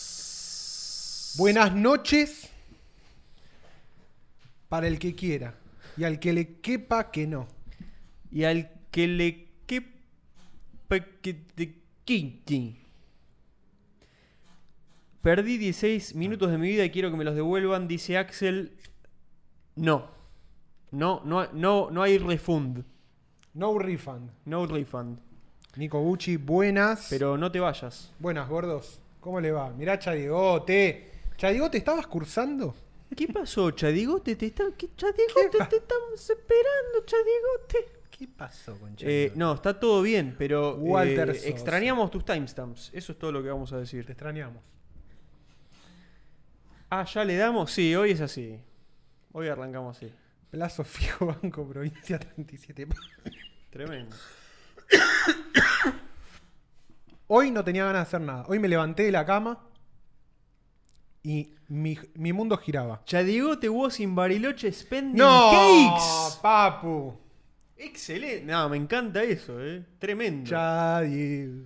Buenas. Buenas noches para el que quiera y al que le quepa que no. Y al que le quepa que te quite. Perdí 16 minutos de mi vida y quiero que me los devuelvan, dice Axel. No. No, no, no, no hay refund. No refund. No refund. Nico Gucci, buenas. Pero no te vayas. Buenas, gordos. ¿Cómo le va? Mirá, Chadigote. Chadigote, ¿estabas cursando? ¿Qué pasó, Chadigote? Te está- ¿Qué- Chadigote, te estamos esperando, Chadigote. ¿Qué pasó con Eh, no, está todo bien, pero eh, Walter Sosa. extrañamos tus timestamps. Eso es todo lo que vamos a Te decir. extrañamos. Ah, ¿ya le damos? Sí, hoy es así. Hoy arrancamos así. Plazo fijo, Banco Provincia 37. Tremendo. Hoy no tenía ganas de hacer nada. Hoy me levanté de la cama y mi, mi mundo giraba. Chadigote was in Bariloche spending cakes. papu. Excelente. No, me encanta eso, eh. Tremendo. Chadi.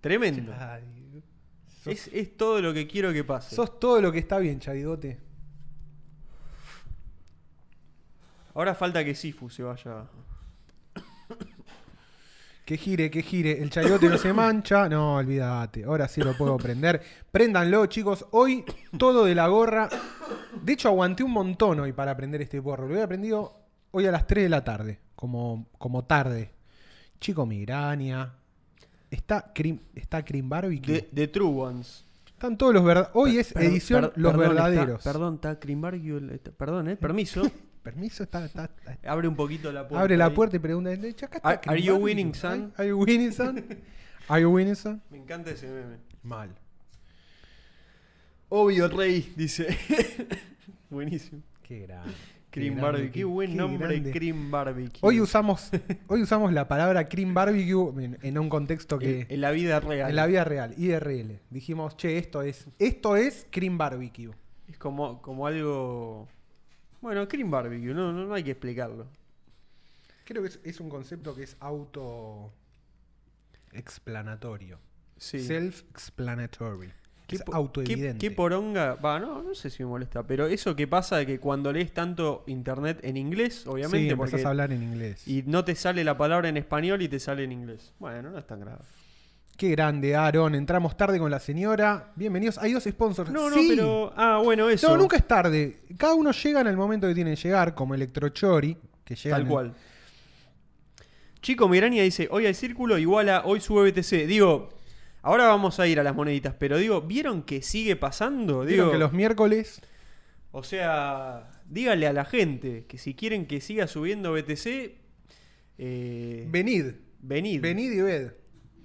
Tremendo. Chadi. Sos, Es, es todo lo que quiero que pase. sos todo lo que está bien, Chadigote. Ahora falta que Sifu se vaya. Que gire, que gire. El chayote no se mancha. No, olvídate. Ahora sí lo puedo prender. Préndanlo, chicos. Hoy todo de la gorra. De hecho, aguanté un montón hoy para prender este porro. Lo había aprendido hoy a las 3 de la tarde. Como, como tarde. Chico migraña. Está Cream, está cream Barbecue. The, the True Ones. Están todos los verdaderos. Hoy es Per- edición per- Los perdón, está- Verdaderos. perdón, está Crim Barrio, el- está- Perdón, eh. Permiso. Permiso, está- está- está- Abre un poquito la puerta. Abre la ahí. puerta y pregunta. "Acá está Are- Cream are you Barbecue? winning, son? ¿Are you winning, son? ¿Are you winning, son? Me encanta ese meme. Mal. Obvio Rey, dice. Buenísimo. Qué grande. Cream grande, Barbecue. Qué buen qué nombre, grande. Cream Barbecue. Hoy usamos, hoy usamos la palabra cream barbecue en, en un contexto que. en, en la vida real. en la vida real, IRL. Dijimos, che, esto es. Esto es cream barbecue. Es como, como algo. Bueno, Cream Barbecue, no, no, no hay que explicarlo. Creo que es, es un concepto que es auto explanatorio. Sí. Self-explanatory. Es po- autoevidente. qué- qué poronga? Va, no, no sé si me molesta, pero eso que pasa de que cuando lees tanto internet en inglés, obviamente, Sí, porque empezás a hablar en inglés. y no te sale la palabra en español y te sale en inglés. Bueno, no es tan grave. Qué grande, Aaron. Entramos tarde con la señora. Bienvenidos. Hay dos sponsors. No, Sí. no, pero ah, bueno, eso. No, nunca es tarde. Cada uno llega en el momento que tiene que llegar, como Electrochori, que llega. Tal cual. Chico Mirania dice, hoy hay círculo igual a hoy sube BTC. Digo, ahora vamos a ir a las moneditas, pero digo, ¿vieron que sigue pasando? Digo, Digo que los miércoles. O sea, dígale a la gente que si quieren que siga subiendo BTC, eh, Venid. venid. Venid y ved.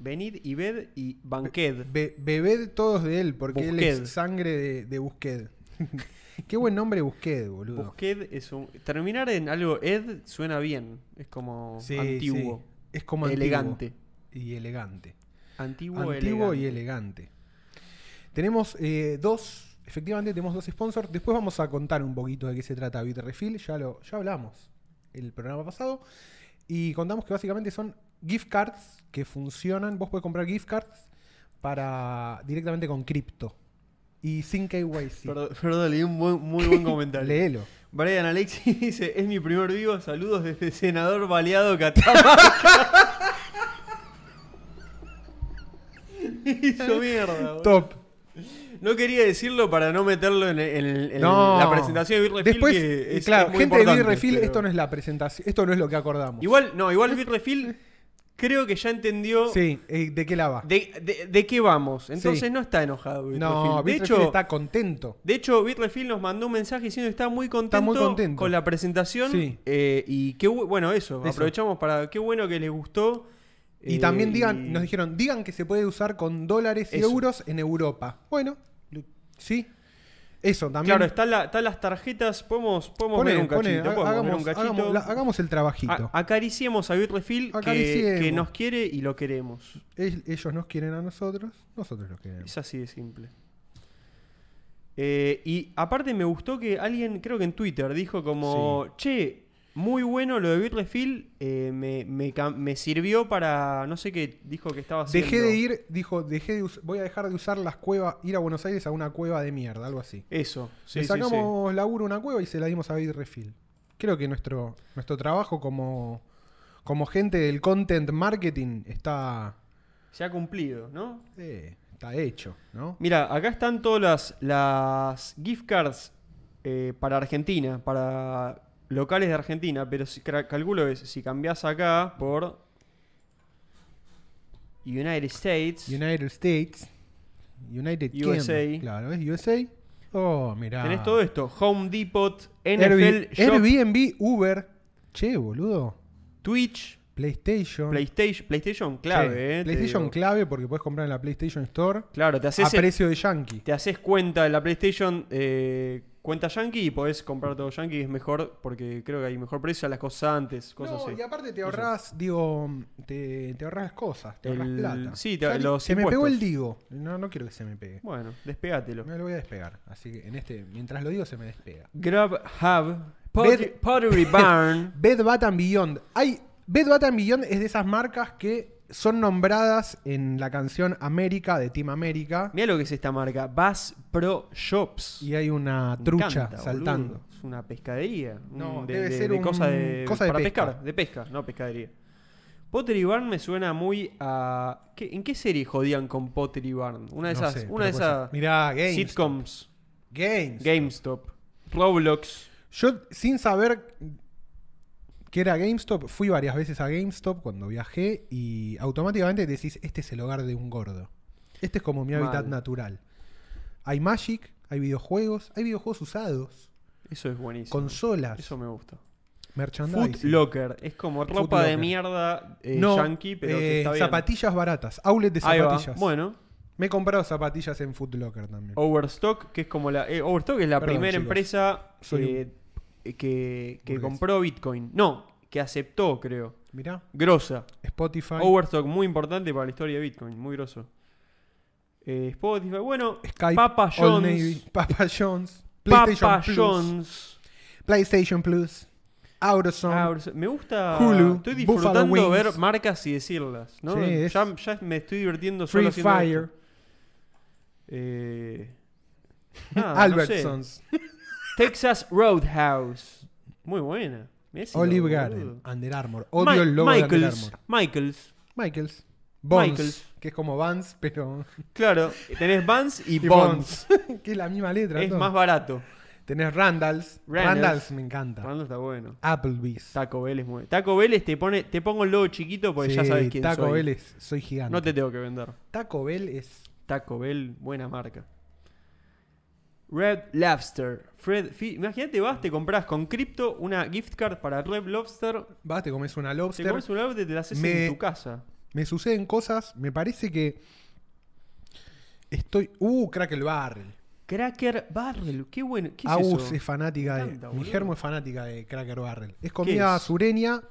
Venid y ved y banqued. Be- bebed todos de él, porque él Busqued. es sangre de, de Busqued. Qué buen nombre Busqued, boludo. Busqued es un... Terminar en algo ed suena bien. Es como Sí, antiguo. sí. Es como antiguo. elegante. Y elegante. Antiguo, Antiguo, y elegante. Tenemos eh, dos, efectivamente tenemos dos sponsors. Después vamos a contar un poquito de qué se trata Bitrefill. Ya lo ya hablamos el programa pasado. Y contamos que básicamente son gift cards que funcionan. Vos podés comprar gift cards para directamente con cripto. Y sin KYC. Perdón, perdón, leí un buen- muy buen comentario. Léelo. Brian Alexis dice, es mi primer vivo, saludos desde senador baleado Catamarca. Hizo mierda. boludo. Top. No quería decirlo para no meterlo en, el- en el- en No. la presentación de Beat Refill, Después, que es- claro, es muy gente de importante, Beat Refill, pero- esto no es la presentación, esto no es lo que acordamos. Igual, no, igual Beat Refill creo que ya entendió Sí, eh, ¿de qué la va? de, de- de qué vamos. Entonces Sí. no está enojado Beat no, Refill. De Beat Refill hecho, está contento. de hecho, Beat Refill nos mandó un mensaje diciendo que está muy contento, muy contento. con la presentación. Sí. eh, y qué bu- bueno, eso, Eso. Aprovechamos para qué bueno que les gustó. Y eh, también digan, y- nos dijeron, digan que se puede usar con dólares y Eso. euros en Europa. Bueno, lo- sí. Eso también. Claro, están la- están las tarjetas. Podemos, podemos Pone- ver un pone, cachito. ha- podemos ver hagamos, un cachito. Ah, hagamos la- hagamos el trabajito. A- acariciemos a Bitrefill que, Acariciemos. que nos quiere y lo queremos. El- Ellos nos quieren a nosotros, nosotros los queremos. Es así de simple. Eh, y aparte me gustó que alguien, creo que en Twitter, dijo como, che, Muy bueno lo de Bitrefill. eh, me, me cam- me sirvió para. No sé qué dijo que estaba haciendo. Dejé de ir, dijo, dejé de us- voy a dejar de usar las cuevas, ir a Buenos Aires a una cueva de mierda, algo así. Eso. Sí, Le sí, sí. sacamos laburo a una cueva y se la dimos a David Refill. Creo que nuestro, nuestro trabajo como, como gente del content marketing está, Se ha cumplido, ¿no? eh, está hecho, ¿no? Mira, acá están todas las, las gift cards eh, para Argentina, para locales de Argentina, pero si, cra- calculo es si cambiás acá por United States, United States, United Kingdom, USA. Claro, ¿es USA? Oh, mirá. tenés todo esto, Home Depot, NFL Airbi- Shop, Airbnb, Uber. Che, boludo. Twitch, PlayStation. PlayStation, PlayStation clave, Che, eh, te PlayStation digo. clave porque puedes comprar en la PlayStation Store Claro, te a haces, precio de yankee. te haces cuenta de la PlayStation, eh, cuenta Yankee y podés comprar todo Yankee, es mejor porque creo que hay mejor precio a las cosas antes, cosas No, así. y aparte te ahorrás, digo, te, te ahorrás cosas, te ahorrás El- plata. sí, te- Ya li- los se me pegó impuestos. el digo. No, no quiero que se me pegue. Bueno, despegátelo. Me lo voy a despegar. Así que en este, mientras lo digo, se me despega. Grab Hub, Pottery- Pottery Barn. Bed Bath and Beyond. Hay, Bed Bath and Beyond es de esas marcas que son nombradas en la canción América de Team América. Mira lo que es esta marca, Bass Pro Shops. Y hay una Me trucha encanta, boludo. saltando. Es una pescadería. No, un- de, debe de- ser de un- cosa de, cosa de para pesca. pescar, de pesca, no pescadería. Pottery Barn me suena muy a ¿qué- ¿En qué serie jodían con Pottery Barn? Una de No esas, sé, una de pero puede esas ser. Mirá, Games. sitcoms, Games. GameStop, Roblox. Yo, sin saber que era GameStop, fui varias veces a GameStop cuando viajé y automáticamente decís, este es el hogar de un gordo. Este es como mi Mal. hábitat natural. Hay Magic, hay videojuegos, hay videojuegos usados, Eso es buenísimo. consolas, Eso me gusta. merchandising. Foot Locker, es como Foot ropa de Locker. mierda eh, no, yankee, pero que eh, está bien. zapatillas baratas, outlet de Ahí va. zapatillas. Bueno, Oh, Me he comprado zapatillas en Foot Locker también. Overstock, que es como la. eh, Overstock es la Perdón, primera chicos. empresa Soy eh, que, que Burgués. compró Bitcoin. No, que aceptó, creo. Mirá, Grosa. Spotify, Overstock, muy importante para la historia de Bitcoin, muy groso. Eh, Spotify, bueno. Skype, Papa Old John's. Navy, Papa John's, PlayStation Papa Plus. John's. PlayStation Plus, AutoZone. Ah, me gusta. Hulu, estoy Buffalo disfrutando Wings. ver marcas y decirlas. ¿no? Sí, es- ya, ya me estoy divirtiendo solo Free haciendo Fire, esto. Eh, nada, Ah, no sé. Albertsons, Texas Roadhouse. Muy buena. Mirá ese Olive logo, Garden, boludo. Under Armour. Odio Mi- el logo de Under Michaels. Armour. Michaels. Michaels. Bonds, Michaels. que es como Vans, pero Claro, tenés Vans y, Y Bonds. que es la misma letra. Es todo. más barato. Tenés Randalls. Randalls. Randalls, me encanta. Randall está bueno. Applebee's. Taco Bell es muy... Taco Bell es- te, pone, te pongo el logo chiquito porque ya Sí, sabes quién Taco soy. Bell es, soy gigante. No te tengo que vender. Taco Bell es Taco Bell, buena marca. Red Lobster. Fred, fi- imagínate, vas, te compras con cripto una gift card para Red Lobster. Vas, te comes una Te lobster. comes un lobster y te la haces Me- en tu casa. Me suceden cosas. Me parece que. Estoy. Uh, Crackle Barrel. Cracker Barrel, qué bueno. ¿Qué es Agus es, eso? fanática Me de. encanta, mi boludo. germo es fanática de Cracker Barrel. Es comida es? sureña.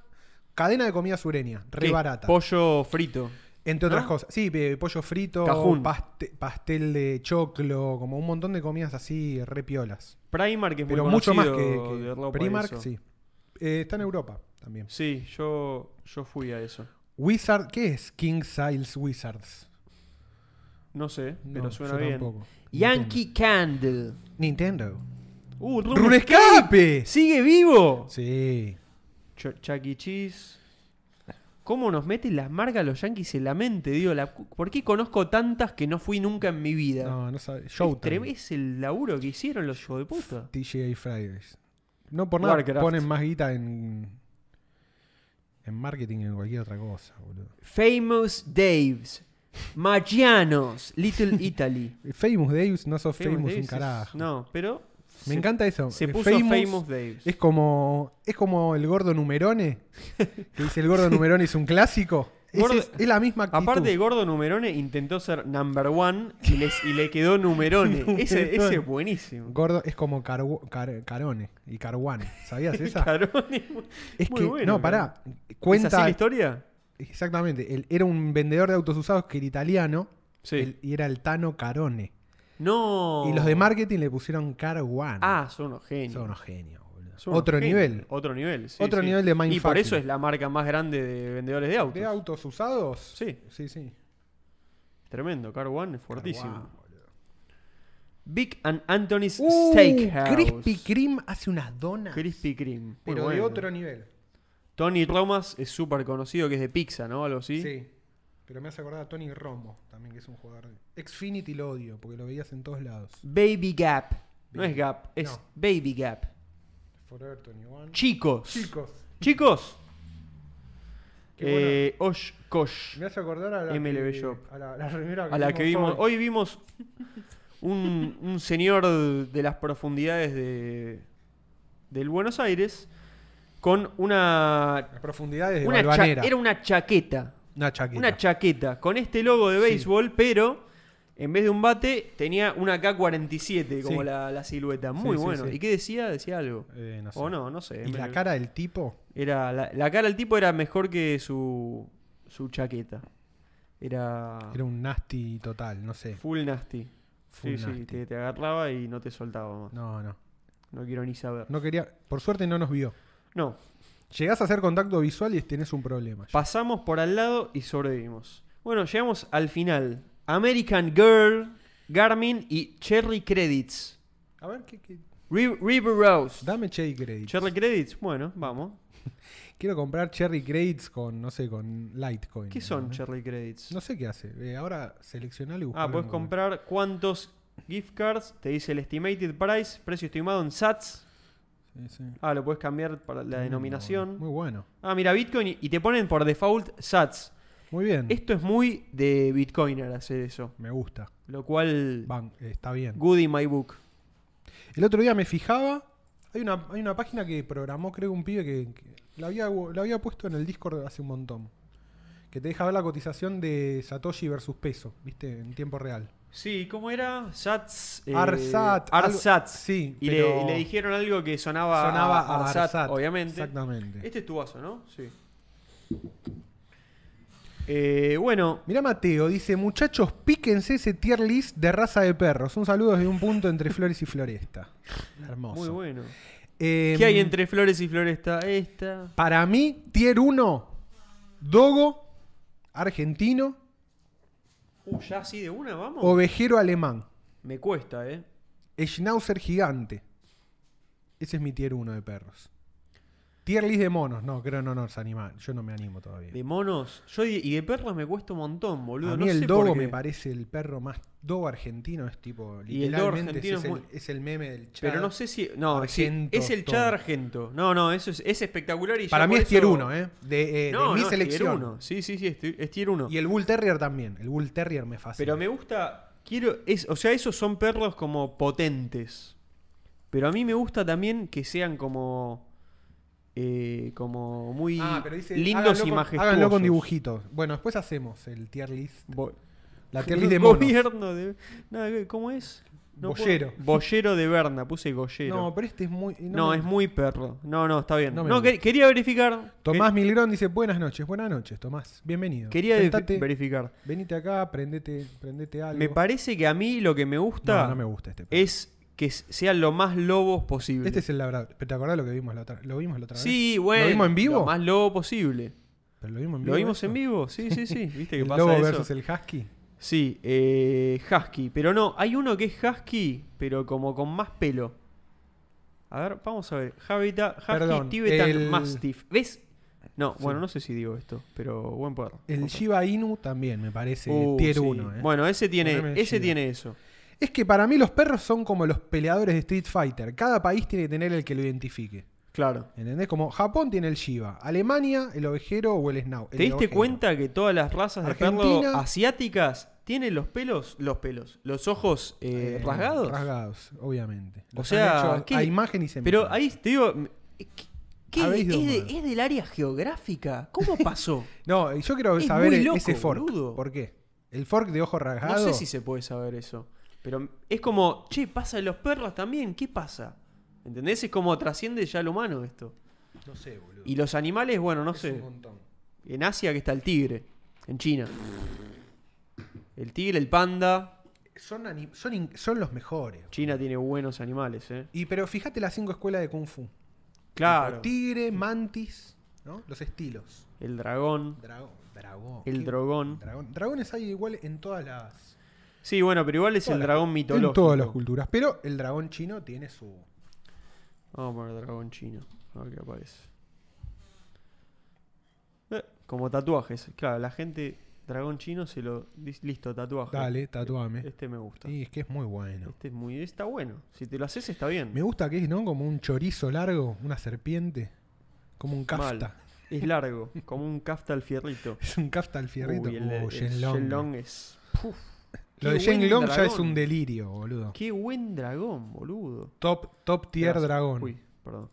Cadena de comida sureña. Re ¿Qué? barata. Pollo frito. Entre otras ¿no? cosas. Sí, pe- pollo frito, Cajún. paste- pastel de choclo, como un montón de comidas así re piolas. Primark es muy Pero mucho más que, conocido que de ropa Primark, eso. sí. Eh, está en Europa también. Sí, yo, yo fui a eso. Wizard, ¿qué es King Siles Wizards? No sé, No, pero suena yo bien. tampoco. Yankee Candle. Nintendo. Uh, Rune- ¡Runescape! ¡Sigue vivo! Sí. Ch- Chuck E. Cheese. ¿Cómo nos meten las marcas los yankees en la mente? Digo, la cu- ¿por qué conozco tantas que no fui nunca en mi vida? No, no sabe. Es Showtime. trem- es, el laburo que hicieron los hijos de puta. TGA Fridays. No por nada Warcraft. ponen más guita en. En marketing que en cualquier otra cosa, boludo. Famous Daves. Magianos. Little Italy. Famous Davis, no sos famous, Daves un es- carajo. No, pero. Me se- encanta eso. Se Eh, puso Famous, Daves. Es como, es como el gordo numerone. Que dice el gordo numerone es un clásico. Es, Gordo- es- es la misma actitud. Aparte, Gordo Numerone intentó ser number one y, les- y le quedó Numerone. ese, ese es buenísimo. gordo es como Carwo- Car- carone y carguane. ¿Sabías esa? Carone, muy- es muy que, bueno, no, pará. ¿Es así la Cuenta. historia? Exactamente. él era un vendedor de autos usados que era italiano. Sí. él- y era el Tano Carone. No. Y los de marketing le pusieron Carguane. Ah, son unos genios. Son unos genios, boludo. Son unos Otro genios. nivel. Otro nivel, sí, Otro sí. nivel de Y por mindfucking. eso es la marca más grande de vendedores de autos. ¿De autos usados? Sí. Sí, sí. Tremendo, Car One es fuertísimo. Ah, wow, boludo. Big and Anthony's Uh, Steakhouse. Krispy Kreme hace unas donas. Krispy Kreme. pero Muy de bueno. otro nivel. Tony Romas es súper conocido, que es de pizza, ¿no? Algo así. ¿Sí? Pero me hace acordar a Tony Romo, también que es un jugador de. Xfinity lo odio, porque lo veías en todos lados. Baby Gap. No Baby- es Gap, es no. Baby Gap. Forever 21. Chicos. Chicos. Chicos. Qué Eh, Osh Kosh. Me hace acordar a la. MLB que- Shop. A la, la remera A la que vimos. hoy. Hoy vimos un, un señor de las profundidades de, del Buenos Aires con una. Las profundidades de una cha- Balvanera. era una chaqueta. Una chaqueta. Una chaqueta con este logo de Sí. béisbol, pero en vez de un bate tenía una K-47 como Sí. la, la silueta. Muy sí, bueno. sí. ¿Y qué decía? Decía algo. Eh, no sé. O no, no sé. Y Me- la cara del tipo. Era, la, la cara del tipo era mejor que su, su chaqueta. Era, Era un nasty total, no sé. full nasty. Full sí, nasty. sí, te, te agarraba y no te soltaba más. No, no. No quiero ni saber. No quería. Por suerte no nos vio. No, Llegás a hacer contacto visual y tenés un problema. ya. pasamos por al lado y sobrevivimos. Bueno, llegamos al final. American Girl, Garmin y Cherry Credits. A ver, ¿qué, qué? Ri- River Rose. dame Cherry Credits. Cherry Credits, bueno, vamos. Quiero comprar Cherry Credits con, no sé, con Litecoin. ¿Qué son Cherry Credits? No sé qué hace. Eh, ahora seleccionalo y buscalo Ah, en puedes Google. comprar cuántos gift cards, te dice el estimated price, precio estimado en sats. Sí, sí. Ah, lo puedes cambiar para la Muy denominación. bueno, Muy bueno. Ah, mira, Bitcoin y- y te ponen por default sats. Muy bien. Esto es muy de Bitcoiner hacer eso. Me gusta. Lo cual, Van, eh, está bien. good in my book. El otro día me fijaba, hay una, hay una página que programó, creo, un pibe que, que la, había, la había puesto en el Discord hace un montón. Que te deja ver la cotización de Satoshi versus peso, ¿viste? En tiempo real. Sí, ¿cómo era? Sats. eh, Arsat, algo- Arsats. sí, Y, pero- le, y le dijeron algo que sonaba, a- Sonaba a a Ah, Arsat, Arsat, obviamente. Exactamente. Este es tu vaso, ¿no? Sí. Eh, bueno, Mirá Mateo, dice, muchachos, píquense ese tier list de raza de perros. Un saludo desde un punto entre flores y floresta. Hermoso. muy bueno. Em, ¿Qué hay entre flores y floresta? Esta. Para mí, tier 1, Dogo, argentino, Uh, ya así de una, vamos. ovejero alemán. Me cuesta, ¿eh? Schnauzer gigante. Ese es mi tier 1 de perros. Tier list de monos. No, creo no nos anima. Yo no me animo todavía. De monos. Yo y y de perros me cuesta un montón, boludo. a mí no el sé dogo por qué. me parece el perro más... Dogo argentino es tipo... Y el dogo Literalmente ese argentino es, es el, muy- es el meme del chat. Pero no sé si. No, sí, Argento, es el todo. Chad Argento. No, no, eso es, es espectacular. Y ya Para mí por es tier eso- 1, ¿eh? De, eh, No, de mi no, es selección. Tier 1. Sí, sí, sí, es ti- es tier 1. Y el Bull Terrier también. El Bull Terrier me fascina. Pero me gusta. Quiero. Es, o sea, esos son perros como potentes. Pero a mí me gusta también que sean como. eh, como muy Ah, pero dice, lindos háganlo y con- majestuosos. Háganlo con dibujitos. Bueno, después hacemos el tier list. Bo- La tier list de monos. gobierno de. no, eh, ¿Cómo es? puedo- Boyero. Boyero de Berna, puse Goyero. No, No, pero este es muy... No, me- es muy perro. No, no, está bien. No No, me que- gusta. quería verificar. Tomás Milgrón dice, buenas noches, buenas noches, Tomás, bienvenido. Que- Eh, Quería de- Sentate, verificar. venite acá, prendete, prendete algo. Me parece que a mí lo que me gusta No, no me gusta este. perro. es que s- sean lo más lobos posible. Este es el labrador. ¿Pero ¿Te acordás lo que vimos la otra, lo vimos la otra vez? Sí, bueno. ¿Lo vimos en vivo? Lo más lobo posible. Pero lo vimos en vivo. ¿Lo vimos eso? en vivo? Sí, sí, sí. ¿Viste que El pasa lobo eso? versus el husky. Sí, eh, Husky. Pero no, hay uno que es Husky, pero como con más pelo. A ver, vamos a ver. Habitat, Husky Perdón, Tibetan el- Mastiff. ¿Ves? No, bueno, no sé si digo esto, pero buen perro. El Shiba Inu también me parece Uh, tier sí. 1. eh. Bueno, ese tiene, Poneme ese Shiba. tiene eso. Es que para mí los perros son como los peleadores de Street Fighter. Cada país tiene que tener el que lo identifique. Claro. ¿Entendés? Como Japón tiene el Shiba, Alemania el ovejero o el Snout. ¿Te diste cuenta que todas las razas de perro Argentina. asiáticas tienen los pelos, los pelos, los ojos eh, rasgados? Rasgados, obviamente. O Los sea, han hecho ¿qué? a imagen y se Pero ahí te digo, Eh, ¿qué- qué- Habéis es, ido de- mal. es del área geográfica? ¿Cómo pasó? No, yo quiero Es saber muy el- loco, ese fork. boludo. ¿Por qué? El fork de ojo rasgado. no sé si se puede saber eso. Pero es como, che, pasa en los perros también, ¿qué pasa? ¿Entendés? Es como trasciende ya al humano esto. No sé, boludo. Y los animales, bueno, no Es sé. un montón. En Asia que está el tigre, en China. El tigre, el panda. Son, ani- son, in- son los mejores. China tiene buenos animales, ¿eh? Y pero fíjate las cinco escuelas de Kung Fu. Claro. Tigre, mantis, ¿no? Los estilos. El dragón. Dragón. Dragón. El ¿Qué? dragón. dragón. Dragones hay igual en todas las. Sí, bueno, pero igual es Todas el las- dragón mitológico. En todas las culturas. Pero el dragón chino tiene su. Vamos a poner dragón chino. A ver qué aparece. Eh, como tatuajes. Claro, la gente. Dragón chino se lo. dis- Listo, tatuaje. Dale, tatuame. Este me gusta. Sí, es que es muy bueno. Este es muy. Está bueno. Si te lo haces, está bien. Me gusta que es, ¿no? Como un chorizo largo, una serpiente. Como un Mal. kafta. Es largo. como un kafta al fierrito. Es un kafta al fierrito. Uy, el, Uh, el Shenlong. Shenlong es. Puf, Lo qué de Shenlong buen ya es dragón. un delirio, boludo. Qué buen dragón, boludo. Top, top tier Gracias. dragón. Uy, perdón.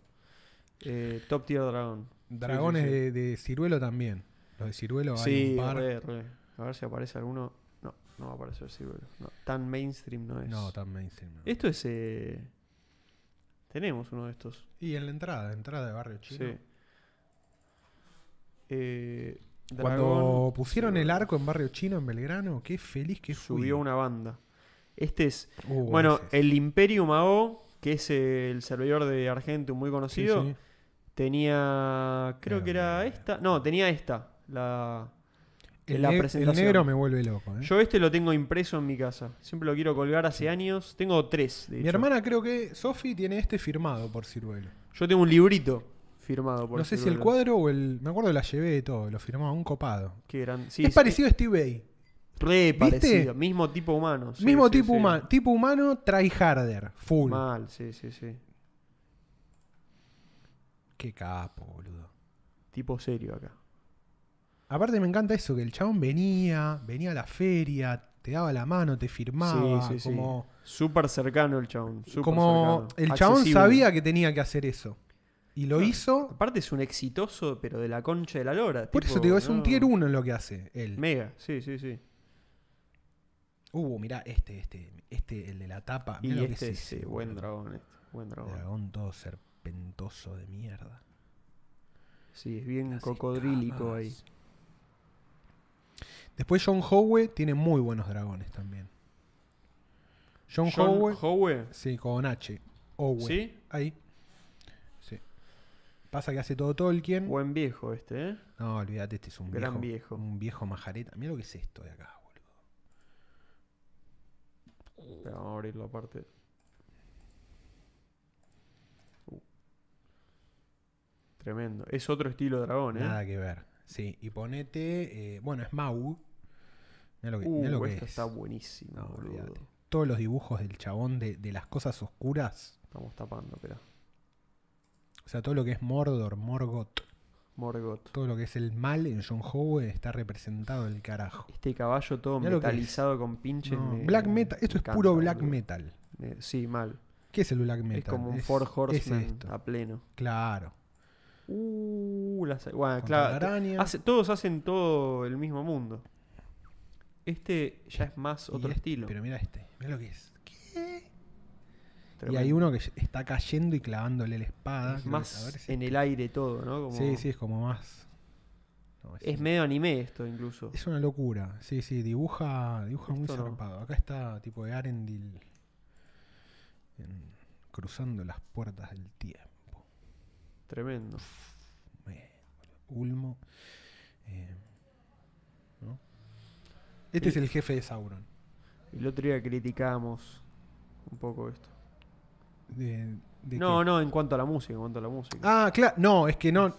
Eh, top tier dragón. Dragones Sí, sí, sí. De, de ciruelo también. Los de ciruelo hay Sí, un par. re, re. A ver si aparece alguno. No, no va a aparecer Silver. No, tan mainstream no es. No, tan mainstream. no. Esto es. eh, Tenemos uno de estos. Y en la entrada, entrada de barrio Sí. chino. Eh, Cuando dragón pusieron el Silver. arco en barrio chino en Belgrano, qué feliz que fui. Subió una banda. Este es. Uh, bueno, ese es. el Imperium AO, que es eh, el servidor de Argentum muy Sí, conocido, sí. Eh, tenía. Creo Era que era una- esta. No, tenía esta. La. El, la ne- el presentación. negro me vuelve loco. ¿eh? Yo este lo tengo impreso en mi casa. Siempre lo quiero colgar hace años. Tengo tres, de Mi hecho. hermana creo que Sofi tiene este firmado por ciruelo. Yo tengo un librito firmado por este No sé si el Ciruelo. cuadro o el. Me acuerdo la llevé de todo, lo firmaba un copado. Qué gran- sí, es sí, parecido a Steve Bay. ¿Viste? Re parecido. Mismo tipo humano. sí, Mismo sí, tipo, sí. humano, tipo humano, tryharder, full. Mal, sí, sí, sí. Qué capo, boludo. Tipo serio acá. Aparte me encanta eso, que el chabón venía, venía a la feria, te daba la mano, te firmaba, sí, sí, sí. como, Súper cercano el chabón. súper como el cercano. chabón Accesible. sabía que tenía que hacer eso. Y lo hizo, Aparte es un exitoso, pero de la concha de la lora. por tipo, eso te digo, es no. un tier 1 en lo que hace él. Mega, sí, sí, sí. Uh, mirá, este, este, este, el de la tapa. mirá Y lo que este es es ese, eh, buen boludo. dragón. este, Buen dragón. Dragón todo serpentoso de mierda. Sí, es bien Las cocodrílico ahí. escamas. Después John Howe tiene muy buenos dragones también. John, Howe, Howe. sí, con H. Howe. ¿Sí? Ahí. Sí. Pasa que hace todo Tolkien. Buen viejo este, ¿eh? No, olvídate, este es un Gran viejo. viejo. Un viejo majareta. Mira lo que es esto de acá, boludo. Espera, vamos a abrir la parte. Uh. Tremendo. Es otro estilo dragón, ¿eh? Nada que ver. Sí, y ponete. eh, bueno, es Mau. Mira lo que, mirá lo uh, que esta es. está buenísima, No, boludo. olvídate. Todos los dibujos del chabón de, de las cosas oscuras. Estamos tapando, espera. O sea, todo lo que es Mordor, Morgoth, Morgoth. todo lo que es el mal en John Howe está representado del carajo. Este caballo todo Mirá lo que es. metalizado con pinches. No, me- black metal, me esto es encanta, puro black boludo. metal. Me- sí, mal. ¿Qué es el black metal? Es como un Ford Horseman Es esto. a pleno. Claro. Uh, la sa- bueno, Contra claro. la te- araña. hace- todos hacen todo el mismo mundo. Este ya es más Y otro este- estilo. Pero mira este, mira lo que es. ¿Qué? Y hay Tremendo. uno que está cayendo y clavándole la espada. Es creo que- a más ver si- en el aire todo, ¿no? Como- Sí, sí, es como más. no, es, Es medio anime esto incluso. es una locura. Sí, sí, dibuja, dibuja muy Esto no. zarpado. Acá está tipo de Arendil en- cruzando las puertas del tiempo. Tremendo. Me- Ulmo. eh, ¿no? Este Y- es el jefe de Sauron. El otro día criticamos un poco esto. De- de No, qué? no, en cuanto a la música, en cuanto a la música. Ah, claro. No, es que no.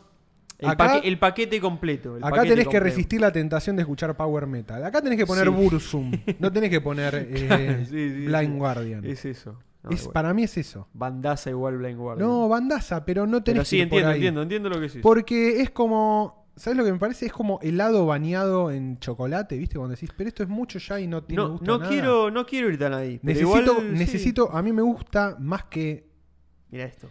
el, acá- paque- el paquete completo. el Acá paquete tenés que completo. resistir la tentación de escuchar power metal. Acá tenés que poner Sí. Bursum. No tenés que poner eh, Claro, sí, sí, Blind sí. Guardian. Es eso. No, Es- igual. Para mí es eso. Bandaza igual Blind Guardian. No, bandaza, pero no tenés Pero que sí, ir entiendo, por ahí. entiendo, entiendo lo que sí. Porque es como. ¿Sabes lo que me parece? Es como helado bañado en chocolate, ¿viste? Cuando decís, pero esto es mucho ya y no tiene No, gusto. a no nada". quiero, no quiero ir tan ahí. pero Necesito, igual, sí. necesito. A mí me gusta más que. Mira esto.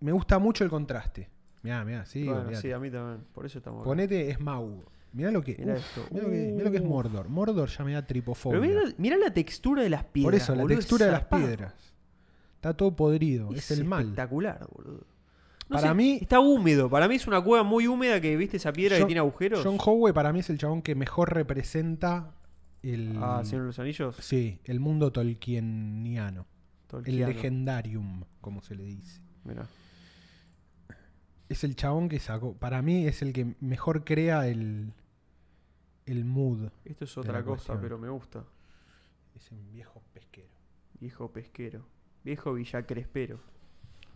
Me gusta mucho el contraste. Mirá, mirá, sí. bueno, olvidate. sí, a mí también. Por eso estamos. acá. Ponete es Mau. Mirá lo que. Mirá uf, esto. mirá lo que, mirá lo que es Uh. Mordor. Mordor ya me da tripofobia. Pero mira, mira la textura de las piedras. Por eso, la boludo, textura de las zarpado. piedras. Está todo podrido. Es, el mal. Espectacular, boludo. No Para mí- Está húmedo. Para mí es una cueva muy húmeda que, viste, esa piedra John- que tiene agujeros. John Howe para mí es el chabón que mejor representa el. ah, Señor de los Anillos. Sí, el mundo tolkieniano. El Tolkiano. legendarium, como se le dice. Mirá. es el chabón que sacó. Para mí es el que mejor crea el, el mood. Esto es De la otra cosa, cuestión. pero me gusta. Es un viejo pesquero. Viejo pesquero. Viejo villacrespero.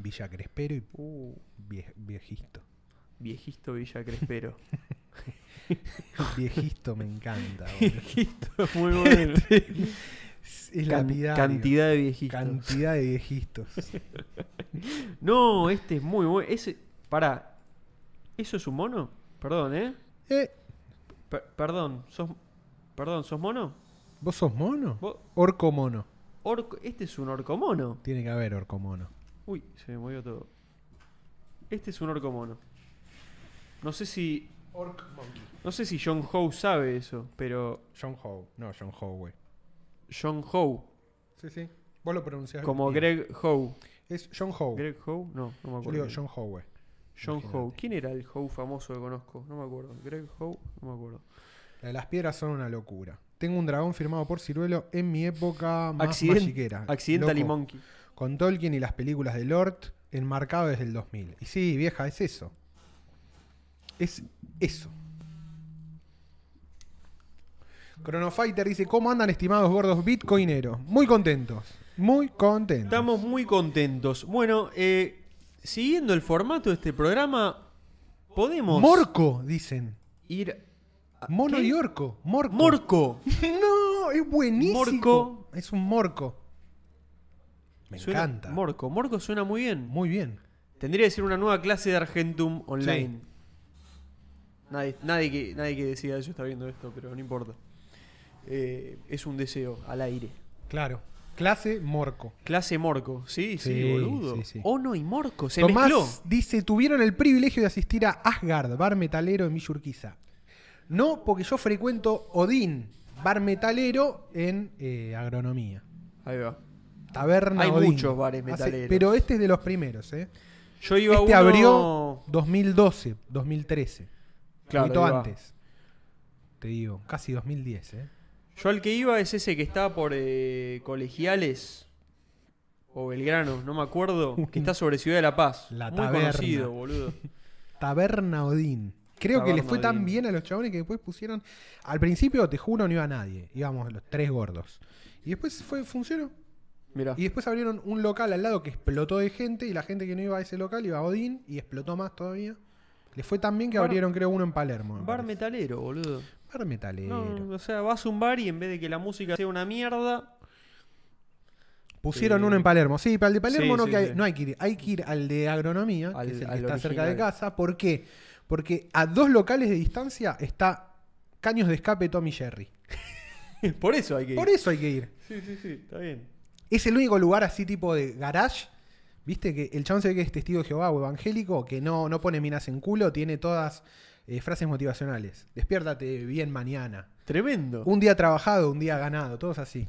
Villa Crespero y Uh, vie- viejisto. viejisto villacrespero. Viejisto me encanta. boludo. viejisto, muy bueno. Es es Can- lapidario. Este cantidad de viejitos. Cantidad de viejitos. No, este es muy bueno. Ese, pará. ¿Eso es un mono? Perdón, ¿eh? Eh, Per- perdón, ¿sos, perdón, ¿sos mono? ¿Vos sos mono? Vos- Orco mono. orco- este es un orco mono. Tiene que haber orco mono. Uy, se me movió todo. Este es un orco mono. No sé si. Orc monkey. No sé si John Howe sabe eso, pero. John Howe. No, John Howe, güey. John Howe. Sí, sí. Vos lo pronunciás Como bien. Greg Howe. Es John Howe. ¿Greg Howe? No, no me Yo acuerdo. digo John Howe. John imagínate. Howe. ¿Quién era el Howe famoso que conozco? No me acuerdo. ¿Greg Howe? No me acuerdo. La de las piedras son una locura. Tengo un dragón firmado por Ciruelo en mi época más Accident- magiquera. Accidental Ah, Loco. Monkey. Con Tolkien y las películas de Lord, enmarcado desde el 2000. Y sí, vieja, es eso. Es eso. Chronofighter dice, ¿cómo andan estimados gordos bitcoineros? Muy contentos. Muy contentos. Estamos muy contentos. Bueno, eh, siguiendo el formato de este programa, podemos Morco, dicen. ir. a- Mono Ah, ¿Qué? y orco. Morco. Morco. no, es buenísimo. Morco. Es un morco. Me Suena- encanta. Morco. Morco suena muy bien. Muy bien. Tendría que ser una nueva clase de Argentum online. Sí. Nadie, nadie, que, nadie que decida eso está viendo esto, pero no importa. Eh, es un deseo al aire. Claro. Clase morco. Clase Morco. Sí, sí, Sí, boludo. sí, sí. Ono y Morco. Se Tomás mezcló. dice, tuvieron el privilegio de asistir a Asgard, bar metalero en Villurquiza. No, porque yo frecuento Odín, bar metalero en eh, agronomía. Ahí va. Taberna Hay Odín. muchos bares Hace- metaleros. pero este es de los primeros, ¿eh? Yo iba a Este uno... abrió 2012, 2013. Claro, Poquito ahí va. antes. Te digo, casi 2010, ¿eh? Yo al que iba es ese que estaba por eh, Colegiales o Belgrano, no me acuerdo, que está sobre Ciudad de la Paz. La Muy taberna. conocido, boludo. Taberna Odín. Creo que les fue Taberna tan Odín. bien a los chabones que después pusieron. Al principio, te juro, no iba nadie. Íbamos los tres gordos. Y después fue, funcionó. Mirá. Y después abrieron un local al lado que explotó de gente. Y la gente que no iba a ese local iba a Odín y explotó más todavía. Les fue tan bien que Bar- abrieron, creo, uno en Palermo. me Bar parece. metalero, boludo. Bar metalero. No, o sea, vas a un bar y en vez de que la música sea una mierda, Pusieron Eh, uno en Palermo. Sí, para el de Palermo sí, no, sí, que hay, sí. no hay que ir. Hay que ir al de agronomía, Al- que es el que al está cerca de original. casa. ¿Por qué? Porque a dos locales de distancia está Caños de Escape Tommy Jerry. por eso hay que ir. Por eso hay que ir. Sí, sí, sí, está bien. Es el único lugar así tipo de garage. Viste que el chabón se ve que es testigo de Jehová o evangélico, que no, no pone minas en culo, tiene todas eh, frases motivacionales. Despiértate bien mañana. Tremendo. Un día trabajado, un día ganado, todos así.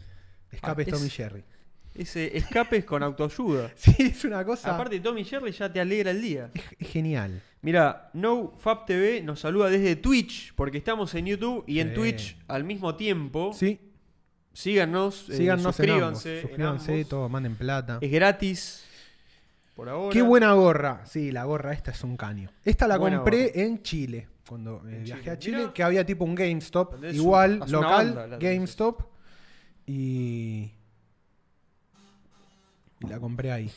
Escape Ah, es- Tommy Jerry. Ese escapes con autoayuda. Sí, es una cosa Aparte, Tommy Jerry ya te alegra el día. genial. Mira, NoFab TV nos saluda desde Twitch, porque estamos en YouTube y en Sí. Twitch al mismo tiempo. Sí, Síganos, eh, Síganos en ambos. suscríbanse. en Suscríbanse, ambos. todo, manden plata. Es gratis. Por ahora. Qué buena gorra. Sí, la gorra esta es un caño. Esta la Buena compré gorra. en Chile. Cuando eh, En viajé Chile. a Chile, Mirá. que había tipo un GameStop, Tenés un- igual, hace una onda local, la de GameStop. Y. Y la compré ahí.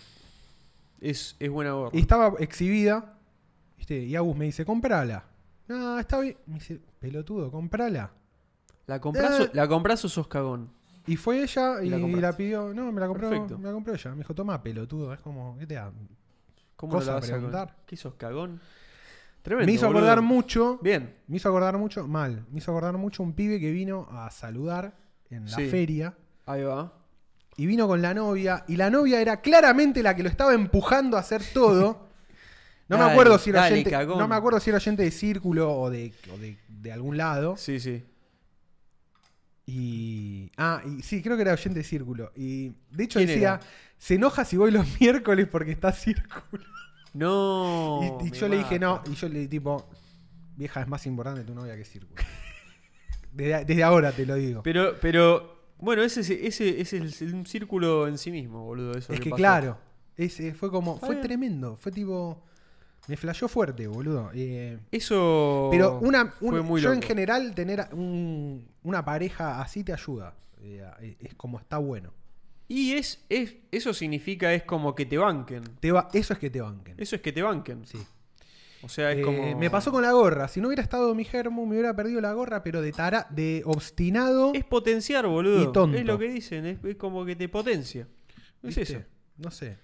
Es, es buena gorra. Y estaba exhibida. ¿viste? Y Agus me dice, comprala. No, está bien. Me dice, pelotudo, comprala. La compras, Eh. o- la compras o sos cagón. Y fue ella Y y, la la, compraste. pidió. No, me la compró, Perfecto. me la compró ella. Me dijo, toma, pelotudo. Es como, ¿qué te da? ¿Cómo no Cosa la vas a preguntar. cagar? ¿Qué sos cagón? Tremendo. me hizo boludo. acordar mucho. Bien. Me hizo acordar mucho, mal, me hizo acordar mucho un pibe que vino a saludar en la Sí. feria Ahí va. y vino con la novia y la novia era claramente la que lo estaba empujando a hacer todo. No me Dale, acuerdo si era dale, oyente, cagón. no me acuerdo si era oyente de círculo o de, o de, de algún lado. Sí, sí. Y ah, y sí, creo que era oyente de círculo y de hecho ¿Quién decía, era? "Se enoja si voy los miércoles porque está círculo." No. y y me yo le dije, "No", mata. y yo le tipo, "Vieja, es más importante tu novia que círculo." Desde, desde ahora te lo digo. Pero, pero. Bueno, ese, es- ese, ese es el- un círculo en sí mismo, boludo. Eso Es que pasó. claro, ese fue como, fue bien. tremendo, fue tipo, Me flashó fuerte, boludo. Eh, Eso pero una, un- fue muy yo en loco. general tener un- una pareja así te ayuda. Eh, es- es como está bueno. Y es, es- eso significa es como que te banquen. Te va, eso es que te banquen. Eso es que te banquen. Sí. O sea, es Eh, como... Me pasó con la gorra. Si no hubiera estado mi germo, me hubiera perdido la gorra, pero de tara, de obstinado. Es potenciar, boludo. Y tonto. Es lo que dicen, es, es como que te potencia. Es ¿viste? eso. No sé.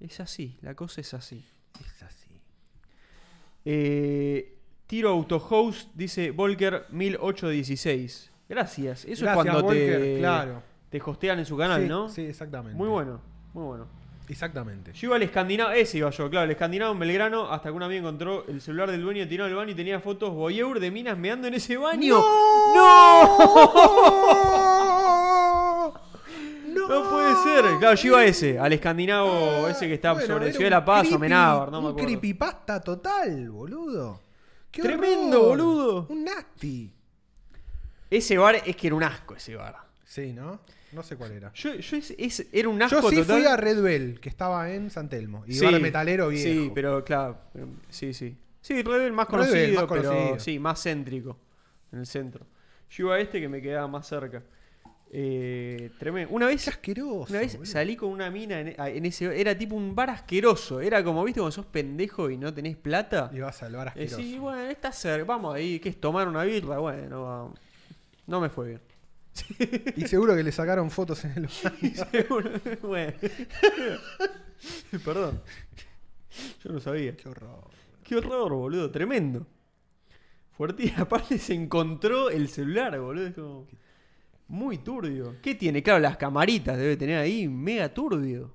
Es así, la cosa es así. Es así. Eh, Tiro Autohost dice Volker 1816. Gracias. Eso Gracias, es cuando te, Volker, claro. te hostean en su canal, sí, ¿no? Sí, exactamente. Muy bueno, muy bueno. Exactamente. Yo iba al escandinavo, ese iba yo, claro, el escandinavo en Belgrano, hasta que un amigo encontró el celular del dueño, tiró al baño y tenía fotos voyeur de minas meando en ese baño. ¡No! ¡No! No puede ser. Claro, yo iba a ese, al escandinavo ese que está Ah, Bueno, sobre era Ciudad de un la Paz o creepy- Menábar, no me Un acuerdo. creepypasta total, boludo. ¡Qué Tremendo, horror! boludo. Un nasty. Ese bar es que era un asco ese bar. Sí, ¿no? No sé cuál era. Yo, yo es- es- era un asco Yo sí total. fui a Red Bell, que estaba en San Telmo. Y Sí, bar metalero viejo. Sí, pero claro, pero- sí, sí. Sí, Red Bull más Red Bull, conocido, más pero conocido. sí, más céntrico en el centro. Yo iba a este que me quedaba más cerca. Eh, tremendo. Una vez Es asqueroso. Una vez boludo. salí con una mina en, a- en ese. Era tipo un bar asqueroso. Era como, viste, cuando sos pendejo y no tenés plata. Y vas al bar Eh, asqueroso. sí, bueno, está cerca. Vamos ahí, ¿qué es? Tomar una birra. Bueno, vamos. No me fue bien. Y seguro que le sacaron fotos en el lugar. Seguro. bueno. Perdón. Yo no sabía. Qué horror. Qué horror, boludo. Tremendo. Fuerte. Aparte se encontró el celular, boludo. Es como. Muy turbio. ¿Qué tiene? Claro, las camaritas debe tener ahí. Mega turbio.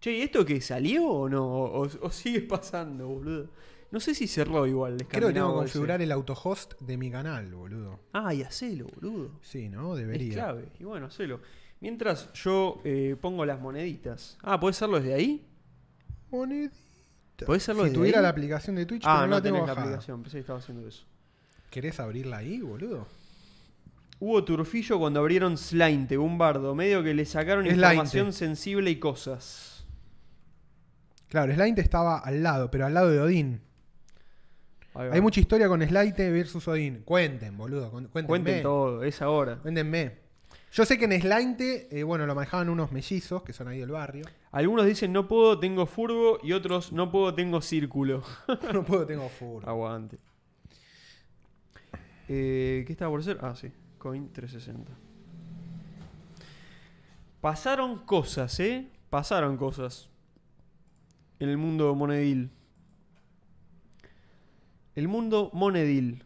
Che, ¿y esto que salió o no? O, o- o sigue pasando, boludo? No sé si cerró igual. el Creo que tengo que escandinavo ese. configurar el autohost de mi canal, boludo. Ah, y hacelo, boludo. Sí, ¿no? Es Debería. clave. Y bueno, hacelo. Mientras yo eh, pongo las moneditas. Ah, ¿puedes hacerlo desde ahí? Monedita. ¿Podés hacerlo si desde tuviera ahí? la aplicación de Twitch, Ah, pero no, no, la tengo tenés la bajada. aplicación. Pensé que estaba haciendo eso. ¿Querés abrirla ahí, boludo? Hubo turfillo cuando abrieron Slainte, un bardo, medio que le sacaron Es Slainte. información sensible y cosas. Claro, Slinte estaba al lado, pero al lado de Odín. Ahí va. Hay mucha historia con Slinte versus Odín. Cuenten, boludo. cuen- Cuéntenme. Cuenten todo, es ahora. Cuéntenme. Yo sé que en Slinte, eh, bueno, lo manejaban unos mellizos que son ahí del barrio. Algunos dicen no puedo, tengo furbo, y otros no puedo, tengo círculo. No puedo, tengo furro. Aguante. Eh, ¿Qué estaba por hacer? Ah, sí. Coin 360. Pasaron cosas, ¿eh? Pasaron cosas. En el mundo monedil. El mundo monedil.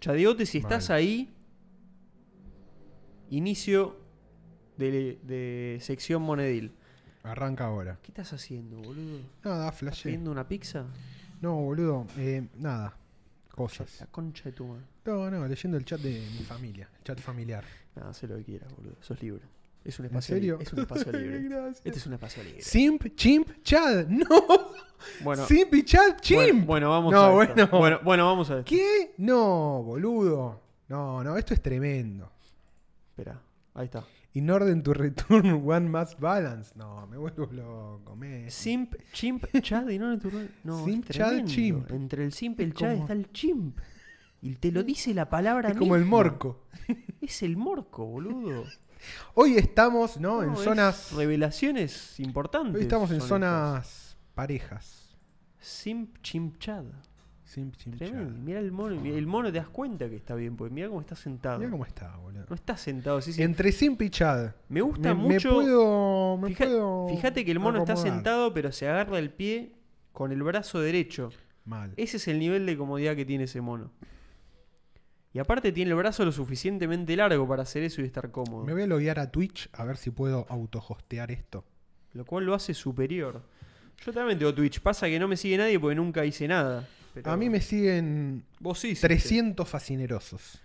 Chadeote, si estás Mal. ahí. Inicio de, de sección monedil. Arranca ahora. ¿Qué estás haciendo, boludo? ¿Estás Nada, flashé. pidiendo una pizza? No, boludo. eh, nada. Cosas. La concha de tu madre. No, no, leyendo el chat de mi familia. El chat familiar. Nada, haz lo que quieras, boludo. Sos libre. Es un ¿En espacio serio? libre. Es un espacio libre. Gracias. este es un espacio libre. Simp, chimp, chad. No. Bueno, Simp y chad, bueno, chimp. bueno, vamos No, a esto. bueno. bueno. Bueno, vamos a esto. ¿Qué? No, boludo. No, no, esto es tremendo. Espera, ahí está. In order to return one mass balance. No, me vuelvo loco, me. Simp, chimp, chad y no en tu rol. No, Simp, es chad, tremendo. chimp. Entre el simp y el Es chad como- está el chimp. Y te lo dice la palabra Es como el misma. morco. Es el morco, boludo. Hoy estamos, ¿no? en es zonas. Revelaciones importantes. Hoy estamos en son zonas parejas. estas. Simp, chimp, chad. Simp, chimp, chad. Tremendo. Mira el mono. mirá el mono te das cuenta que está bien, porque mira cómo está sentado. Mirá cómo está, boludo. No está sentado, sí, sí. Entre simp y chad. Me me gusta mucho. puedo- me Fija- puedo fíjate que el mono está acomodar. sentado, pero se agarra el pie con el brazo derecho. Mal. Ese es el nivel de comodidad que tiene ese mono. Y aparte tiene el brazo lo suficientemente largo para hacer eso y estar cómodo. Me voy a loguear a Twitch a ver si puedo autohostear esto. Lo cual lo hace superior. Yo también tengo Twitch. Pasa que no me sigue nadie porque nunca hice nada. Pero A mí me siguen Vos sí. hiciste. 300 fascinerosos.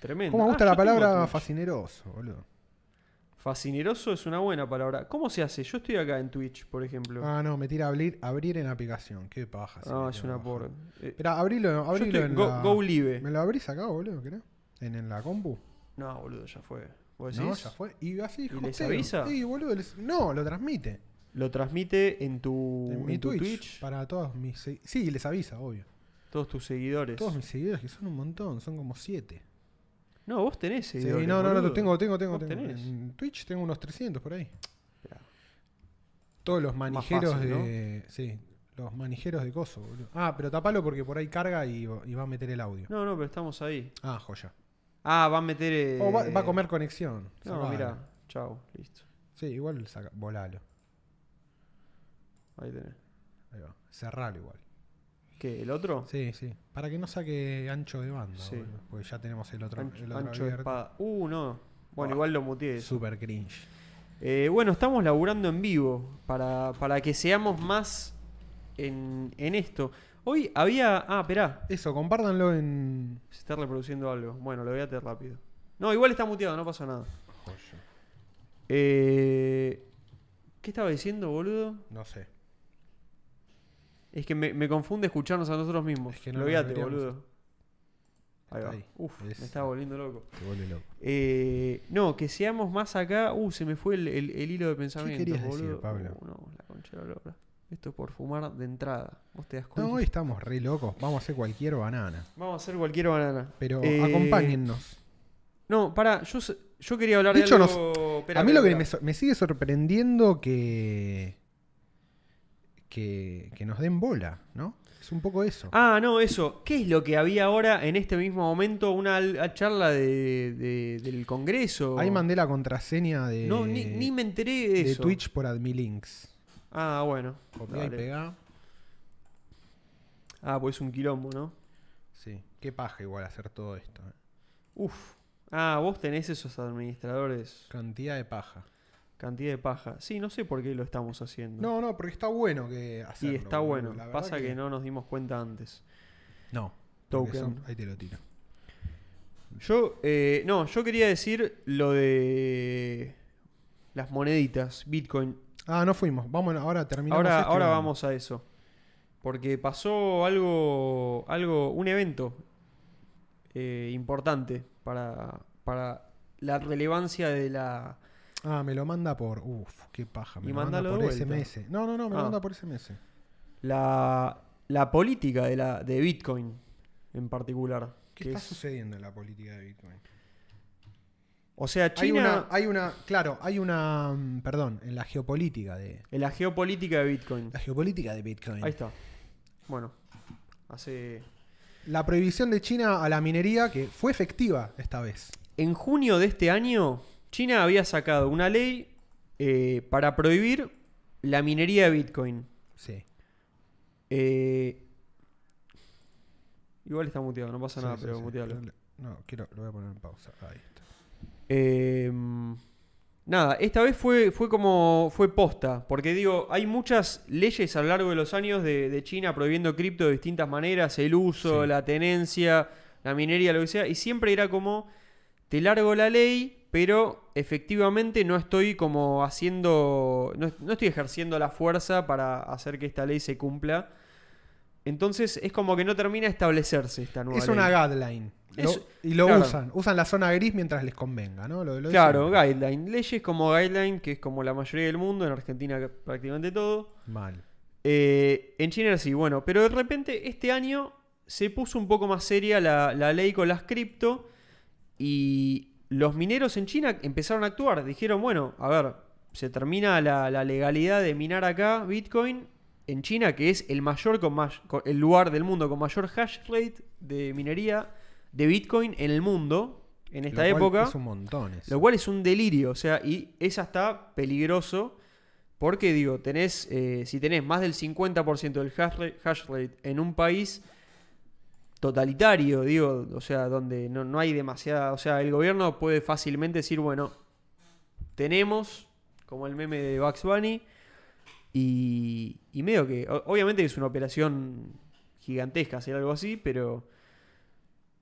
Tremendo. ¿Cómo me Ah, gusta yo la palabra tengo Twitch. fascineroso, boludo? Fascineroso es una buena palabra. ¿Cómo se hace? Yo estoy acá en Twitch, por ejemplo. Ah, no, me tira abrir, abrir en aplicación. Qué paja. si no, me Ah, es tengo una que bajar. por. Eh, Esperá, abrilo, yo abrilo estoy- en Go, la... Go Live. ¿Me lo abrís acá, boludo? ¿Querés? ¿En, en la compu? No, boludo, ya fue. ¿Vos decís? No, ya fue. Y así, les hosteo. avisa? Sí, boludo. les- No, lo transmite. Lo transmite en tu, en mi Uh, en tu Twitch, Twitch, Para todos mis. segui- Sí, les avisa, obvio. todos tus seguidores. Todos mis seguidores, que son un montón, son como siete. No, vos tenés Sí, seguidores. no, no, no, boludo. tengo, tengo, tengo. Vos tengo. tenés. En Twitch tengo unos 300 por ahí. Claro. Todos los manijeros fácil, de. Sí, los manijeros de coso, boludo. Ah, pero tapalo porque por ahí carga y, y va a meter el audio. No, no, pero estamos ahí. Ah, joya. Ah, va a meter. eh, O Oh, va, va a comer conexión. No, sacalo. mira, chao, listo. Sí, igual saca, volalo. Ahí tenés. Ahí va. Cerralo igual. ¿Qué? ¿El otro? Sí, sí. Para que no saque ancho de banda, Sí. boludo, Porque ya tenemos el otro, Ancho, el otro ancho de abierto. espada. Uh, no. Bueno, Buah. igual lo muteé. Super cringe. Eh, bueno, estamos laburando en vivo para, para que seamos más en, en esto. Hoy había. Ah, esperá. Eso, compártanlo en. Se está reproduciendo algo. Bueno, lo voy a hacer rápido. No, igual está muteado, no pasa nada. Eh, ¿Qué estaba diciendo, boludo? No sé. Es que me, me confunde escucharnos a nosotros mismos. Es que no lo nos voy a hacer, deberíamos. boludo. Ahí Está va. ahí. Uf, Es- me estaba volviendo loco. Te vuelve loco. Eh, no, que seamos más acá. Uh, se me fue el, el- el hilo de pensamiento. querías decir, boludo. Pablo? Uh, no, la concha de la lora. Esto es por fumar de entrada. Vos te das cuenta. No, hoy estamos re locos. Vamos a hacer cualquier banana. Vamos a hacer cualquier banana. Pero Eh, acompáñennos. No, pará, yo, se- yo quería hablar De de, hecho, algo. Espera, a mí lo que espera, me, espera. so- me sigue sorprendiendo que, que. que nos den bola, ¿no? Es un poco eso. Ah, no, eso. ¿Qué es lo que había ahora en este mismo momento? Una al- charla de, de- del Congreso. Ahí mandé la contraseña de, No, ni, ni me enteré de de eso. Twitch por admilinks. Ah, bueno. Copiá y Dale. pegá. Ah, pues es un quilombo, ¿no? Sí. Qué paja igual hacer todo esto. ¿eh? Uf. Ah, vos tenés esos administradores. Cantidad de paja. Cantidad de paja. Sí, no sé por qué lo estamos haciendo. No, no, porque está bueno que y hacerlo. está boludo. bueno. La verdad Mm. Pasa que... no nos dimos cuenta antes. No. Token. porque son- ahí te lo tiro. Yo, eh, no, yo quería decir lo de las moneditas, Bitcoin. Ah, no fuimos. Vamos, ahora terminamos. Ahora, esto y ahora vamos a eso. Porque pasó algo, algo un evento eh, importante para, para la relevancia de la... Ah, me lo manda por. Uf, qué paja. Me Y lo manda mandalo por de vuelta. SMS. No, no, no, me lo Ah. manda por SMS. la, la política de, la, de Bitcoin en particular. ¿Qué que está es- sucediendo en la política de Bitcoin? o sea, Hay una, China, hay una, claro, hay una, mm, perdón, en la geopolítica de, en la geopolítica de Bitcoin. la geopolítica de Bitcoin. Ahí está. Bueno, hace... La prohibición de China a la minería que fue efectiva esta vez. En junio de este año, China había sacado una ley eh, para prohibir la minería de Bitcoin. Sí. Eh, igual está muteado, no pasa Sí, nada, sí, pero sí. mutealo. Pero le- No, quiero, lo voy a poner en pausa. Ahí está. Eh, nada, esta vez fue, fue como. fue posta. Porque digo, hay muchas leyes a lo largo de los años de, de China prohibiendo cripto de distintas maneras, el uso, Sí. la tenencia, la minería, lo que sea. Y siempre era como. Te largo la ley, pero efectivamente no estoy como haciendo. No, no estoy ejerciendo la fuerza para hacer que esta ley se cumpla. Entonces es como que no termina de establecerse esta nueva es ley. una guideline. Lo- Es- y lo claro. usan. Usan la zona gris mientras les convenga, ¿no? Lo- lo Claro, dicen. guideline. Leyes como guideline, que es como la mayoría del mundo, en Argentina ca- prácticamente todo. Mal. Eh, en China era así, bueno, pero de repente este año se puso un poco más seria la, la ley con las cripto y los mineros en China empezaron a actuar. Dijeron, bueno, a ver, se termina la, la legalidad de minar acá Bitcoin en China, que es el mayor con más, con- el lugar del mundo con mayor hash rate de minería de Bitcoin en el mundo en esta Lo cual época. Es un montón. eso. Lo cual es un delirio, o sea, y es hasta peligroso porque, digo, tenés, eh, si tenés más del 50% del hash rate, hash rate en un país totalitario, digo, o sea, donde no, no hay demasiada, o sea, el gobierno puede fácilmente decir, bueno, tenemos, como el meme de Bugs Bunny, y, y medio que, o- obviamente es una operación gigantesca hacer algo así, pero...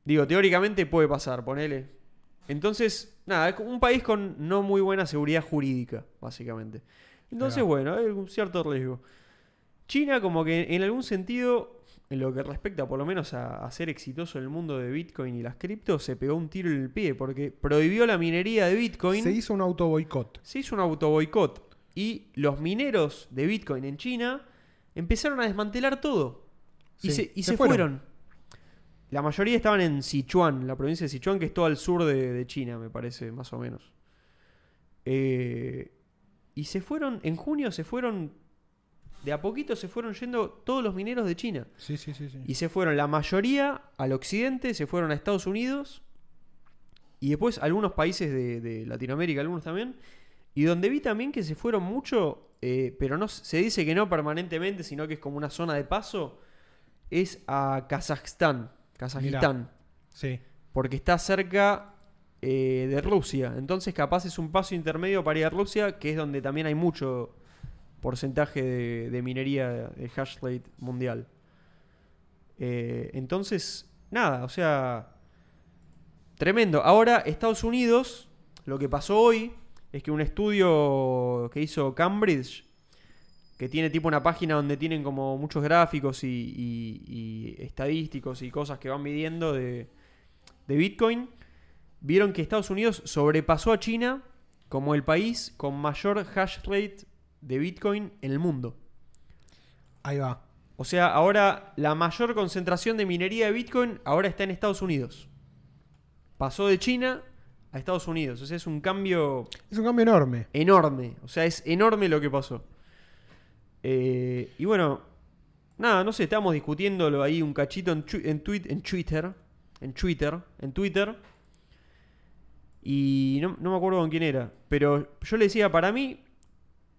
Digo, teóricamente puede pasar, ponele. Entonces, nada, es como un país con no muy buena seguridad jurídica, básicamente. Entonces, Claro. bueno, hay un cierto riesgo. China, como que en algún sentido, en lo que respecta por lo menos a, a ser exitoso en el mundo de Bitcoin y las criptos, se pegó un tiro en el pie porque prohibió la minería de Bitcoin. Se hizo un auto boicot. Se hizo un autoboicot. y los mineros de Bitcoin en China empezaron a desmantelar todo. Y Sí, se, y se se fueron. fueron. La mayoría estaban en Sichuan, la provincia de Sichuan, que es todo al sur de, de China, me parece, más o menos. Eh, y se fueron, en junio se fueron, de a poquito se fueron yendo todos los mineros de China. Sí, sí, sí. sí. Y se fueron la mayoría al occidente, se fueron a Estados Unidos y después algunos países de, de Latinoamérica, algunos también. Y donde vi también que se fueron mucho, eh, pero no se dice que no permanentemente, sino que es como una zona de paso, es a Kazajstán, Kazajistán, Sí. porque está cerca eh, de Rusia. Entonces capaz es un paso intermedio para ir a Rusia, que es donde también hay mucho porcentaje de, de minería de hash rate mundial. Eh, entonces, nada, o sea, tremendo. Ahora, Estados Unidos, lo que pasó hoy es que un estudio que hizo Cambridge, que tiene tipo una página donde tienen como muchos gráficos y, y- y estadísticos y cosas que van midiendo de, de Bitcoin, vieron que Estados Unidos sobrepasó a China como el país con mayor hash rate de Bitcoin en el mundo. Ahí va. O sea, ahora la mayor concentración de minería de Bitcoin ahora está en Estados Unidos. Pasó de China a Estados Unidos. O sea, es un cambio Es un cambio enorme. enorme. O sea, es enorme lo que pasó. Eh, y bueno, nada, no sé, estábamos discutiéndolo ahí un cachito en, twi- en, tuit- en Twitter. En Twitter. En Twitter. Y no, no me acuerdo con quién era. Pero yo le decía, para mí,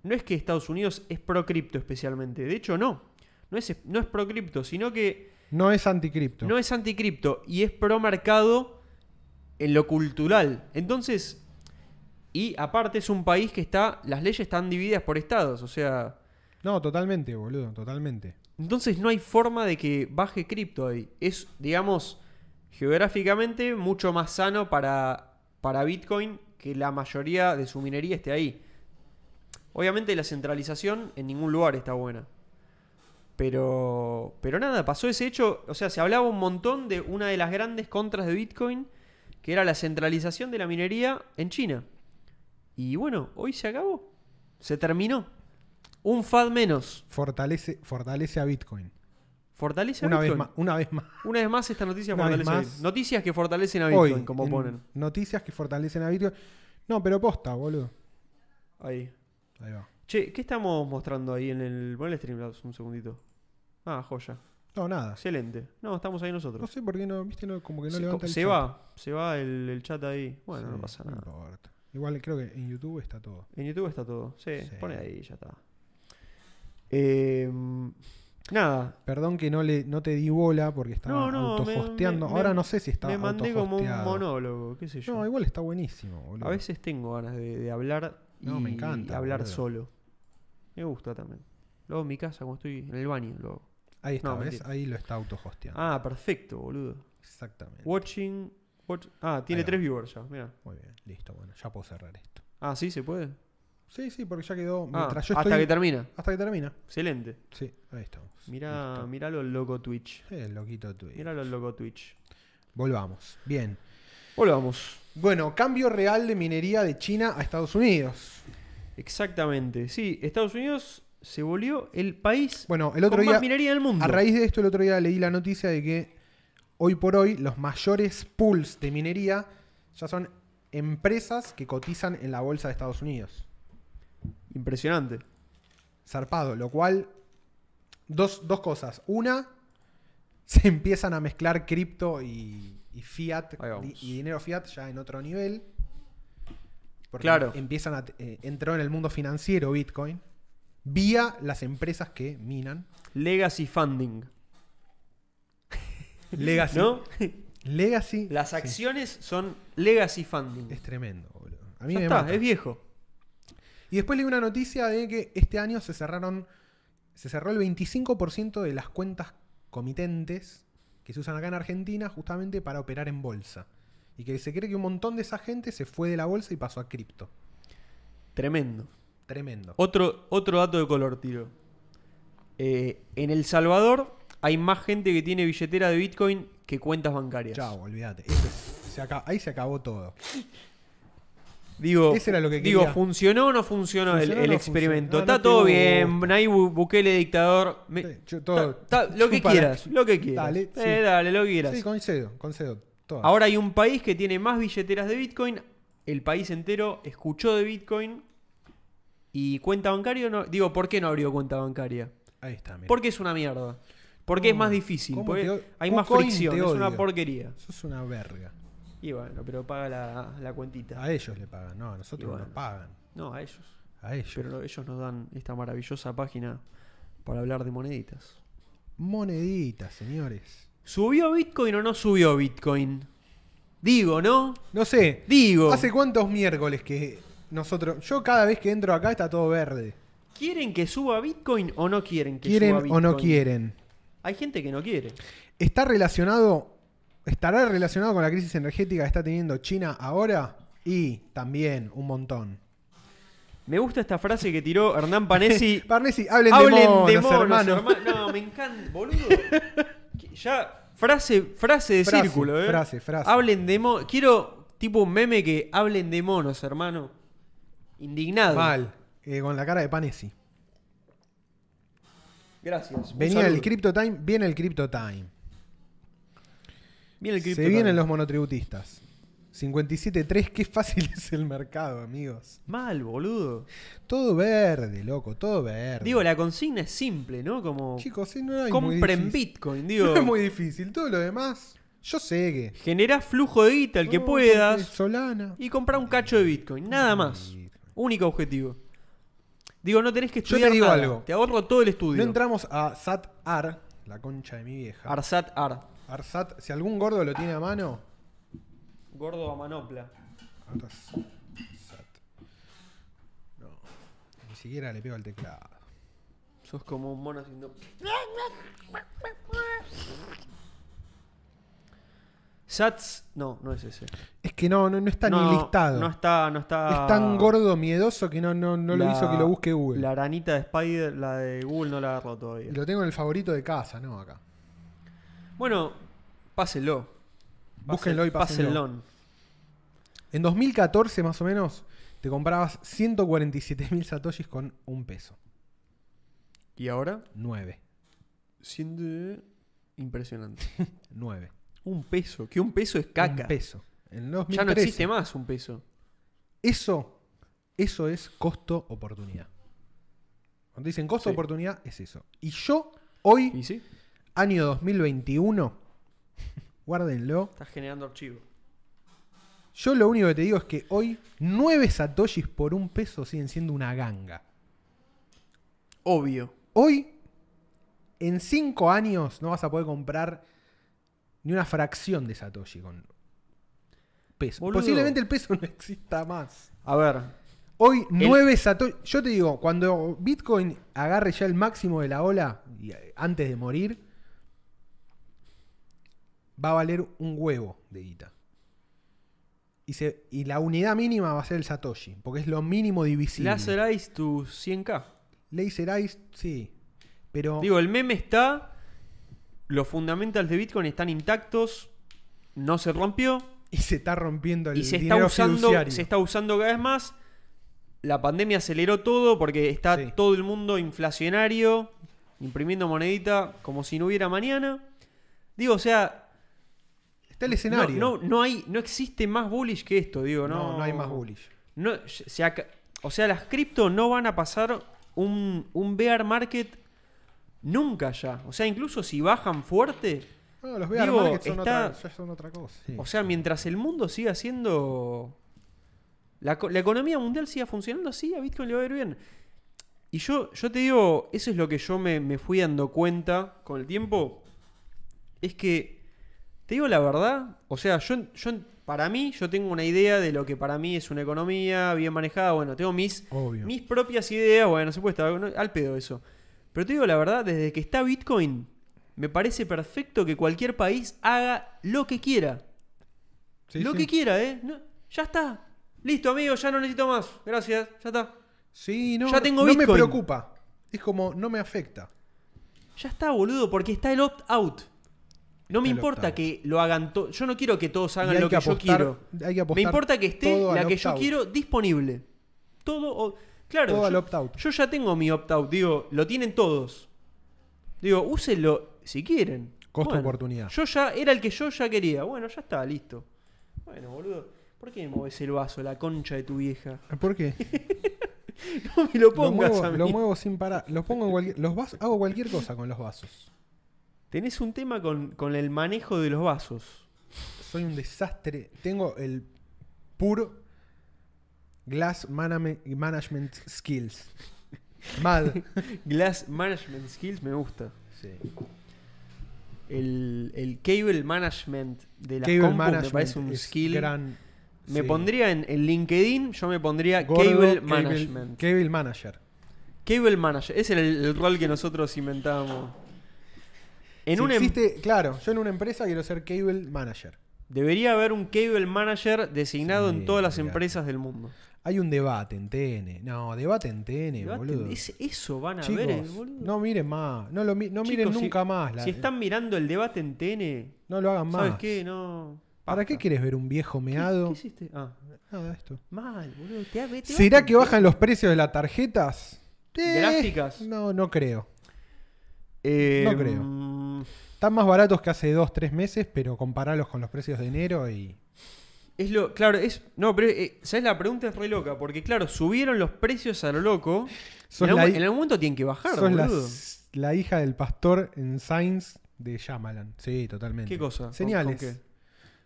no es que Estados Unidos es pro cripto especialmente. De hecho, no. No es, no es pro cripto, sino que No es anticripto. no es anticripto y es pro mercado en lo cultural. Entonces, y aparte es un país que está, las leyes están divididas por estados, o sea, No, totalmente, boludo, totalmente. entonces no hay forma de que baje cripto ahí. Es, digamos, geográficamente mucho más sano para, para Bitcoin que la mayoría de su minería esté ahí. Obviamente la centralización en ningún lugar está buena. Pero, pero nada, pasó ese hecho. O sea, se hablaba un montón de una de las grandes contras de Bitcoin, que era la centralización de la minería en China. Y bueno, hoy se acabó. Se terminó. Un FAD menos. Fortalece, fortalece a Bitcoin. Fortalece a Una vez Bitcoin. más, una vez más. Una vez más esta noticia Una vez fortalece a más. Bitcoin. Noticias que fortalecen a Bitcoin, Hoy, como en ponen. Noticias que fortalecen a Bitcoin. No, pero posta, boludo. Ahí. Ahí va. Che, ¿qué estamos mostrando ahí en el. Pon el Streamlabs un segundito. Ah, joya. No, nada. Excelente. No, estamos ahí No nosotros. sé por qué no, viste, no, como que no se levanta co- el se chat. va, se va el, el chat ahí. Bueno, Sí, no pasa nada. importa. Igual creo que en YouTube está todo. En YouTube está todo. Sí, Sí. pone ahí, ya está. Eh, nada. Perdón que no le no te di bola porque estaba No, no, me- autohosteando. me- me- Ahora no sé si está Me mandé como un autohosteado. monólogo, qué sé yo. No, igual está buenísimo, boludo. A veces tengo ganas de, de hablar No, y me encanta, hablar boludo. solo. Me gusta también. Lo hago en mi casa cuando estoy en el baño. Lo hago. Ahí está, No, ¿ves? mentira. Ahí lo está autohosteando. Ah, perfecto, boludo. Exactamente. Watching. watch- Ah, tiene Ahí va. tres viewers ya, mira. Muy bien, listo, bueno, ya puedo cerrar esto. Ah, sí, se puede. Sí, sí, porque ya quedó. Ah, Mientras yo hasta estoy. que termina. hasta que termina. Excelente. Sí, ahí estamos. Mirá, Listo. miralo al loco Twitch. El loquito tuyo. Miralo al loco Twitch. Volvamos. Bien. Volvamos. Bueno, cambio real de minería de China a Estados Unidos. Exactamente. Sí, Estados Unidos se volvió el país Bueno, el otro con día. más minería del mundo. A raíz de esto, el otro día leí la noticia de que hoy por hoy los mayores pools de minería ya son empresas que cotizan en la bolsa de Estados Unidos. Impresionante. Zarpado, lo cual. Dos, dos cosas. Una, se empiezan a mezclar cripto y, y fiat Ahí vamos. di- y dinero fiat ya en otro nivel. Porque Claro. empiezan a. eh, entró en el mundo financiero Bitcoin vía las empresas que minan. Legacy funding. Legacy. ¿No? Legacy. Las sí. acciones son legacy funding. Es tremendo, boludo. A mí Ya me está, mata. es viejo. Y después leí una noticia de que este año se cerraron. Se cerró el 25% de las cuentas comitentes que se usan acá en Argentina justamente para operar en bolsa. Y que se cree que un montón de esa gente se fue de la bolsa y pasó a cripto. Tremendo. Tremendo. Otro, otro dato de color, tiro. Eh, en El Salvador hay más gente que tiene billetera de Bitcoin que cuentas bancarias. Este Chao, olvídate. Eso es- se aca- ahí se acabó todo. Digo, Eso era lo que digo, quería. ¿funcionó o no funcionó, el- ¿Funcionó o el, no experimento? funcionó? Ah, Está no todo tuvo- bien, Nayib Bu- Bukele dictador. me- Sí, yo todo- ta- ta- lo que chupa la- quieras, lo que quieras. Dale, Eh, sí. dale, lo que quieras. Sí, concedo, concedo. todas. Ahora hay un país que tiene más billeteras de Bitcoin, el país entero escuchó de Bitcoin y cuenta bancaria no, digo, ¿por qué no abrió cuenta bancaria? Ahí está, mira. Porque es una mierda. Porque es No, más difícil, ¿cómo porque te o- hay más Kucoin fricción, te es una odia? porquería. Sos una verga. Y bueno, pero paga la, la cuentita. A ellos le pagan, no, a nosotros Y bueno. nos pagan. No, a ellos. A ellos. Pero ellos nos dan esta maravillosa página para hablar de moneditas. Moneditas, señores. ¿Subió Bitcoin o no subió Bitcoin? Digo, ¿no? No sé. Digo. ¿Hace cuántos miércoles que nosotros. Yo cada vez que entro acá está todo verde. ¿Quieren que suba Bitcoin o no quieren que ¿Quieren suba o Bitcoin? no quieren? Hay gente que no quiere. ¿Está relacionado. ¿Estará relacionado con la crisis energética que está teniendo China ahora? Y también un montón. Me gusta esta frase que tiró Hernán Panesi. Parnesi, hablen, de monos, hermano. hermano. No, me encanta, boludo. Que Ya, frase, frase de Frase, círculo, ¿eh? frase, frase. Hablen de monos. Quiero tipo un meme que hablen de monos, hermano. Indignado. Mal. Eh, con la cara de Panesi. Gracias. un Venía saludo. el Crypto Time, viene el Crypto Time. Viene el Se cripto vienen también. los monotributistas. 57.3, qué fácil es el mercado, amigos. Mal, boludo. Todo verde, loco, todo verde. Digo, la consigna es simple, ¿no? Como Chicos, sí, no es muy compren difícil. Bitcoin, digo. No es muy difícil. Todo lo demás, yo sé que. Generá flujo de guita el que No, puedas. Solana. y comprar un cacho de Bitcoin, nada más. Único objetivo. Digo, no tenés que Yo te estudiar digo nada. algo. Te ahorro todo el estudio. No entramos a SAT-AR, la concha de mi vieja. Arsat Ar. ARSAT, si algún gordo lo tiene a mano. Gordo a manopla. ARSAT. No, ni siquiera le pego al teclado. Sos como un mono haciendo... Sats... No, no es ese. Es que no, no, no está no, ni listado. No está... No está Es tan gordo, miedoso que no, no, no lo La- hizo que lo busque Google. La aranita de Spider, la de Google, no la agarró todavía. Lo tengo en el favorito de casa, ¿no? Acá. Bueno, pásenlo. Búsquenlo y pásenlo. Pásenlo. En 2014, más o menos, te comprabas 147.000 satoshis con un peso. ¿Y ahora? 9. Siendo... Impresionante. 9. Un peso. Que un peso es caca. Un peso. En 2013, Ya no existe más un peso. Eso, eso es costo-oportunidad. Cuando dicen costo-oportunidad, es eso. Y yo, hoy, ¿Y sí? año 2021, guárdenlo, Estás generando archivo. Yo lo único que te digo es que hoy 9 satoshis por un peso siguen siendo una ganga. Obvio. Hoy, en 5 años, no vas a poder comprar ni una fracción de satoshi con peso. Boludo. Posiblemente el peso no exista más. A ver. Hoy 9 satoshis. Yo te digo, cuando Bitcoin agarre ya el máximo de la ola, y, eh, antes de morir, va a valer un huevo de guita. Y, se- y la unidad mínima va a ser el satoshi, porque es lo mínimo divisible. Laserize tus 100k. Laserize, sí. Pero Digo, el meme está. Los fundamentals de Bitcoin están intactos. No se rompió. y se está rompiendo el Y se está dinero usando. fiduciario. Se está usando cada vez más. La pandemia aceleró todo porque está Sí. todo el mundo inflacionario. Imprimiendo monedita como si no hubiera mañana. Digo, o sea. Está el escenario. No, no, no hay, no existe más bullish que esto, digo, no. no, no hay más bullish. No, se aca- o sea, las cripto no van a pasar un, un bear market nunca ya. O sea, incluso si bajan fuerte. No, los bear Digo, markets son, está- otra, ya son otra cosa. Sí. O sea, mientras el mundo siga siendo. La, co- la economía mundial siga funcionando así, a Bitcoin le va a ir bien. Y yo, yo te digo, eso es lo que yo me, me fui dando cuenta con el tiempo. Es que, te digo la verdad, o sea, yo, yo para mí, yo tengo una idea de lo que para mí es una economía bien manejada. Bueno, tengo mis, Obvio. mis propias ideas, bueno, se puede estar no, al pedo eso. Pero te digo la verdad, desde que está Bitcoin, me parece perfecto que cualquier país haga lo que quiera. Sí, lo sí. que quiera, ¿eh? No, ya está. Listo, amigo, ya no necesito más. Gracias, ya está. Sí, no, Ya tengo no me Bitcoin. preocupa. Es como, no me afecta. Ya está, boludo, porque está el opt-out. No me Está el importa octavo. que lo hagan todo. Yo no quiero que todos Y hagan hay lo que, yo apostar- quiero. Hay que Me apostar importa que esté todo la al que yo opt-out. quiero disponible. Todo. o- claro, Todo al yo, opt-out. yo ya tengo mi opt-out. Digo, lo tienen todos. Digo, úsenlo si quieren. Costo-oportunidad. Yo ya era el que yo ya quería. Bueno, ya está, listo. Bueno, boludo. ¿Por qué me moves el vaso, la concha de tu vieja? ¿Por qué? No me lo Lo pongas muevo, a mí. lo muevo sin parar. Los pongo en cualquier. Los vas- hago cualquier cosa con los vasos. Tenés un tema con, con el manejo de los vasos. Soy un desastre. Tengo el puro glass maname- management skills. Mal. Glass Management Skills me gusta. Sí. El, el cable management de las Cable compus me management parece un es skill. gran- Me sí. pondría en, en LinkedIn, yo me pondría Gordo cable management. Cable, Cable manager. manager. Ese era el, el rol que nosotros inventábamos. En Si una em- existe- claro, yo en una empresa quiero ser cable manager. debería haber un cable manager designado Sí, en todas las olvidate. empresas del mundo. Hay un debate en TN. No, debate en TN, boludo. Es- eso van a Chicos, ver, eh, boludo. no miren más. No, lo, mi- no miren Chicos, si- nunca más. la- si están mirando el debate en TN, no lo hagan más. ¿sabes qué? No. ¿Para qué basta. quieres ver un viejo ¿Qué meado? hiciste? Ah, Nada, esto. mal, boludo. Te, te ¿Será que bajan los precios de las tarjetas? Eh, ¿Gráficas? No, no creo. Eh, No creo. mm, Están más baratos que hace dos, tres meses, pero comparalos con los precios de enero y. Es lo, claro, es. No, pero eh, ¿sabes? La pregunta es re loca, porque claro, subieron los precios a lo loco. Sos en, algún, la- en algún momento tienen que bajar, Son boludo. la hija del pastor en Sainz de Shyamalan. Sí, totalmente. ¿Qué cosa? ¿Con- Señales. con qué?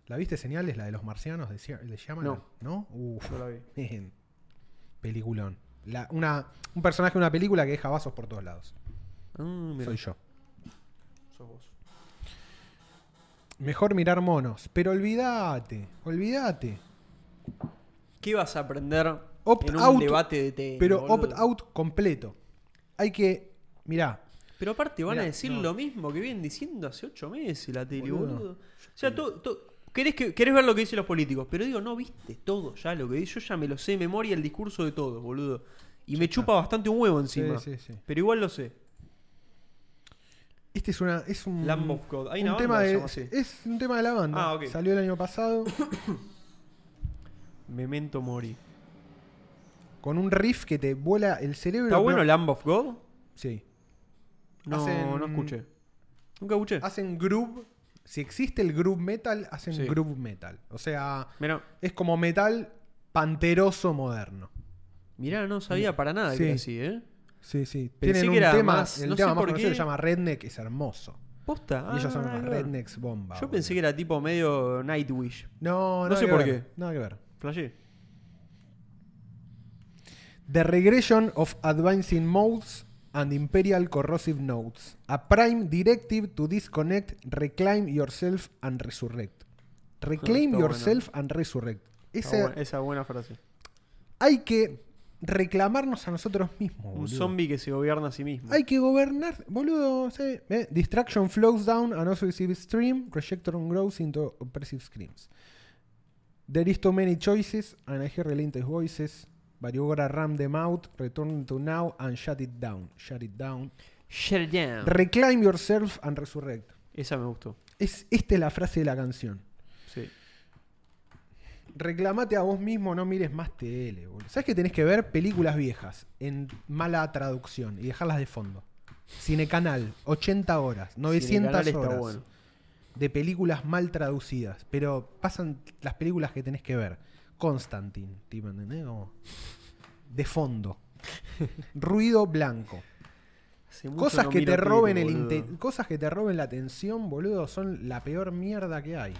¿La viste Señales? La de los marcianos de, Shy- de Shyamalan. No. ¿No? Uf. No la vi. men. Peliculón. La- una, un personaje de una película que deja vasos por todos lados. Ah, mira, Soy yo. sos vos. Mejor mirar monos. Pero olvídate. Olvídate. ¿Qué vas a aprender Opt en un out, debate de TN, Pero Eh, boludo? opt-out completo. Hay que. Mirá. Pero aparte van Mirá, a decir no. lo mismo que vienen diciendo hace ocho meses la tele, Boludo. boludo. O sea, to- to- querés, que- querés ver lo que dicen los políticos, pero digo, no viste todo ya lo que dice. Yo ya me lo sé de memoria el discurso de todos, boludo. Y me chupa bastante un huevo encima. Sí, sí, sí. Pero igual lo sé. Este es una. Es un. Lamb of God. Hay una un banda tema que se de, llama así. Es un tema de la banda. Ah, ok. Salió el año pasado Memento Mori. con un riff que te vuela el cerebro. ¿Está pero- bueno Lamb of God? Sí. No, Hacen- no escuché. Nunca escuché. Hacen groove. Si existe el groove metal, hacen Sí. groove metal. O sea, Mirá, es como metal panteroso moderno. mirá, no sabía para nada que Sí. era así, ¿eh? Sí, sí. Pensé Tienen que un era tema, más- el no tema más sé por conocido qué. se llama Redneck, es hermoso. Posta. y ellos Ah, son nada unos que ver. rednecks bomba. Yo pensé que era tipo medio Nightwish. No, no nada sé que por ver, qué. Nada que ver. Flashé. The Regression of Advancing Modes and Imperial Corrosive Notes. A prime directive to disconnect, reclaim yourself and resurrect. Reclaim Está bueno. yourself and resurrect. Está Ese, bu- esa buena frase. Hay que reclamarnos a nosotros mismos. Un boludo. zombie que se gobierna a sí mismo. Hay que gobernar, boludo. sí. Eh, Distraction flows down and also receives stream. Projector on grows into oppressive screams. There is too many choices and I hear relentless voices. But you gotta ram them out, return to now and shut it down. Shut it down. Shut it down. Reclaim yourself and resurrect. Esa me gustó. Es, esta es la frase de la canción. Sí. Reclamate a vos mismo, no mires más TL, boludo. ¿Sabes que tenés que ver películas viejas en mala traducción y dejarlas de fondo? Cinecanal, 80 horas, 900 Cinecanal está horas bueno. de películas mal traducidas, pero pasan las películas que tenés que ver. Constantine, tipo, ¿entendés? Como de fondo. Ruido blanco. Hace mucho Cosas no que miro te Twitter, roben el boludo. inte- cosas que te roben la atención, boludo, son la peor mierda que hay.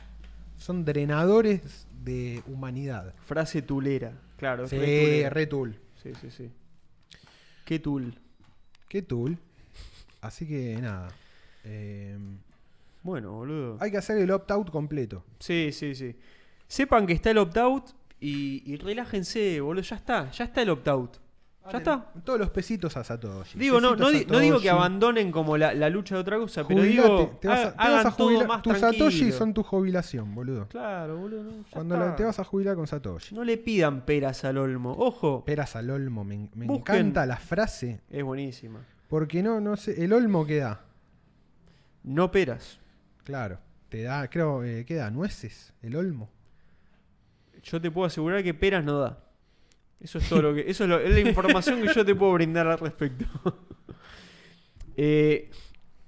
Son drenadores de humanidad. Frase tulera. Claro, es Sí, re tulera. re tool. Sí, sí, sí. ¿Qué tul? Qué tool. Así que nada. Eh, Bueno, boludo. hay que hacer el opt-out completo. Sí, sí, sí. Sepan que está el opt-out y, y relájense, boludo. Ya está, ya está el opt-out. Ya está. Todos los pesitos a Satoshi. Digo, no, no, di- Pesitos a no digo que Satoshi. abandonen como la, la lucha de otra cosa, pero Jubilate, digo, te vas ha- a, te vas hagan a todo jubilar. más Tus tranquilo. Satoshi son tu jubilación, boludo. Claro, boludo. no, ya Cuando está. la- te vas a jubilar con Satoshi. No le pidan peras al olmo. Ojo, Esperas al Olmo, me, en- me Busquen. encanta la frase. es buenísima. Porque no, no sé. El Olmo que da. No peras. Claro. Te da, creo, eh, ¿qué da? Nueces, el olmo. Yo te puedo asegurar que peras no da. Eso es todo lo que. Eso es, lo- es la información que yo te puedo brindar al respecto. Eh,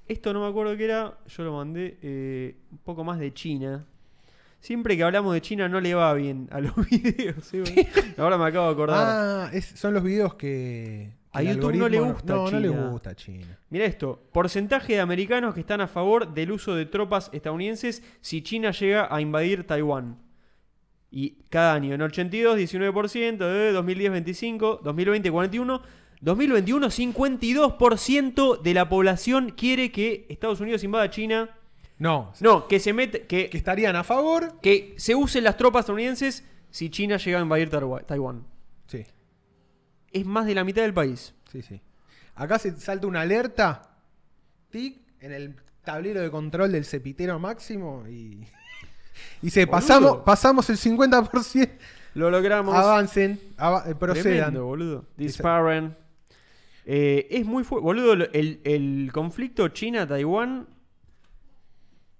esto no me acuerdo qué era. Yo lo mandé eh, un poco más de China. Siempre que hablamos de China no le va bien a los videos. ¿eh? Ahora me acabo de acordar. Ah, es- son los videos que. que A el YouTube no le algoritmo gusta No, no le China. gusta China. Mira esto: porcentaje de americanos que están a favor del uso de tropas estadounidenses si China llega a invadir Taiwán. Y cada año, en 82, 19%, eh, 2010, 25%, 2020, 41%, 2021, 52% de la población quiere que Estados Unidos invada China. No, No, que se mete, que, que estarían a favor. que se usen las tropas estadounidenses si China llega a invadir Tarwa- Taiwán. Sí, Es más de la mitad del país. sí, sí. Acá se salta una alerta. Tic, en el tablero de control del cepitero máximo y. Dice, Boludo. pasamos, pasamos el 50%. Lo logramos. Avancen, ava- eh, procedan. Tremendo, boludo. Disparen. Eh, es muy fuerte. Boludo, lo- el, el conflicto China-Taiwán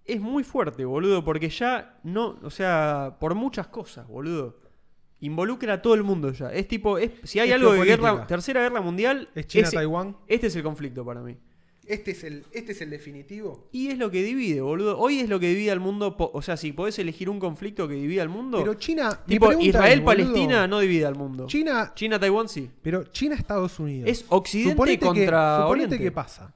es muy fuerte, boludo, porque ya no. O sea, por muchas cosas, boludo. Involucra a todo el mundo ya. Es tipo. es- si hay Es algo de geopolítica. guerra. Tercera guerra mundial. Es China, ese- Taiwán. Este es el conflicto para mí. Este es, el, este es el definitivo. Y es lo que divide, boludo. Hoy es lo que divide al mundo. po- O sea, si podés elegir un conflicto que divida al mundo. Pero China. mi tipo, pregunta es, Israel-Palestina boludo, no divide al mundo. China. China-Taiwán sí. Pero China-Estados Unidos. Es Occidente Suponete contra que, Oriente. Suponete que pasa.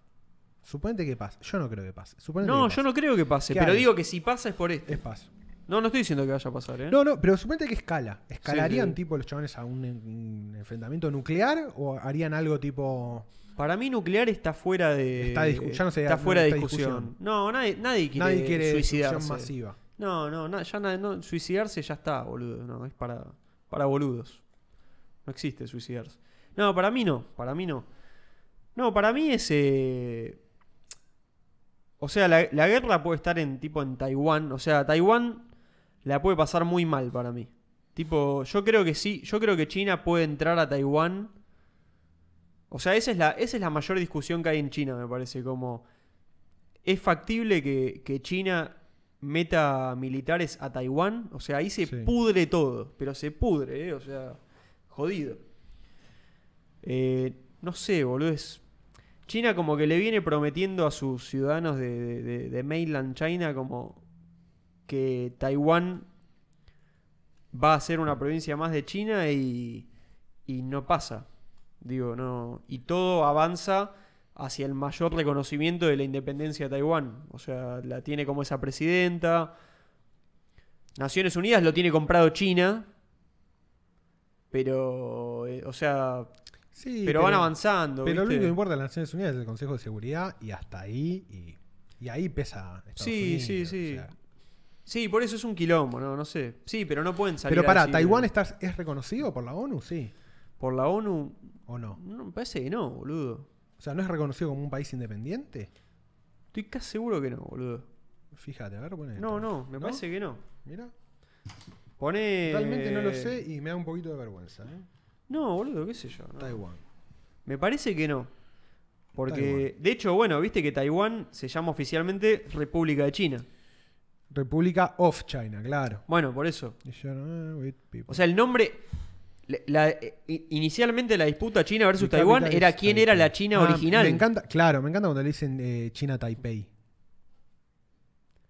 Suponete que pasa. Yo no creo que pase. Suponete No, que yo pasa. no creo que pase, ¿Qué pero hay? digo que si pasa es por esto. Es paso. No, no estoy diciendo que vaya a pasar, ¿eh? No, no, pero suponete que escala. ¿Escalarían Sí, sí. tipo los chavales a un, en- un enfrentamiento nuclear o harían algo tipo. Para mí nuclear está fuera de Está discu- ya no se- está no fuera de está discusión. discusión. No, nadie nadie quiere, nadie quiere destrucción suicidarse. masiva? No, no, na- ya nadie- no, suicidarse ya está, boludo, no, es para para boludos. No existe suicidarse. No, para mí no, para mí no. No, para mí es eh, O sea, la, la guerra puede estar en tipo en Taiwán. O sea, Taiwán la puede pasar muy mal para mí. Tipo, yo creo que sí, yo creo que China puede entrar a Taiwán. O sea, esa es la, esa es la mayor discusión que hay en China, me parece. Como, ¿es factible que, que China meta militares a Taiwán? O sea, ahí se Sí. pudre todo, pero se pudre, ¿eh? O sea, jodido. Eh, no sé, boludo, es... China como que le viene prometiendo a sus ciudadanos de, de- de- de mainland China como que Taiwán va a ser una provincia más de China y, y no pasa. Digo, no. Y todo avanza hacia el mayor reconocimiento de la independencia de Taiwán. O sea, la tiene como esa presidenta. Naciones Unidas lo tiene comprado China. Pero, eh, o sea, Sí. pero, van avanzando. Pero lo ¿viste? único que importa en las Naciones Unidas es el Consejo de Seguridad y hasta ahí. Y, y ahí pesa. Estados Sí, sí, Unidos, sí. o sea. Sí, por eso es un quilombo, no, no sé. Sí, pero no pueden salir. Pero a para, decir- ¿Taiwán está- es reconocido por la ONU? Sí. Por la ONU. ¿O no? No, me parece que no, boludo. O sea, ¿no es reconocido como un país independiente? Estoy casi seguro que no, boludo. Fíjate, a ver, pone. No, no, me parece que no. Mira, Pone. realmente no Eh, lo sé y me da un poquito de vergüenza. ¿eh? No, boludo, qué sé yo. no. Taiwán. Me parece que no. Porque, de hecho, bueno, viste que Taiwán se llama oficialmente República de China. República of China, claro. Bueno, por eso. Y yo, ah, with people. O sea, el nombre. la- la- eh, inicialmente la disputa China versus Mi Taiwán capital era es quién Taipei. era la China Ah, original. Me encanta, claro, me encanta cuando le dicen eh, China Taipei.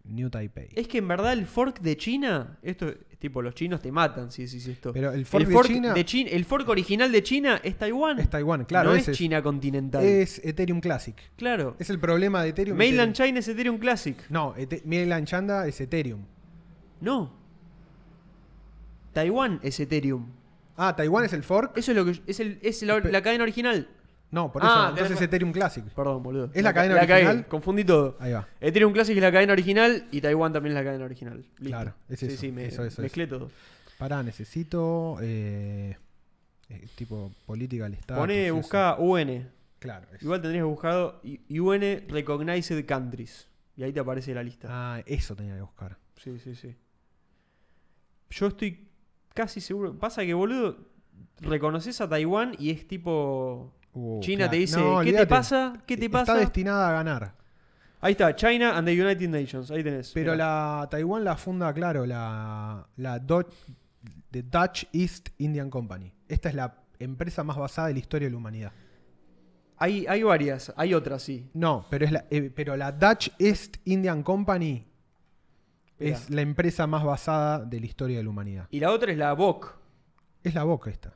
New Taipei. Es que en verdad el fork de China, esto es tipo, los chinos te matan si decís esto. Pero el fork de China- Chi- el fork original de China es Taiwán. Es Taiwán, claro. no es ese es, China continental. es Ethereum Classic. claro. Es el problema de Ethereum. Mainland Ethereum. China es Ethereum Classic. No, Ete- Mainland China es Ethereum. No. Taiwán es Ethereum. Ah, Taiwán es el fork. Eso es lo que yo- es, el- es la, Espe- la cadena original. No, por Ah, eso. tenés entonces es razón. Ethereum Classic. Perdón, boludo. ¿Es la cadena original? confundí todo. Ahí va. Ethereum Classic es la cadena original y Taiwán también es la cadena original. Listo. Claro, es sí, eso, sí, me, eso, eso, mezclé todo. Pará, necesito. eh, eh, tipo, política del Estado. Pone, busca UN. Claro. es- Igual tendrías que buscado I- UN Recognized Countries. Y ahí te aparece la lista. Ah, eso tenía que buscar. Sí, sí, sí. Yo estoy casi seguro. Pasa que, boludo, reconoces a Taiwán y es tipo. Uh, China claro. te dice, No, ¿qué te olvídate. pasa? ¿Qué te Está pasa? destinada a ganar. Ahí está, China and the United Nations. Ahí tenés. Pero Mirá. la Taiwán la funda, claro, la, la Dutch, the Dutch East Indian Company. Esta es la empresa más basada de la historia de la humanidad. Hay, hay varias, hay otras, sí. No, pero, es la, eh, pero la Dutch East Indian Company Mirá. es la empresa más basada de la historia de la humanidad. Y la otra es la BOC. Es la boca esta.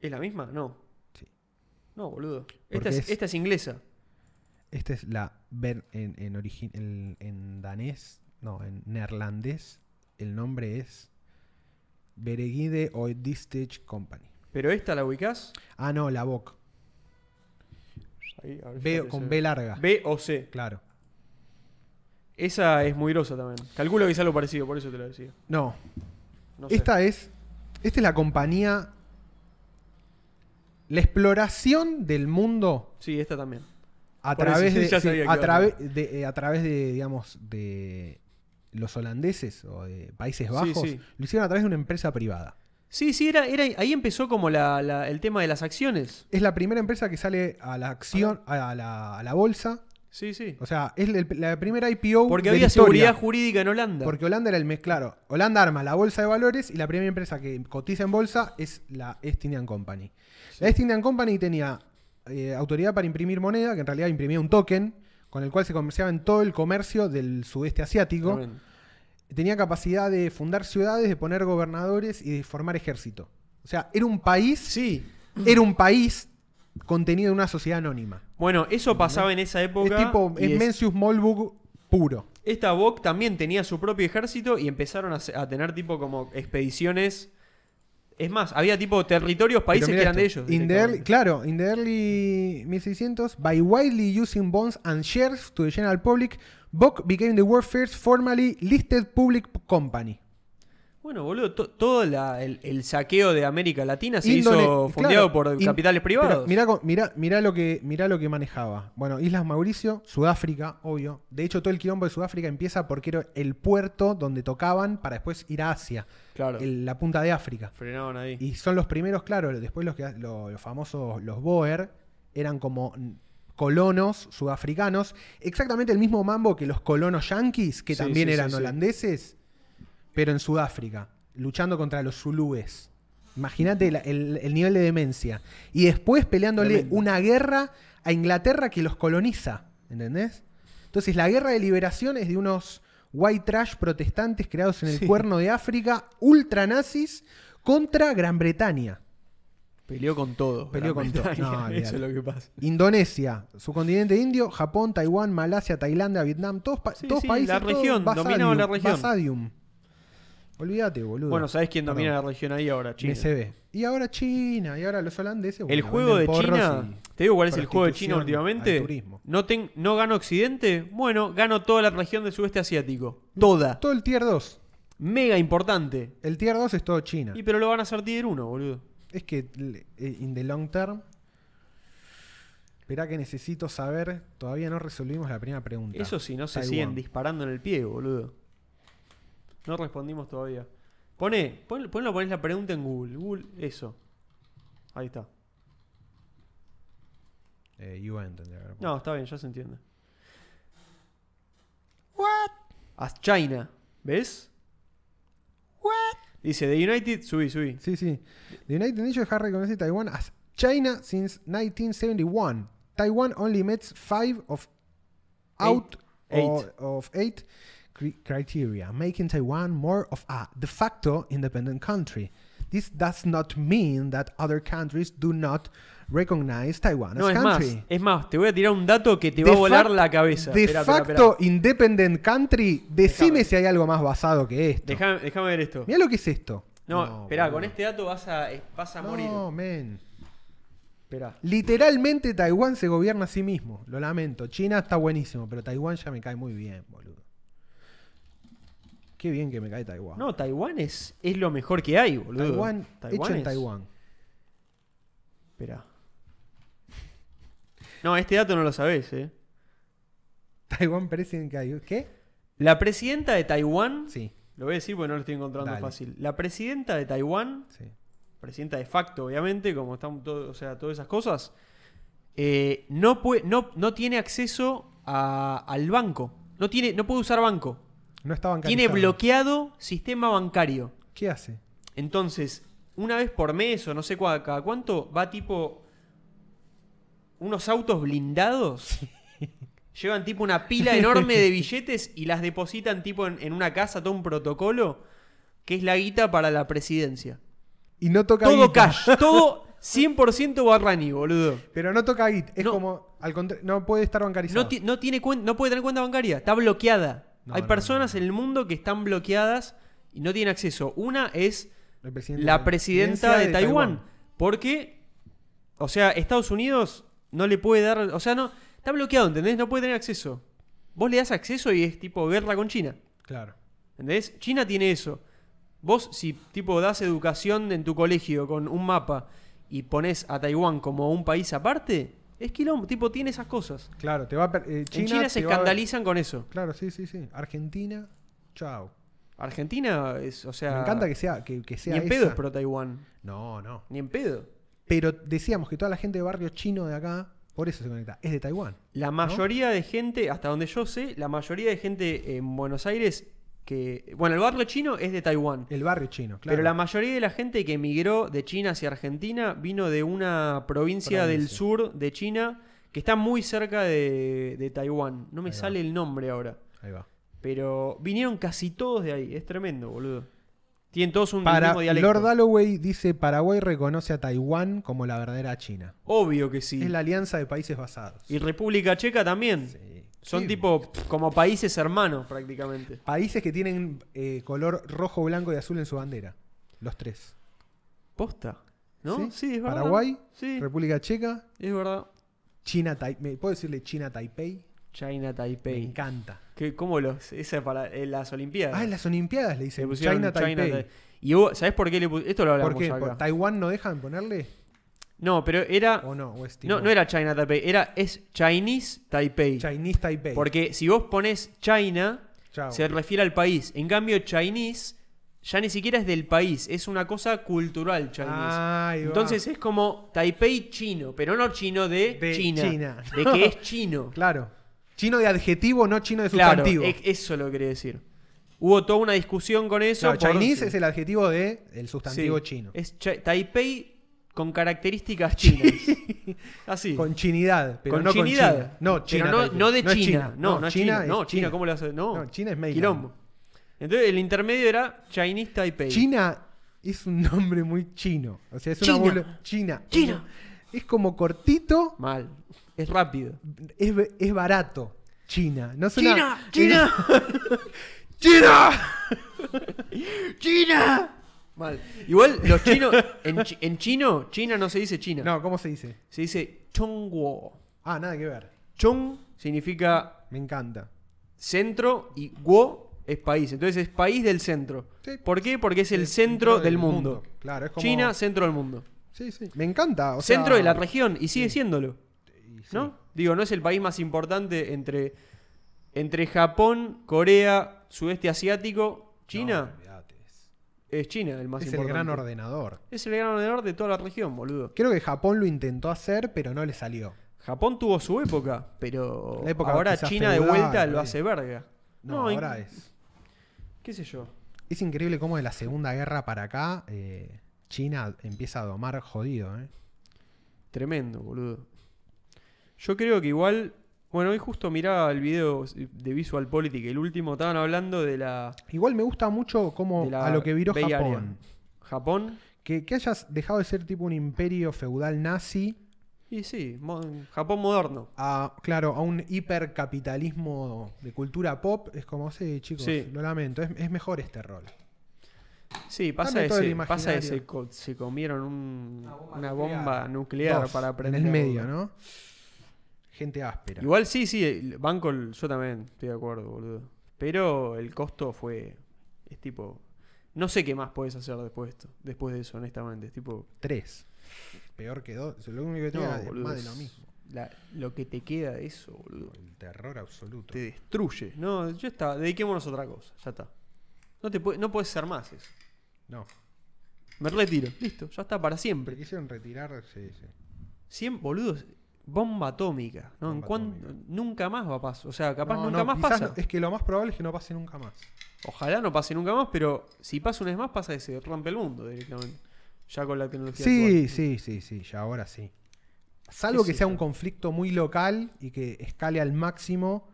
¿Es la misma? No. Sí. No, boludo. Porque Esta es, es- esta es inglesa. Esta es la ver en, en, origi- en- en danés, no, en neerlandés. El nombre es Beregide Oedistich Company. Pero esta la ubicás. Ah, no, la boca. Ahí, a ver si B, aparece. con B larga. B o C. Claro. Esa es muy grosa también. Calculo que es algo parecido, por eso te lo decía. No, No sé. esta es. Esta es la compañía. La exploración del mundo Sí, esta también. a Por eso, través sí, de, ya sí, sabía que a, iba a traves- de- eh, a través de, digamos, de los holandeses o de Países Sí, Bajos, sí. lo hicieron a través de una empresa privada. Sí, sí, era, era, ahí empezó como la- la- el tema de las acciones. Es la primera empresa que sale a la acción, a la, a la bolsa. Sí, sí. O sea, es la, la primera IPO. Porque de la había historia. seguridad jurídica en Holanda. Porque Holanda era el mes, claro. Holanda arma la bolsa de valores y la primera empresa que cotiza en bolsa es la East Indian Company. La East Indian Company tenía eh, autoridad para imprimir moneda, que en realidad imprimía un token, con el cual se comerciaba en todo el comercio del sudeste asiático. Tremendo. Tenía capacidad de fundar ciudades, de poner gobernadores y de formar ejército. O sea, era un país. Sí. Era un país contenido en una sociedad anónima. Bueno, eso pasaba en esa época. es tipo y es es- Mencius Molbug puro. Esta VOC también tenía su propio ejército y empezaron a, se- a tener tipo como expediciones. Es más, había tipo territorios, países Pero que mira eran de esto. ellos. In the early- directamente. claro, in the early 1600, by widely using bonds and shares to the general public, Bock became the world's first formally listed public company. Bueno, boludo, to- todo la- el, el saqueo de América Latina Ah, se Indone- hizo claro, fundeado por in- capitales privados. pero Mirá, co- mirá- mirá lo que, mirá lo que manejaba. Bueno, Islas Mauricio, Sudáfrica, obvio. De hecho, todo el quilombo de Sudáfrica empieza porque era el puerto donde tocaban para después ir a Asia, claro, el- la punta de África. frenaron ahí. Y son los primeros, claro, después los, que, lo- los famosos, los Boer, eran como mm, colonos sudafricanos, exactamente el mismo mambo que los colonos yanquis, que Sí, también sí, eran sí, sí. holandeses, pero en Sudáfrica, luchando contra los zulúes. Imagínate la- el, el nivel de demencia. Y después peleándole Tremendo. una guerra a Inglaterra que los coloniza, ¿entendés? Entonces la guerra de liberación es de unos white trash protestantes creados en el Sí. cuerno de África, ultranazis, contra Gran Bretaña. Peleó con todo. Peleó Gran con todo. Bretaña, No, eso olvídate. es lo que pasa. Indonesia, su continente indio, Japón, Taiwán, Malasia, Tailandia, Vietnam, todos, pa- Sí, todos sí, países. la todos región, basadium, dominaba la región. basadium. Olvídate, boludo. Bueno, ¿sabés quién domina Perdón, la región ahí ahora? China. me se ve. Y ahora China, y ahora los holandeses. El bueno, juego de venden porros China, y- te digo cuál es el juego de China prostitución al últimamente. turismo. No, ten- no gano Occidente, bueno, gano toda la región del sudeste asiático. Toda. Todo el tier 2. Mega importante. El tier 2 es todo China. Y pero lo van a hacer tier 1, boludo. Es que l- eh, in the long term. Esperá que necesito saber. Todavía no resolvimos la primera pregunta. Eso sí, no se Taiwán. siguen disparando en el pie, boludo. No respondimos todavía. Poné, pon, ponlo, ponés la pregunta en Google. Google, eso. Ahí está. Eh, UN tendría que haber puesto. No, está bien, ya se entiende. What? As China, ¿ves? What? Dice The United, subí, subí. Sí, sí. The United Nations has recognized Taiwan as China since 1971. Taiwan only meets five of out Eight. o- of eight cri- criteria, making Taiwan more of a de facto independent country. This does not mean that other countries do not recognize Taiwan No, as es más, country. es más, te voy a tirar un dato que te va De a volar fac- la cabeza. De Esperá, esperá, facto independent country, decime Déjame. si hay algo más basado que esto. esperá. Dejame- Déjame ver esto. Mira lo que es esto. No, esperá, boludo. con este dato vas a, eh, vas a morir. No, men. Esperá. Literalmente Taiwán se gobierna a sí mismo. Lo lamento. China está buenísimo, pero Taiwán ya me cae muy bien, boludo. Qué bien que me cae Taiwán. No, Taiwán es, es lo mejor que hay, boludo. Taiwán, hecho en es- Taiwán. Esperá. No, este dato no lo sabés, eh. Taiwán parece en Taiwán. ¿Qué? La presidenta de Taiwán, Sí, lo voy a decir porque no lo estoy encontrando Dale. fácil. La presidenta de Taiwán, sí. presidenta de facto, obviamente, como están todo- o sea, todas esas cosas, eh, no, pue- no, no tiene acceso a- al banco. No, tiene, no puede usar banco. No está bancarizado. Tiene bloqueado sistema bancario. ¿Qué hace? Entonces, una vez por mes o no sé cua- cada cuánto, va tipo unos autos blindados. Llevan tipo una pila enorme de billetes y las depositan tipo en, en una casa, todo un protocolo, que es la guita para la presidencia. Y no toca Todo guita. cash, todo 100% barrani, boludo. Pero no toca Git. Es No. como, al contrario, no puede estar bancarizado. No, ti- no tiene cuen- no puede tener cuenta bancaria, está bloqueada. No, Hay no, personas en el mundo que están bloqueadas y no tienen acceso. Una es El presidente de la la presidenta presidencia de, Taiwán, Porque, o sea, Estados Unidos no le puede dar. O sea, no. Está bloqueado, ¿entendés? No puede tener acceso. Vos le das acceso y es tipo guerra con China. Claro. ¿Entendés? China tiene eso. Vos, si tipo das educación en tu colegio con un mapa y pones a Taiwán como un país aparte, es quilombo. Tipo, tiene esas cosas. Claro, te va a per- eh, China en China se te va a- escandalizan con eso. Claro, sí, sí, sí. Argentina, chao. Argentina es, o sea. Me encanta que sea que, que sea Ni en pedo esa. es pro Taiwán. No, no. Ni en pedo. Pero decíamos que toda la gente de barrio chino de acá, por eso se conecta, es de Taiwán. La mayoría de gente, hasta donde yo sé, la mayoría de gente en Buenos Aires que. Bueno, el barrio chino es de Taiwán. El barrio chino, Eh, claro. Pero la mayoría de la gente que emigró de China hacia Argentina vino de una provincia, del Provincia. sur de China que está muy cerca de, de Taiwán. No me Ahí va. sale el nombre ahora. Ahí va. Pero vinieron casi todos de ahí. Es tremendo, boludo. Tienen todos un Para, mismo dialecto. Lord Dalloway dice Paraguay reconoce a Taiwán como la verdadera China. Obvio que sí. Es la alianza de países basados. Y República Checa también. Sí. Son Sí. tipo pff, como países hermanos prácticamente. Países que tienen eh, color rojo, blanco y azul en su bandera. Los tres. Posta. ¿No? Sí, es verdad. Paraguay, Sí, República Checa, es verdad. China Taipei. ¿Puedo decirle China Taipei? China Me Taipei. encanta. Que, ¿Cómo los? Esa para eh, las Olimpiadas. Ah, en las Olimpiadas le Se dicen pusieron China Taipei. Tai- Y hubo- ¿sabés por qué le pusieron? Esto lo hablamos ¿Por qué? acá. ¿Por Taiwán no dejan ponerle? No, pero era. ¿O no? ¿O es No, Timor? no era China Taipei, era es Chinese Taipei. Chinese Taipei. Porque si vos pones China, Chao. se refiere al país. En cambio, Chinese ya ni siquiera es del país, es una cosa cultural Chinese. Ah, Ahí va. Entonces es como Taipei chino, pero no chino de, De China, China. De que es chino. Claro. Chino de adjetivo, no chino de claro, sustantivo. e- eso lo quería decir. Hubo toda una discusión con eso. Claro, por- Chinese es el adjetivo de el sustantivo Sí, chino. Es chi- Taipei con características chinas. Así. Con chinidad, pero Con no chinidad. con China. No, China. Pero no, Taipei. no de es China. No, no es China. es no, China, ¿cómo lo hace? No. No, China es mainland. Quilombo. Entonces el intermedio era Chinese Taipei. China es un nombre muy chino. O sea, es China. una bol- China. China. Es como cortito, Mal. Es rápido. es, es barato. China. No suena- China, eh, China, China. China. Mal. Igual los chinos, en, chi- en chino, China no se dice China. No, ¿cómo se dice? Se dice Chongguo. Ah, nada que ver. Chong significa Me encanta. centro y Guo es país. Entonces es país del centro. Sí. ¿Por qué? Porque es el, centro del, mundo. Claro, es como China, centro del mundo. Sí, sí. Me encanta. o sea- centro de la región y sigue siéndolo. Y sí. ¿No? Digo, no es el país más importante entre, entre Japón, Corea, sudeste asiático, China. No, olvídate, es es China el más es el importante. gran ordenador. Es el gran ordenador de toda la región, boludo. Creo que Japón lo intentó hacer, pero no le salió. Japón tuvo su época, pero La época ahora quizás China de feudal, vuelta lo ¿no? hace verga. No, en- ahora es. ¿Qué sé yo? Es increíble cómo de la Segunda Guerra para acá eh, China empieza a domar jodido. ¿eh? Tremendo, boludo. Yo creo que igual. Bueno, hoy justo miraba el video de Visual Politic, el último, estaban hablando de la. Igual me gusta mucho cómo de la a lo que viró Bay Area. Japón. Japón. Que, que hayas dejado de ser tipo un imperio feudal nazi Y sí, mo- Japón moderno. a, claro, a un hipercapitalismo de cultura pop. Es como, sí, chicos, Sí. lo lamento. Es, es mejor este rol. Sí, pasa Cambia todo ese, el pasa imaginario. ese co- se comieron un- Una bomba una nuclear. bomba nuclear Dos, para aprender. En el medio, ¿no? Gente áspera. Igual sí, sí, el banco el- yo también estoy de acuerdo, boludo. Pero el costo fue es tipo no sé qué más puedes hacer después de esto, después de eso, honestamente, es tipo Tres. Peor que dos. Lo único que no, tengo es boludo, más de lo es mismo. la- lo que te queda de eso, boludo, El terror absoluto. te destruye. No, ya está, dediquémonos a otra cosa, ya está. No te puede- no puedes ser más eso. No. Me retiro, listo, ya está para siempre. Quisieron retirar. Sí, sí. Cien- boludo, Bomba atómica. ¿no? Bomba ¿En cuán- atómica. Nunca más va a pasar. O sea, capaz No, nunca no, más quizás pasa. no- es que lo más probable es que no pase nunca más. Ojalá no pase nunca más, pero si pasa una vez más, pasa que se rompe el mundo directamente. Ya con la tecnología. Sí, actual. sí, sí, sí, ya ahora sí. Salvo Sí, que sí, sea un ya. conflicto muy local y que escale al máximo.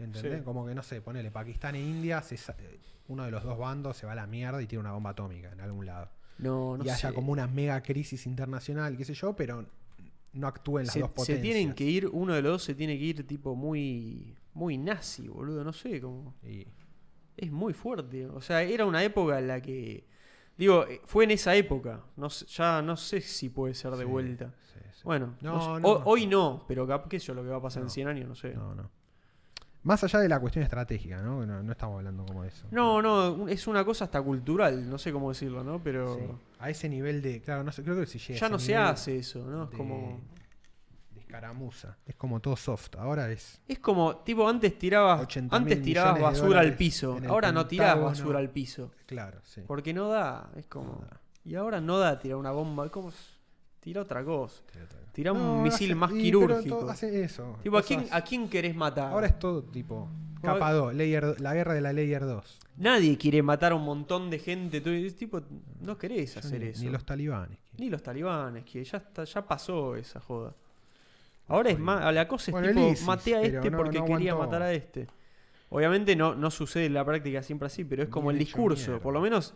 ¿Entendés? Sí. Como que no sé, ponele Pakistán e India, se sa- eh, uno de los dos bandos se va a la mierda y tiene una bomba atómica en algún lado. No, no y haya sé. como una mega crisis internacional, qué sé yo, pero no actúen las se, dos se potencias. tienen que ir, uno de los dos se tiene que ir tipo muy. Muy nazi, boludo. No sé, como. Y- Es muy fuerte. O sea, era una época en la que. Digo, eh, fue en esa época. No sé- ya no sé si puede ser sí, de vuelta. sí, sí. Bueno, No, no sé. no. Ho- hoy no, pero cap- qué sé yo lo que va a pasar No. en 100 años, no sé. No, no. Más allá de la cuestión estratégica, ¿no? No, no estamos hablando como de eso. No, no, un- es una cosa hasta cultural, no sé cómo decirlo, ¿no? Pero Sí. A ese nivel de. Claro, no sé, creo que si llega a ya ese no se nivel hace eso, ¿no? Es de- como de escaramuza. Es como todo soft. Ahora es. es como tipo antes tirabas 80.000 antes tirabas millones de basura al dólares piso, en el ahora no tirás Pentágono. basura al piso, Claro, sí. porque no da, es como No da. y ahora no da tirar una bomba, ¿cómo s- tira otra cosa? Tira No, un misil hace- más y, pero quirúrgico. todo- hace eso. Tipo, ¿a quién, cosas- ¿a quién querés matar? Ahora es todo tipo. Capa 2, layer, la guerra de la Layer 2. Nadie quiere matar a un montón de gente, tú- es tipo no querés Yo hacer ni, eso. ni los talibanes. Ni los talibanes, que ya está, ya pasó esa joda. Ahora es más, la cosa es Bueno, el tipo, ISIS, maté a pero este no- porque no quería aguantó. matar a este. Obviamente no, no sucede en la práctica siempre así, pero es como Bien el hecho discurso. mierda. Por lo menos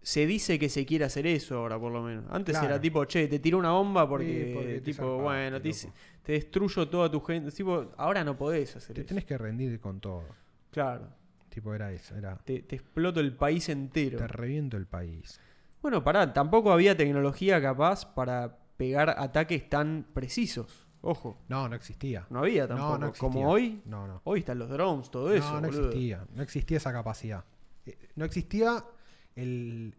se dice que se quiere hacer eso ahora, por lo menos. Antes Claro. era tipo, che, te tiro una bomba porque, Sí, porque te tipo, zarpaste, bueno, loco. te, hice- te destruyo toda tu gente. Tipo, ahora no podés hacer Te eso. tenés que rendir con todo. Claro, Tipo, era eso. Era. te, te exploto el país entero. Te reviento el país. Bueno, pará, tampoco había tecnología capaz para pegar ataques tan precisos. Ojo, No, no existía. no había No, tampoco. no existía. Como hoy, No, no. hoy están los drones, todo no, eso. no boludo. existía. No existía esa capacidad. Eh, No existía el,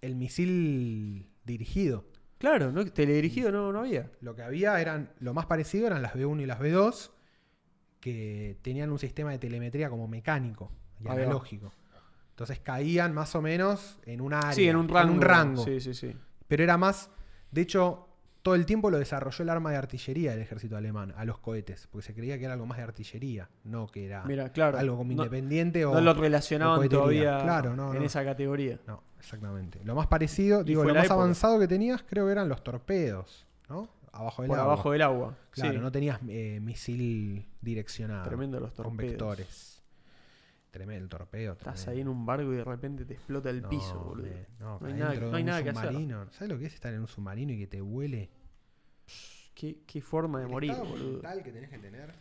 el misil dirigido. Claro, no, teledirigido no, no había. Lo que había eran, lo más parecido eran las B1 y las B2, que tenían un sistema de telemetría como mecánico y Ahí va. analógico. Entonces caían más o menos en una área. sí, en un rango. rango. Sí, sí, sí. Pero era más. De hecho, todo el tiempo lo desarrolló el arma de artillería del ejército alemán, a los cohetes, porque se creía que era algo más de artillería, no que era Mira, claro. Ah, algo como no, independiente o. no lo relacionaban cohetería. todavía Claro, no, en no. esa categoría. No, exactamente. Lo más parecido, Y digo, fue lo la más época. avanzado que tenías, creo que eran los torpedos, ¿no? Abajo del por agua. abajo del agua. Claro, sí. no tenías eh, misil direccionado. Tremendo los Con torpedos. vectores. Tremendo el torpedo. Estás tremendo. ahí en un barco y de repente te explota el No, piso, boludo. man, No, No adentro hay nada- no de hay un nada que hacer. submarino. ¿Sabes lo que es estar en un submarino y que te huele? Qué, qué forma de morir, boludo. que tenés que tener.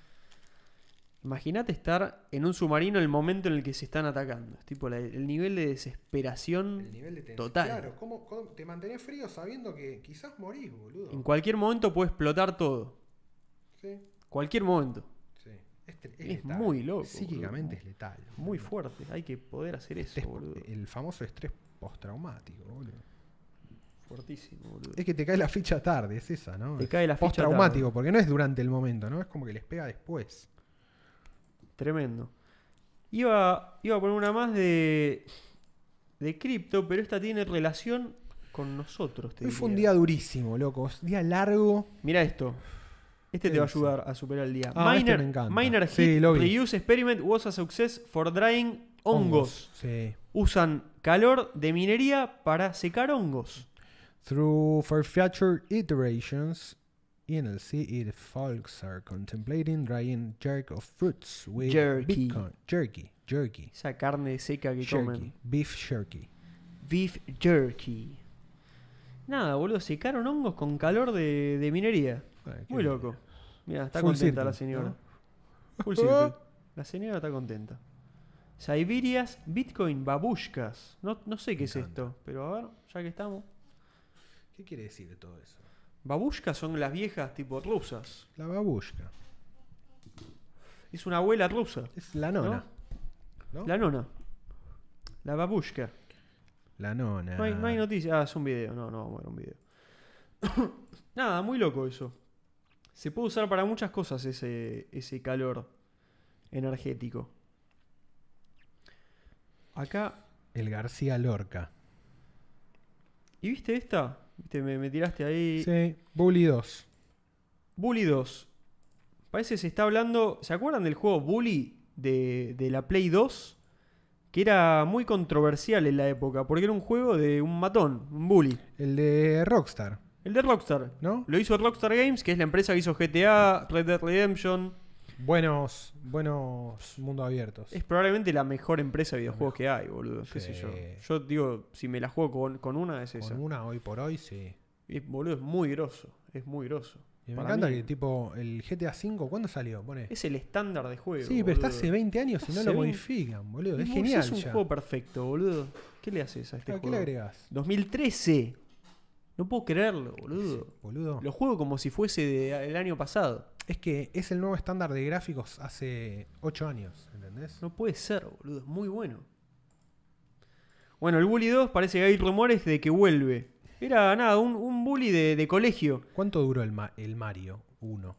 Imagínate estar en un submarino el momento en el que se están atacando. Es tipo la- el nivel de desesperación. nivel de tensión. Total. ¿cómo, cómo te mantenés frío sabiendo que quizás morís, boludo? En cualquier momento puede explotar todo. Sí, Cualquier momento. sí. Es, tre- Es muy loco, Psíquicamente boludo. es letal. Muy boludo. fuerte. Hay que poder hacer eso, Estrés- boludo. el famoso estrés postraumático, boludo. Fuertísimo, boludo. Es que te cae la ficha tarde, es esa, ¿no? Te Es cae la ficha. Postraumático, porque no es durante el momento, ¿no? Es como que les pega después. tarde. Tremendo. Iba, iba a poner una más de. de cripto, pero esta tiene relación con nosotros. Hoy fue un día durísimo, loco. Es día largo. Mira esto. Este ¿Qué te va a dice? ayudar a superar el día. Ah, este miner, me encanta. Miner Sí, Heat lo vi. Reuse Experiment was a success for drying hongos. Sí. Usan calor de minería para secar hongos. Through for future iterations, NLC it folks are contemplating drying jerk of fruits with Jerky. Bitcoin. Jerky. Jerky. Esa carne seca que Jerky. comen. Beef jerky. Beef jerky. Nada, boludo, secaron hongos con calor de, de minería. Ay, Ah, qué Muy bien. loco. Mira, está Full contenta la circle, señora. Full circle. La señora está contenta. Siberias Bitcoin Babushkas. No, no sé Me qué es encanta. esto, pero a ver, ya que estamos. ¿Qué quiere decir todo eso? Babushkas son las viejas tipo rusas. La babushka. Es una abuela rusa. Es la nona. ¿No? La nona. La babushka. La nona. No hay, no hay noticias. Ah, es un video. No, no, vamos a ver un video. Nada, muy loco eso. Se puede usar para muchas cosas ese, ese calor energético. Acá. El García Lorca. ¿Y viste esta? ¿Viste? Me, me tiraste ahí. Sí, Bully 2. Bully 2. Parece que se está hablando. ¿Se acuerdan del juego Bully de, de la Play 2? Que era muy controversial en la época, porque era un juego de un matón, un bully. El de Rockstar, El de Rockstar. ¿no? Lo hizo Rockstar Games, que es la empresa que hizo GTA, Red Dead Redemption. Buenos, buenos mundos abiertos. Es probablemente la mejor empresa de videojuegos que hay, boludo. Qué sé Sí. yo. Yo digo, si me la juego con, con una, es esa. Con una hoy por hoy, sí. Y, boludo, es muy grosso. Es muy grosso. Y me Para encanta mí, que tipo el GTA V, ¿cuándo salió? Pone. Es el estándar de juego. Sí, pero está boludo. hace 20 años y no Hace lo 20. modifican, boludo. Es Bus genial Es un ya. juego perfecto, boludo. ¿Qué le haces a este Claro, Ah, ¿Qué juego? le agregás? 2013. No puedo creerlo, boludo. Boludo. Lo juego como si fuese de- del año pasado. Es que es el nuevo estándar de gráficos hace 8 años, ¿entendés? No puede ser, boludo. Es muy bueno. Bueno, el Bully 2 parece que hay rumores de que vuelve. Era nada, un, un bully de, de colegio. ¿Cuánto duró el, Ma- el Mario 1?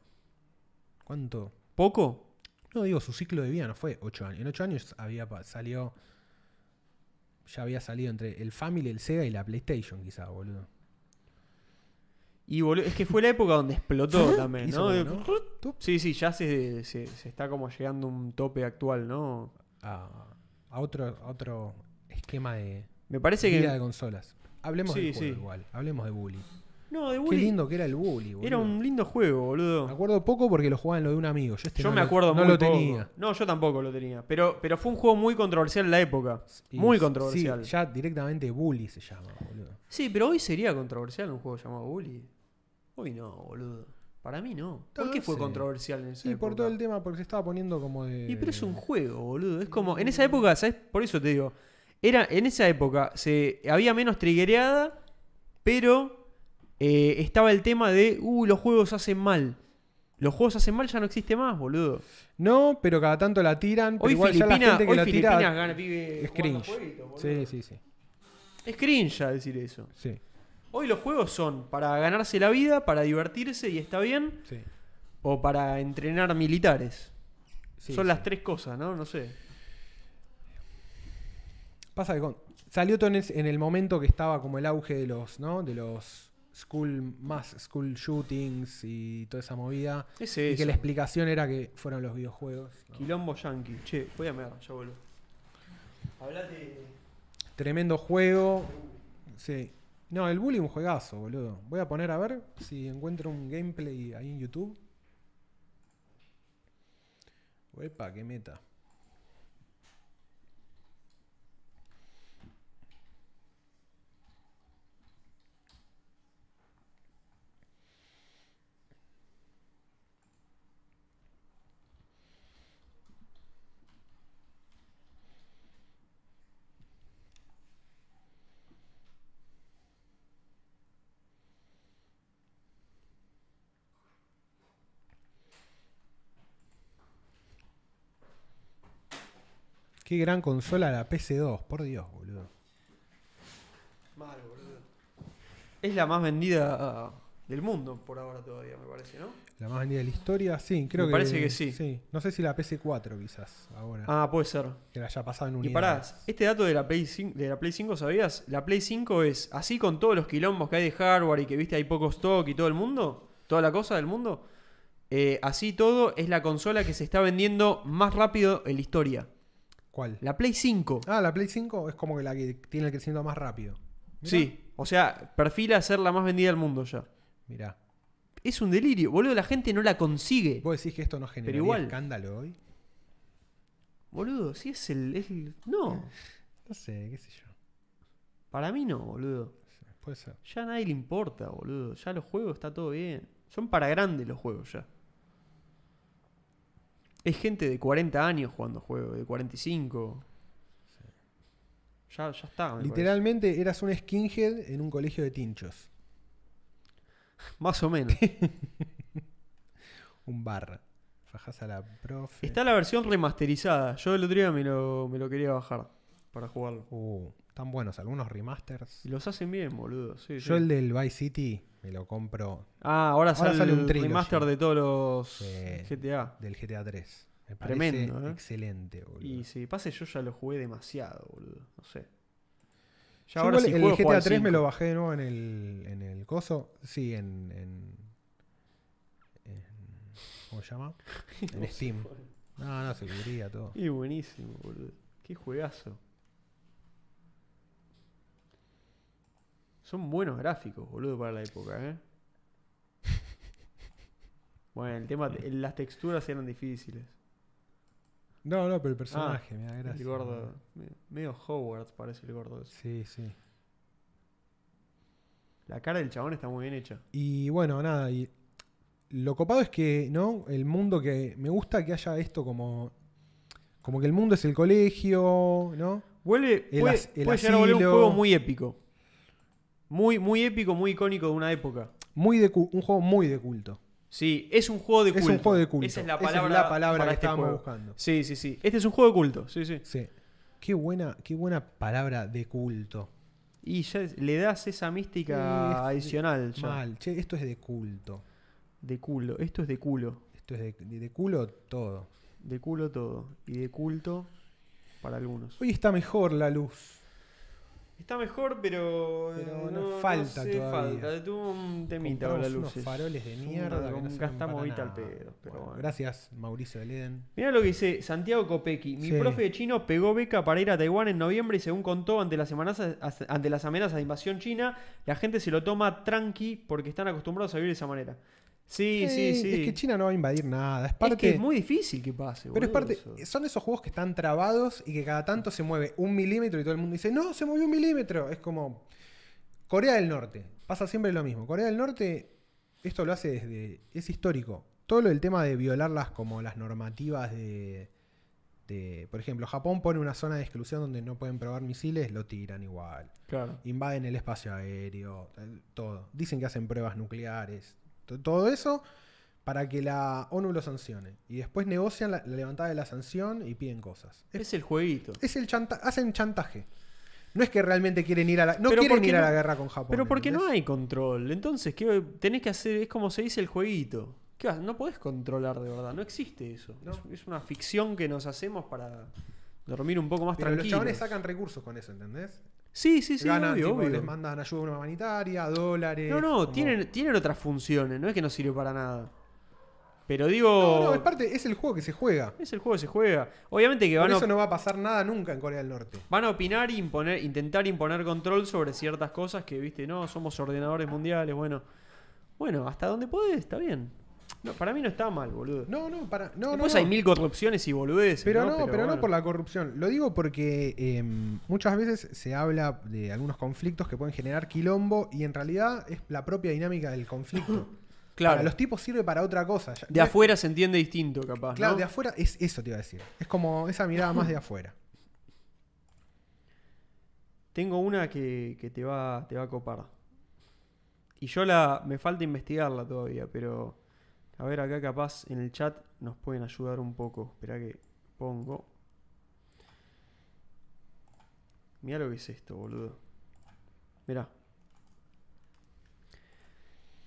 ¿Cuánto? ¿Poco? No, digo, su ciclo de vida no fue 8 años. En 8 años había pa- salió. Ya había salido entre el Family, el Sega y la PlayStation, quizá, boludo. Y boludo, es que fue la época donde explotó también, ¿Eh? Hizo ¿no? como, De- ¿no? Tup, Sí, sí, ya se, se- se está como llegando a un tope actual, ¿no? A, a otro, a otro esquema de Me parece vida de que. consolas. Hablemos Sí, del juego sí. igual. Hablemos de Bully. No, de Qué bully. lindo que era el Bully, boludo. Era un lindo juego, boludo. Me acuerdo poco porque lo jugaba en lo de un amigo. Yo, este Yo no me lo- acuerdo No muy lo poco. tenía. No, yo tampoco lo tenía. Pero, pero fue un juego muy controversial en la época. muy Y- controversial. Sí, Sí, ya directamente Bully se llama, boludo. pero hoy sería controversial un juego llamado Bully. Hoy no, boludo. Para mí no. ¿Por qué fue Entonces, controversial en esa Sí, época? por todo el tema, porque se estaba poniendo como de. Y pero es un juego, boludo. Es como. En esa época, ¿sabes? Por eso te digo. Era, en esa época se, había menos triggereada, pero eh, estaba el tema de. Uh, los juegos hacen mal. Los juegos hacen mal, ya no existe más, boludo. No, pero cada tanto la tiran. pero Hoy igual ya la Filipinas gente que hoy la tira Filipinas gana, pibe. es jugando cringe. jueguitos, boludo. Sí, sí, sí. Es cringe ya decir eso. Sí, Hoy los juegos son para ganarse la vida, para divertirse y está bien, sí. o para entrenar militares. Sí, son sí. las tres cosas, ¿no? No sé. Pasa que con- salió todo en es- en el momento que estaba como el auge de los, ¿no? De los school, más school shootings y toda esa movida. Es Y eso. que la explicación era que fueron los videojuegos. ¿no? Quilombo yankee. Che, voy a mear, ya vuelvo. Hablate. Tremendo juego. Sí. No, el bullying un juegazo, boludo. Voy a poner a ver si encuentro un gameplay ahí en YouTube. Uepa, qué meta. Qué gran consola la PC2, por Dios, boludo. Mal, boludo. Es la más vendida ah, del mundo por ahora todavía, me parece, ¿no? La más vendida de la historia, sí, creo Me que. parece que sí. No sé si la PC4 quizás ahora. Ah, puede ser. Que la haya pasado en Y unidades. pará, este dato de la, Play 5, de la Play 5, ¿sabías? La Play 5 es, así con todos los quilombos que hay de hardware y que viste hay poco stock y todo el mundo, toda la cosa del mundo, eh, así todo es la consola que se está vendiendo más rápido en la historia. ¿Cuál? La Play 5. Ah, la Play 5 es como que la que tiene el crecimiento más rápido. Mirá, Sí, o sea, perfila ser la más vendida del mundo ya. Mirá. Es un delirio, boludo, la gente no la consigue. ¿Vos decís que esto no genera igual. escándalo hoy? Boludo, sí es el, es el- Eh. No, No sé, qué sé yo. para mí no, boludo. Puede ser. Ya a nadie le importa, boludo. Ya los juegos está todo bien. Son para grandes los juegos ya. Es gente de 40 años jugando juegos, de 45. Ya, ya está. Ah, me Literalmente eras un skinhead en un colegio de tinchos. parece. Más o menos. Un bar. Fajás a la profe. está la versión remasterizada. Yo el otro día me lo, me lo quería bajar para jugarlo. Uh, tan buenos algunos remasters. Y los hacen bien, boludo. Sí, sí. Yo el del Vice City me lo compro Ah, ahora, sale, sale un un trilogy. remaster de todos los Sí. GTA. del GTA 3. Me parece Tremendo, ¿eh? excelente, boludo. Y si pase, yo ya lo jugué demasiado, boludo. No sé. Ya Yo ahora igual si el juego, juego GTA al 3 me 5. lo bajé de nuevo en el, en el coso. Sí, en, en, en ¿Cómo se llama? En Steam. No, no, se cubría todo. Y buenísimo, boludo. Qué juegazo. Son buenos gráficos, boludo, para la época, ¿eh? Bueno, el tema, las texturas eran difíciles. No, no, pero el personaje, me da Ah, El gordo, me- medio Howard parece el gordo. ese. Sí, sí. La cara del chabón está muy bien hecha. Y bueno, nada, y lo copado es que, ¿no? El mundo que me gusta que haya esto como como que el mundo es el colegio, ¿no? Vuelve, El puede, as- el puede llegar a volver un asilo. juego muy épico. Muy, muy épico, muy icónico de una época. Muy de cu- un juego muy de culto. Sí, es un juego de culto. Es un juego de culto. Esa es la Esa es palabra, la palabra para que este estábamos juego. buscando. Sí, sí, sí. Este es un juego de culto. Sí, sí. Sí. Qué buena, qué buena palabra de culto. Y ya es- le das esa mística Sí, es- adicional ya. Mal, che, esto es de culto. De culo. Esto es de culo. Esto es de, de- de culo todo. De culo todo. Y de culto para algunos. Hoy está mejor la luz. Está mejor, pero. Pero no falta todavía. falta. Tuvo un temita con Compramos la unos luz. faroles de Es una- mierda. que no sirven gastamos para guita al nada. pedo, pero Bueno, bueno. Gracias, Mauricio del Eden. Mirá lo que dice Santiago Copecchi. Mi Sí. profe de chino pegó beca para ir a Taiwán en noviembre y según contó, ante las, amenazas, as- ante las amenazas de invasión china, la gente se lo toma tranqui porque están acostumbrados a vivir de esa manera. Sí, sí, Eh, sí. Es que China no va a invadir nada. Es Es parte. que es muy difícil que pase. pero es boludo, parte. eso. Son esos juegos que están trabados y que cada tanto se mueve un milímetro y todo el mundo dice, no, se movió un milímetro. Es como. Corea del Norte. Pasa siempre lo mismo. Corea del Norte, esto lo hace desde. es histórico. Todo lo del tema de violarlas como las normativas de. de- por ejemplo, Japón pone una zona de exclusión donde no pueden probar misiles, lo tiran igual. Claro. Invaden el espacio aéreo, eh, todo. Dicen que hacen pruebas nucleares. to- Todo eso para que la ONU lo sancione. Y después negocian la, la levantada de la sanción y piden cosas. Es, Es el jueguito. es el chanta hacen chantaje. No es que realmente quieren ir a la, no Pero quieren porque ir a no- la guerra con Japón. Pero porque no ¿entendés? hay control. Entonces, ¿qué tenés que hacer? Es como se dice el jueguito. ¿Qué vas- No podés controlar de verdad. No existe eso. No. Es- Es una ficción que nos hacemos para dormir un poco más Pero los tranquilos. chabones sacan recursos con eso, ¿entendés? Sí, sí, sí, Ganan, obvio, tipo, obvio. les mandan ayuda humanitaria, dólares. No, no, como- tienen, tienen otras funciones, no es que no sirve para nada. Pero digo, No, no, es parte, es el juego que se juega. es el juego que se juega. Obviamente que Por van a, eso no va a pasar nada nunca en Corea del Norte. van a opinar e imponer, intentar imponer control sobre ciertas cosas que, viste, no, somos ordenadores mundiales, bueno. Bueno, hasta donde podés, está bien. No, para mí no está mal, boludo. No, no, para. No, no, Después no. hay mil corrupciones y boludeces. Pero no, ¿no? pero, no bueno. por la corrupción. Lo digo porque em, muchas veces se habla de algunos conflictos que pueden generar quilombo y en realidad es la propia dinámica del conflicto. Para Claro, los tipos sirve para otra cosa. Ya- de no es- afuera se entiende distinto, capaz. Claro, ¿no? de afuera es eso te iba a decir. Es como esa mirada más de afuera. Tengo una que, que te, va, te va a copar. Y yo la. Me falta investigarla todavía, pero. A ver, acá capaz en el chat nos pueden ayudar un poco. Espera que pongo. Mira lo que es esto, boludo. Mirá.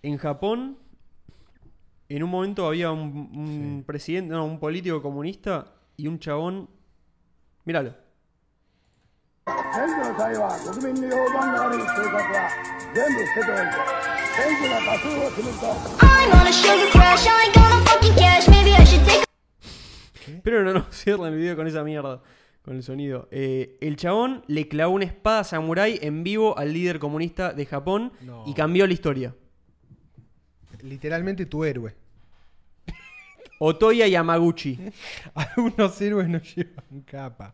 En Japón, en un momento había un, un Sí. presidente, no, un político comunista y un chabón. Míralo. 選挙の際は国民に評判の悪い政策は全部捨てておいて選挙が多数を占めると I'm on a sugar crash, I ain't gonna fucking cash. Maybe I should take Pero no, no, cierran el video con esa mierda, con el sonido. Eh, el chabón le clavó una espada samurái en vivo al líder comunista de Japón No. y cambió la historia. Literalmente tu héroe. Otoya Yamaguchi. Algunos héroes no llevan capa.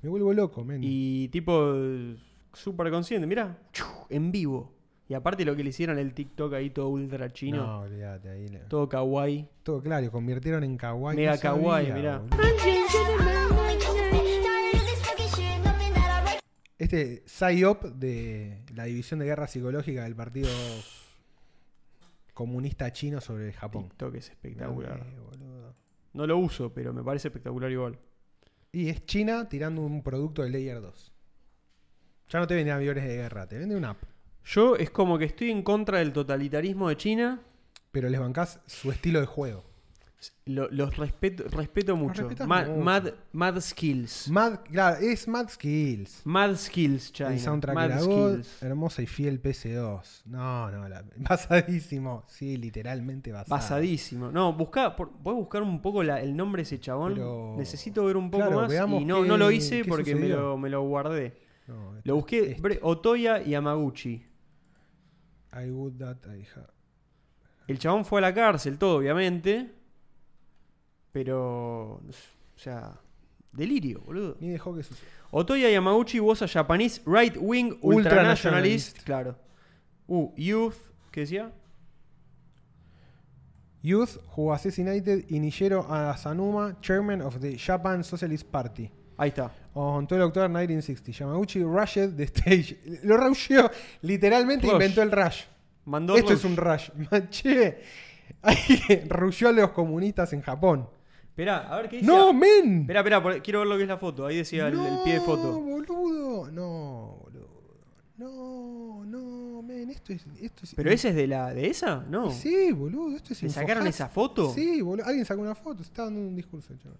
Me vuelvo loco, men. Y tipo, eh, súper consciente, mirá, chu, en vivo. Y aparte lo que le hicieron el TikTok ahí todo ultra chino, No, olvídate ahí. le- todo kawaii. Todo claro, convirtieron en kawaii. Mega no sabía, kawaii, mirá. boludo. Este PSYOP de la División de Guerra Psicológica del Partido Comunista Chino sobre Japón. TikTok es espectacular. Eh, boludo. No lo uso, pero me parece espectacular igual. Y es China tirando un producto de Layer 2. Ya no te venden aviones de guerra, te venden una app. Yo es como que estoy en contra del totalitarismo de China. Pero les bancás su estilo de juego. Lo- los respeto, respeto mucho. respetas Mad, mucho. Mad, Mad Skills. Mad, claro, es Mad Skills. Mad Skills, China. El soundtrack Mad era God, eh, Skills. hermosa y fiel PC2. No, no, la- basadísimo. Sí, literalmente basado. Basadísimo. No, busca, por- podés buscar un poco la- el nombre de ese chabón. Pero- Necesito ver un poco Claro, más. veamos Y no, qué- no lo hice qué porque me sucedió. lo, me lo guardé. No, Lo busqué Este. bre- Otoya y Amaguchi. I would that I ha- El chabón fue a la cárcel, todo, obviamente. Pero. O sea. Delirio, boludo. Ni dejó que suceda. Otoya Yamauchi was a Japanese right-wing ultranationalist. Ultranationalist. Claro. Uh, youth, ¿qué decía? Youth who assassinated Inishiro Asanuma, chairman of the Japan Socialist Party. Ahí está. On 12 October 1960, Yamaguchi rushed the stage. Lo rusheó. Literalmente Rush. inventó el rush. Mandó Esto rush. Este es un rush. che, ahí rusheó a los comunistas en Japón. Esperá, a ver qué dice. ¡No, men! Esperá, esperá, por- quiero ver lo que es la foto. Ahí decía el- el, pie de No, foto. boludo. No, boludo. No, no, men. Esto es. Esto es ¿Pero esa es de la de esa? No. Sí, boludo. Esto es ¿Le sacaron Infohacks. esa foto? Sí, boludo. Alguien sacó una foto. Está dando un discurso, chaval.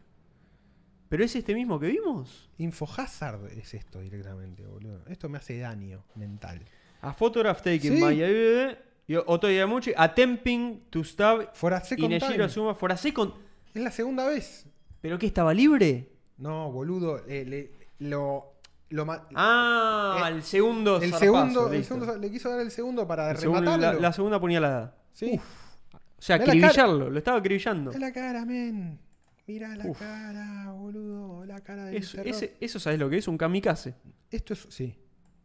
¿Pero es este mismo que vimos? Infohazard es esto directamente, boludo. Esto me hace daño mental. A photograph taken Sí. by eh, y Otoya Yamauchi attempting to stab For a second Ineshiro time. Asuma for a second. Es la segunda vez. ¿Pero qué estaba libre? No, boludo. le- le- lo. lo ma- Ah, Eh, el segundo el, zarpazo, segundo, el listo. segundo- Le quiso dar el segundo para El segundo- la- rematarlo. la segunda puñalada. sí. O sea, Mirá la acribillarlo, lo estaba acribillando. Mirá la cara, men. Mirá la Uf. cara, boludo. La cara del Eso, terror. ese- eso sabes lo que es, un kamikaze. Esto es. Sí.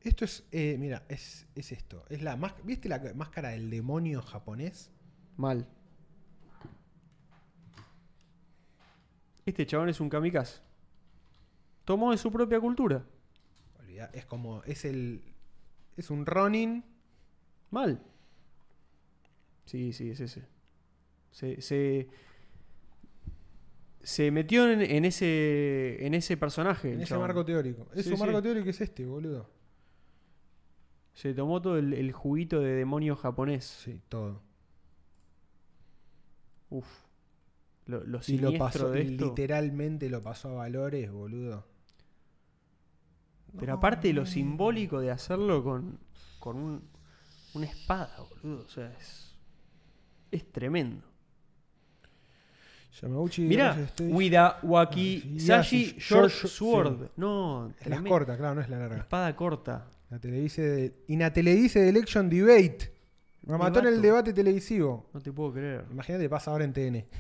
Esto es. eh, mira, es, es esto. Es la más, ¿Viste la ca- máscara del demonio japonés? Mal. Este chabón es un kamikaze. Tomó de su propia cultura. Olvidá, es como. Es el. Es un Ronin. Mal. Sí, sí, es ese. Se, se, se metió en, en ese en ese personaje. el En ese chabón. marco teórico. Es Sí, un marco sí. teórico es este, boludo. se tomó todo el, el juguito de demonio japonés. Sí, todo. Uf. Lo, lo Y lo siniestro pasó. de esto. Literalmente lo pasó a valores, boludo. Pero No, aparte de lo men. simbólico de hacerlo con, con un- una espada, boludo. O sea, es, es tremendo. Yamauchi. Mira, Rose Stage. Wida Ah, Waki sí, Sashi sí, Short Short- Sword. sí. No, Las tremen- cortas, claro, no es la larga. Espada corta. La televise de, y la televise de Election Debate. Me mató en Debato. el debate televisivo. No te puedo creer. Imagínate, pasa ahora en TN.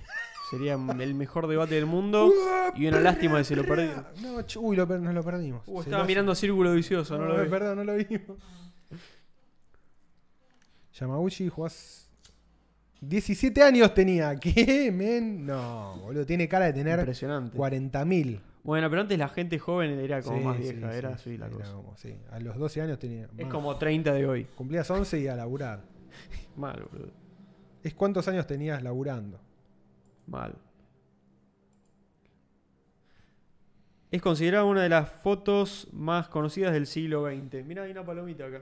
Sería el mejor debate del mundo. Y una lástima que se lo perdí. No, ch- uy, lo per- nos lo perdimos. Uh, Se estaba lo- mirando Círculo Vicioso, no no, lo vi. Perdón, no lo vimos. Ah. Yamauchi jugás. 17 años tenía. ¿Qué, men? No, boludo. Tiene cara de tener Impresionante. 40.000. Bueno, pero antes la gente joven era como Sí, más sí, vieja. sí, era así la era cosa. como, sí. A los 12 años tenía. Es más. como 30 de hoy. Cumplías 11 y a laburar. Mal, boludo. ¿Es cuántos años tenías laburando? Mal. Es considerada una de las fotos más conocidas del siglo XX. Mira, hay una palomita acá.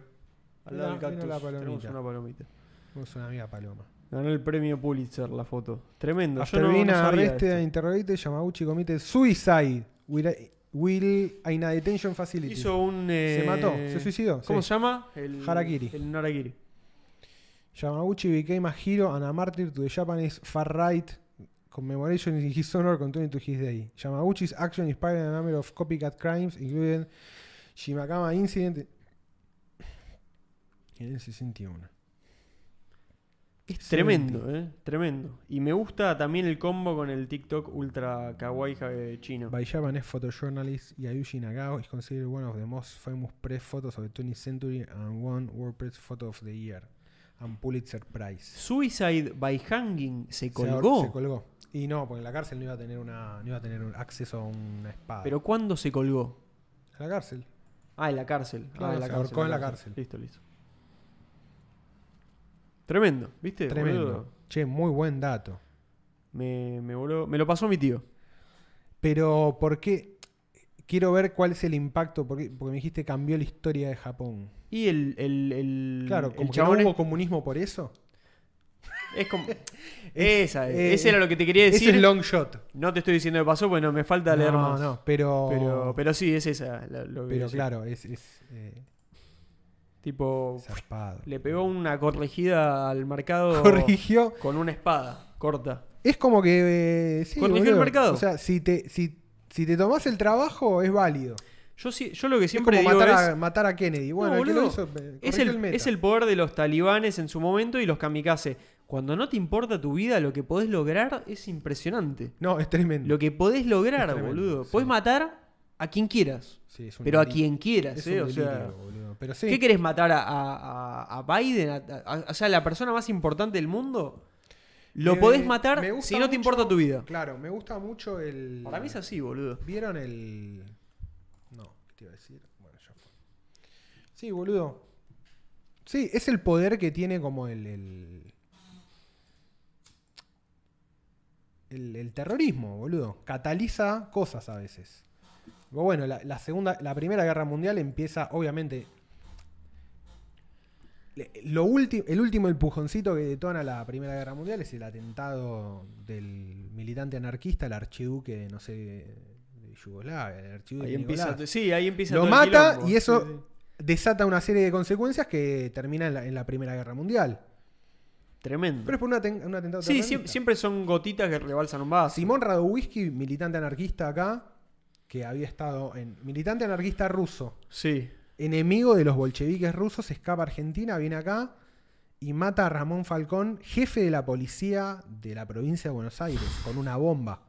Al lado Mirá, del mirá cactus. la Tenemos palomita. una palomita. Somos una amiga paloma. Ganó el premio Pulitzer la foto. Tremendo. Yo After no, no being sabía arrested and esto. interrogated, Yamauchi committed suicide. Will, will in a detention facility. Hizo un. eh, Se mató, se suicidó, ¿Cómo sí. se llama? El, Harakiri. El Harakiri. Yamauchi became a hero and a martyr to the Japanese far right commemoration in his honor continued to his day. Yamauchi's action inspired a number of copycat crimes, including Shimakama incident en el 61. Es tremendo, ¿eh? Tremendo. Y me gusta también el combo con el TikTok ultra kawaii eh, chino. By Japanese photojournalist Yayushi Nagao is considered one of the most famous press photos of the 20th century and one WordPress photo of the year and Pulitzer Prize. Suicide by Hanging se Se ahor- colgó. Se, colgó. Y no, porque en la cárcel no iba a tener una, no iba a tener un acceso a una espada. Pero ¿cuándo se colgó? a la cárcel. Ah, en la cárcel. Ah, Claro, en la se cárcel, ahorcó en la cárcel. Listo, listo. Tremendo, ¿viste? Tremendo. boludo? Che, muy buen dato. Me, me, voló- me lo pasó mi tío. Pero ¿por qué? Quiero ver cuál es el impacto, porque, porque me dijiste cambió la historia de Japón. Y el. el, el Claro, el como que no chabón hubo es- comunismo por eso. Es como. Esa es. eh, Ese era lo que te quería Ese decir. es long shot. No te estoy diciendo que pasó, bueno, me falta leer No, más. no, pero. Pero, pero sí, es esa. la- lo que pero decía. claro, es, es, eh, Tipo, zarpado. le pegó una corregida al mercado Corrigió. con una espada corta. Es como que. eh, sí, Corrigió el boludo. mercado. O sea, si te, si, si te tomás el trabajo, es válido. Yo, sí- yo lo que siempre es como digo matar, es- a, matar a Kennedy. Bueno, No, el que lo boludo, hizo, eh, es, corrigió el, el, meta. es el poder de los talibanes en su momento y los kamikaze. Cuando no te importa tu vida, lo que podés lograr es impresionante. No, es tremendo. Lo que podés lograr, Mm. Es tremendo, boludo. sí. Podés matar a quien quieras. Sí, es un Pero a delirio. quien quieras, Es eh, un o sea, delirio, boludo. Pero sí. ¿Qué querés matar a, a- a- a Biden? A- a- o sea, la persona más importante del mundo. Lo Eh, podés me matar gusta si no te mucho- importa tu vida. Claro, me gusta mucho el. Para mí es así, boludo. ¿Vieron el.? No, ¿qué te iba a decir? Bueno, ya fue. Sí, boludo. Sí, es el poder que tiene como el. El, el, el terrorismo, boludo. Cataliza cosas a veces. Pero Bueno, la, la segunda, la primera guerra mundial empieza, obviamente. le- Lo ulti- el último empujoncito que detona la Primera Guerra Mundial es el atentado del militante anarquista, el archiduque de, no sé, de Yugoslavia, el archiduque Ahí de empieza, Nicolás. sí, ahí empieza Lo todo el mata quilombo. y eso Sí, sí. desata una serie de consecuencias que termina en la, en la Primera Guerra Mundial. Tremendo. Pero es por un, aten- un atentado sí, siem- siempre, terrorista. son gotitas que rebalsan un vaso. Simón Radowisky, militante anarquista acá, que había estado en. Militante anarquista ruso, Sí. enemigo de los bolcheviques rusos, escapa a Argentina, viene acá y mata a Ramón Falcón, jefe de la policía de la provincia de Buenos Aires, con una bomba.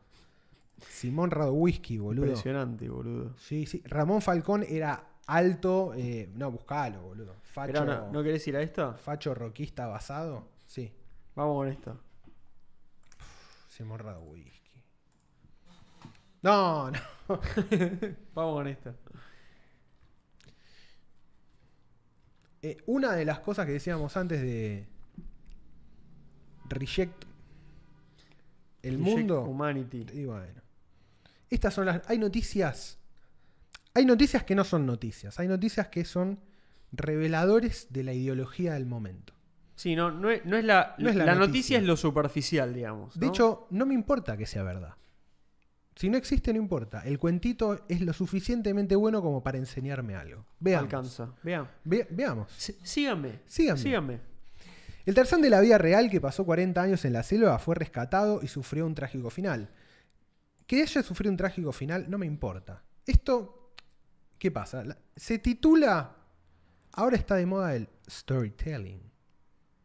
Simón Radowisky, boludo. Impresionante, boludo. Sí, sí. Ramón Falcón era alto. eh, no, buscalo, boludo. Facho, Esperá, ¿no, ¿no querés ir a esta? facho roquista basado. Sí. Vamos con esta. Simón Radowisky. No, no. Vamos con esta. Eh, una de las cosas que decíamos antes de. Reject. El Reject mundo. Humanity. Y bueno. Estas son las. Hay noticias. Hay noticias que no son noticias. Hay noticias que son reveladores de la ideología del momento. Sí, no, no es, no es la, No es la, la noticia. noticia. es lo superficial, digamos. De ¿no? hecho, no me importa que sea verdad. Si no existe, no importa. El cuentito es lo suficientemente bueno como para enseñarme algo. Veamos. alcanza. Vean. Ve- veamos. Sí- Síganme. Síganme. Síganme. El Tarzán de la vida real que pasó 40 años en la selva fue rescatado y sufrió un trágico final. Que haya sufrido un trágico final no me importa. Esto, ¿qué pasa? La- se titula, ahora está de moda el storytelling.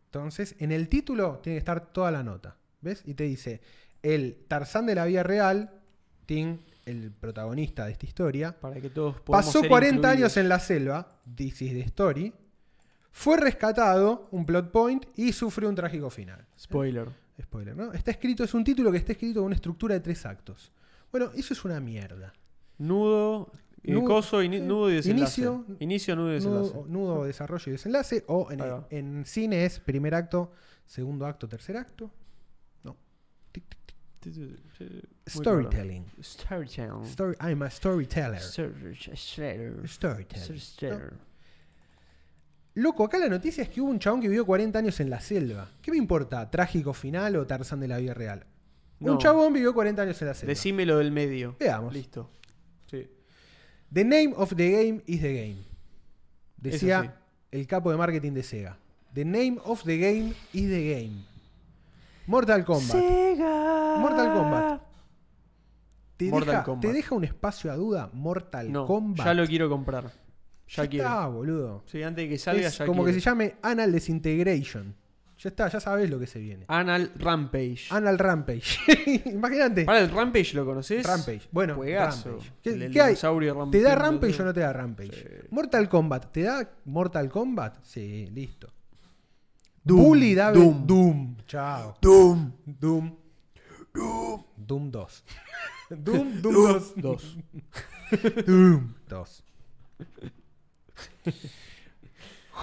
Entonces, en el título tiene que estar toda la nota, ¿ves? Y te dice, el Tarzán de la vida real, Tim, el protagonista de esta historia, Para que todos podamos Pasó ser 40 incluidos. años en la selva, This is the story. Fue rescatado, un plot point, y sufrió un trágico final. Spoiler. Spoiler, ¿no? Está escrito, es un título que está escrito con una estructura de tres actos. Bueno, eso es una mierda. Nudo, eh, Nudo- coso y ni- nudo y desenlace. Inicio- Inicio, nudo y desenlace. Nudo, nudo, desarrollo y desenlace. O en, Ahí va. en cine es primer acto, segundo acto, tercer acto. No. Tic, tic, tic. Sí, sí, sí, muy Storytelling. claro. Mm. Storytelling. Story, I'm a storyteller. Storytelling. Storyteller. Storytelling. Loco, acá la noticia es que hubo un chabón que vivió 40 años en la selva. ¿Qué me importa? ¿Trágico final o Tarzán de la vida real? No. Un chabón vivió 40 años en la selva. Decime lo del medio. Veamos. Listo. Sí. The name of the game is the game. Eso Decía el capo de marketing de Sega. The name of the game is the game. Mortal Kombat. Mortal Kombat. Te, Mortal deja, Kombat. te deja un espacio a duda Mortal No, Kombat. ya lo quiero comprar. Ya, Ya quiero. está, boludo. Sí, antes de que salga Es ya como quiero. que se llame Anal Desintegration. Ya está, ya sabes lo que se viene. Anal Rampage. Anal Rampage. Imagínate. Para el Rampage lo conoces. Rampage. Bueno, Juegazo. Rampage. El- ¿Qué, el qué hay? dinosaurio ¿Te rompiendo da Rampage todo. o no te da Rampage? Mortal Kombat. ¿Te da Mortal Kombat? Sí, listo. Doom, Bully da Doom. Doom. Chao. Doom. Doom. Doom. Doom 2. Doom, Doom 2. Dos. Doom 2.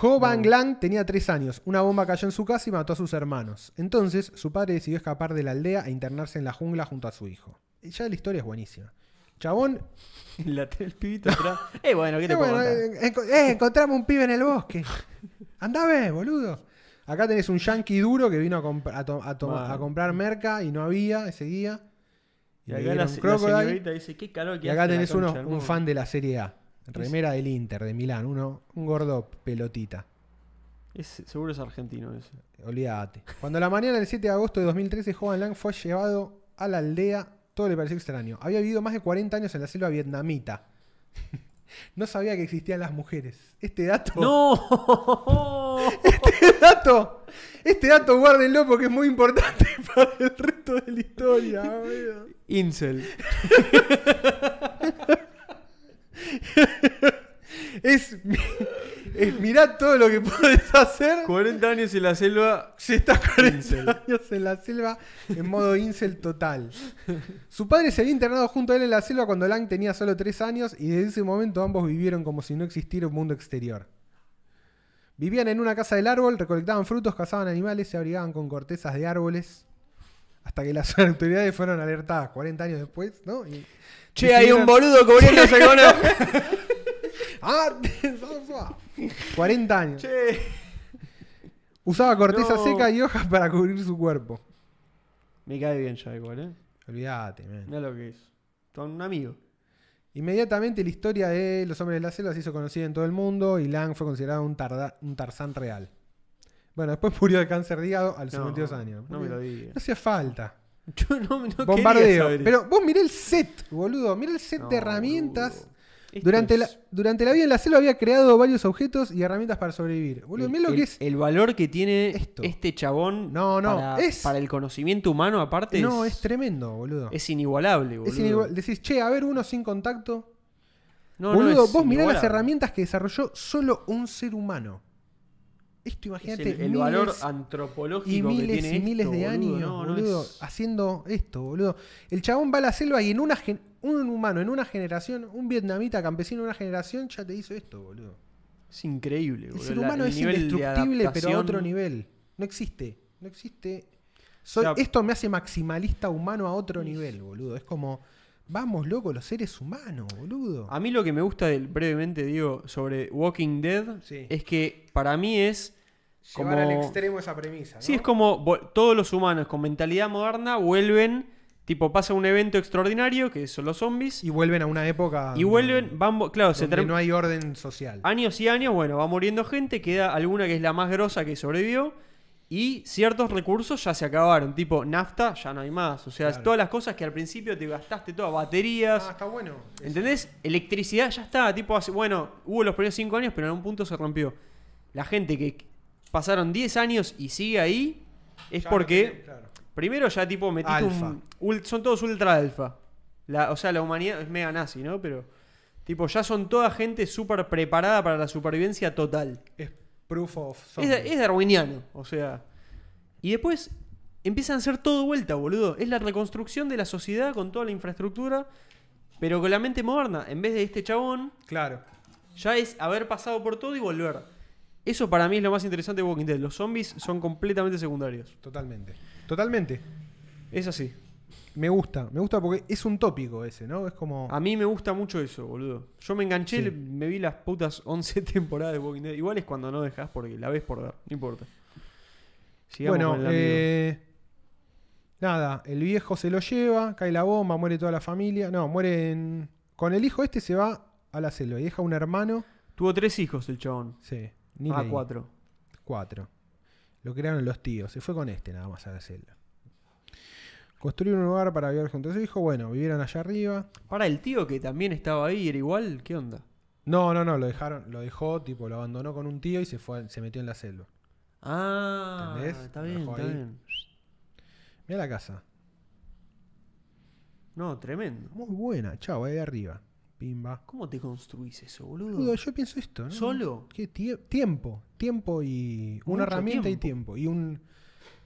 Ho Van Lang tenía 3 años. Una bomba cayó en su casa y mató a sus hermanos. Entonces, su padre decidió escapar de la aldea e internarse en la jungla junto a su hijo. Y Ya la historia es buenísima. Chabón. La, el pibito atrás. eh, bueno, ¿qué te eh, puedo bueno, contar? eh, enco- eh, encontramos un pibe en el bosque. Andá a ver, boludo. Acá tenés un yankee duro que vino a, comp- a to- a toma- Mal. a comprar merca y no había ese día. Y le acá dieron eh, la, un se- la Crocodile. señorita dice, qué calor que Y acá hace la tenés concha uno, del un mundo". fan de la Serie A. Remera del Inter de Milán, uno, un gordo pelotita. Es- seguro es argentino ese. Olvídate. Cuando la mañana del 7 de agosto de 2013, Jovan Lang fue llevado a la aldea, todo le pareció extraño. Había vivido más de 40 años en la selva vietnamita. No sabía que existían las mujeres. Este dato. ¡No! Este dato. Este dato guárdenlo porque es muy importante para el resto de la historia. boludo. Incel. Es, es mirá todo lo que podés hacer 40 años en la selva. Si estás 40 Incel. años en la selva en modo incel total. Su padre se había internado junto a él en la selva cuando Lang tenía solo 3 años y desde ese momento ambos vivieron como si no existiera un mundo exterior. Vivían en una casa del árbol, recolectaban frutos, cazaban animales, se abrigaban con cortezas de árboles. Hasta que las autoridades fueron alertadas 40 años después, ¿no? Y Che, hay un decidieron- boludo cubriéndose con ¡Ah! 40 años. Che. Usaba corteza No. seca y hojas para cubrir su cuerpo. Me cae bien ya igual, ¿eh? Olvídate, man. Mirá lo que es. Son un amigo. Inmediatamente la historia de los hombres de la selva se hizo conocida en todo el mundo y Lang fue considerado un, tarda- un Tarzán real. Bueno, después murió de cáncer de hígado a los 52 años. No me lo digas. No hacía falta. Yo no, no quería Bombardeo. saber eso. Pero vos mirá el set, boludo. Mirá el set No, de herramientas. boludo. Esto Durante es la, durante la vida en la selva había creado varios objetos y herramientas para sobrevivir. Boludo, el- mirá lo el- que es. El valor que tiene Esto. este chabón. No, no, Para, es- para el conocimiento humano, aparte. No, es tremendo, boludo. Es, es inigualable, boludo. inigual- Decís, che, a ver, uno sin contacto. No, no, Boludo, es vos mirá las inigualable. herramientas que desarrolló solo un ser humano. Esto Es imagínate el, el miles valor antropológico y que miles tiene y miles esto, de boludo. años, No, no, boludo, es- haciendo esto, boludo. El chabón va a la selva y en una gen- un humano, en una generación, un vietnamita campesino en una generación ya te hizo esto, boludo. es increíble, boludo. el ser La- humano el es nivel de indestructible, pero a otro adaptación- nivel. No existe, no existe. Soy- O sea, esto me hace maximalista humano a otro nivel, boludo. Es como, vamos, loco, los seres humanos, boludo. A mí lo que me gusta del, brevemente digo sobre Walking Dead Sí. es que para mí es como Llevar al extremo esa premisa. ¿no? sí es como vo- todos los humanos con mentalidad moderna vuelven tipo pasa un evento extraordinario que son los zombies Y y, vuelven a una época. vuelven Ah, van vo- claro se Ah, donde term- no hay orden social. años y años bueno va muriendo gente queda alguna que es la más grosa que sobrevivió y ciertos recursos ya se acabaron tipo nafta ya no hay más o sea Claro. todas las cosas que al principio te gastaste todas baterías Ah, está bueno. ¿Entendés? Electricidad ya está. Tipo, hace, bueno, hubo los primeros 5 años, pero en un punto se rompió. La gente que pasaron 10 años y sigue ahí es Ya no porque, tenés, claro. primero ya tipo metiste Alfa. un... ul- son todos ultra alfa. La- o sea, la humanidad es mega nazi, ¿no? Pero, tipo, ya son toda gente súper preparada para la supervivencia total. Es proof of Es, zombie. es darwiniano, o sea. Y después empiezan a hacer todo de vuelta, boludo. Es la reconstrucción de la sociedad con toda la infraestructura, pero con la mente moderna. En vez de este chabón, Claro. ya es haber pasado por todo y volver. Eso para mí es lo más interesante de Walking Dead. Los zombies son completamente secundarios. Totalmente. Totalmente. Es así. Me gusta. Me gusta porque es un tópico ese, ¿no? Es como. A mí me gusta mucho eso, boludo. Yo me enganché, Sí. le- me vi las putas 11 temporadas de Walking Dead. Igual es cuando no dejas porque la ves por ver, no importa. Sigamos bueno, con el amigo. eh, Nada, el viejo se lo lleva, cae la bomba, muere toda la familia. No, mueren. Con el hijo este se va a la selva y deja un hermano. Tuvo tres hijos el chabón. Sí, ni ah, leí. cuatro. Cuatro. Lo crearon los tíos. Se fue con este nada más a la selva. Construir un lugar para vivir junto a su hijo. Bueno, vivieron allá arriba. Para el tío que también estaba ahí, era igual, ¿qué onda? No, no, no, lo dejaron, lo dejó, tipo, lo abandonó con un tío y se fue, se metió en la selva. Ah, ¿Entendés? está Lo bien, dejó está ahí. bien. Mira la casa. No, tremendo. Muy buena, chao, ahí arriba. Pimba. ¿Cómo te construís eso, boludo? Boludo, yo pienso esto, ¿no? ¿Solo? ¿Qué tie- tiempo, tiempo y Mucho una herramienta y tiempo y un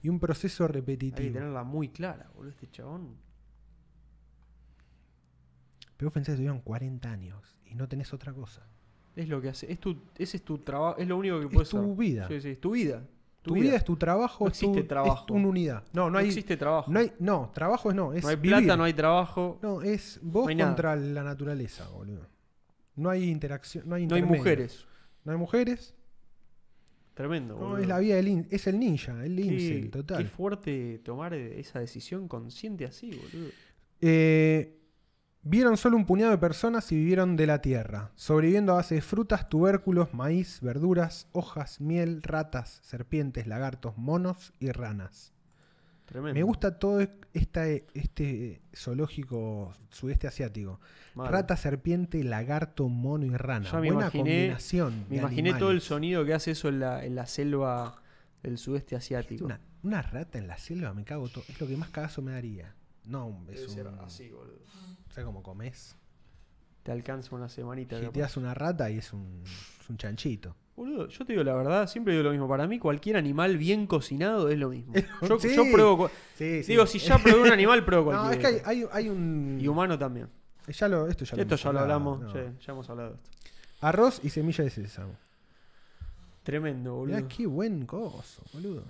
y un proceso Hay que repetitivo. tenerla muy clara, boludo, este chabón. Pero vos pensás que tuvieron 40 años y no tenés otra cosa. Es lo que hace, es tu, ese es tu trabajo, es lo único que Es puedes tu hacer. vida. Sí, sí, es tu vida. Tu, vida. es tu trabajo, No es tu- existe trabajo. es tu unidad. No, no, No, hay existe trabajo. no hay no, trabajo es no, es No hay vivir. plata, no hay trabajo, no, No, es vos No hay nada. contra la naturaleza, boludo. No hay interacción, no hay hay intermedio. mujeres. No hay mujeres. Tremendo, No, boludo. es la vida del in- es el ninja, el incel, qué, qué total. fuerte tomar esa decisión consciente así, boludo. Eh, vieron solo un puñado de personas y vivieron de la tierra, sobreviviendo a base de frutas, tubérculos, maíz, verduras, hojas, miel, ratas, serpientes, lagartos, monos y ranas. Tremendo. Me gusta todo e, esta- este zoológico sudeste asiático. Mal. Rata, serpiente, lagarto, mono y rana. Ya me Buena imaginé- combinación. de Me imaginé todo el animales. sonido que hace eso en la, en la selva del sudeste asiático. Una, una rata en la selva, me cago todo. Es lo que más cagazo me daría. No, es un. boludo. ¿Sabes cómo comes? Te alcanza una semanita. capaz. te das una rata y es un, es un chanchito. Boludo, yo te digo la verdad, siempre digo lo mismo. Para mí, cualquier animal bien cocinado es lo mismo. Yo, Sí. yo pruebo. cu- Sí, Eh, Digo, si ya probé un animal, pruebo No, cualquier. es que hay, hay- hay un. Eh, Y humano también. Ya lo, esto ya lo, esto hemos ya lo hablado, hablamos, no. sí, ya hemos hablado de esto. Arroz y semilla de sésamo. Tremendo, boludo. Mirá, qué buen coso, boludo.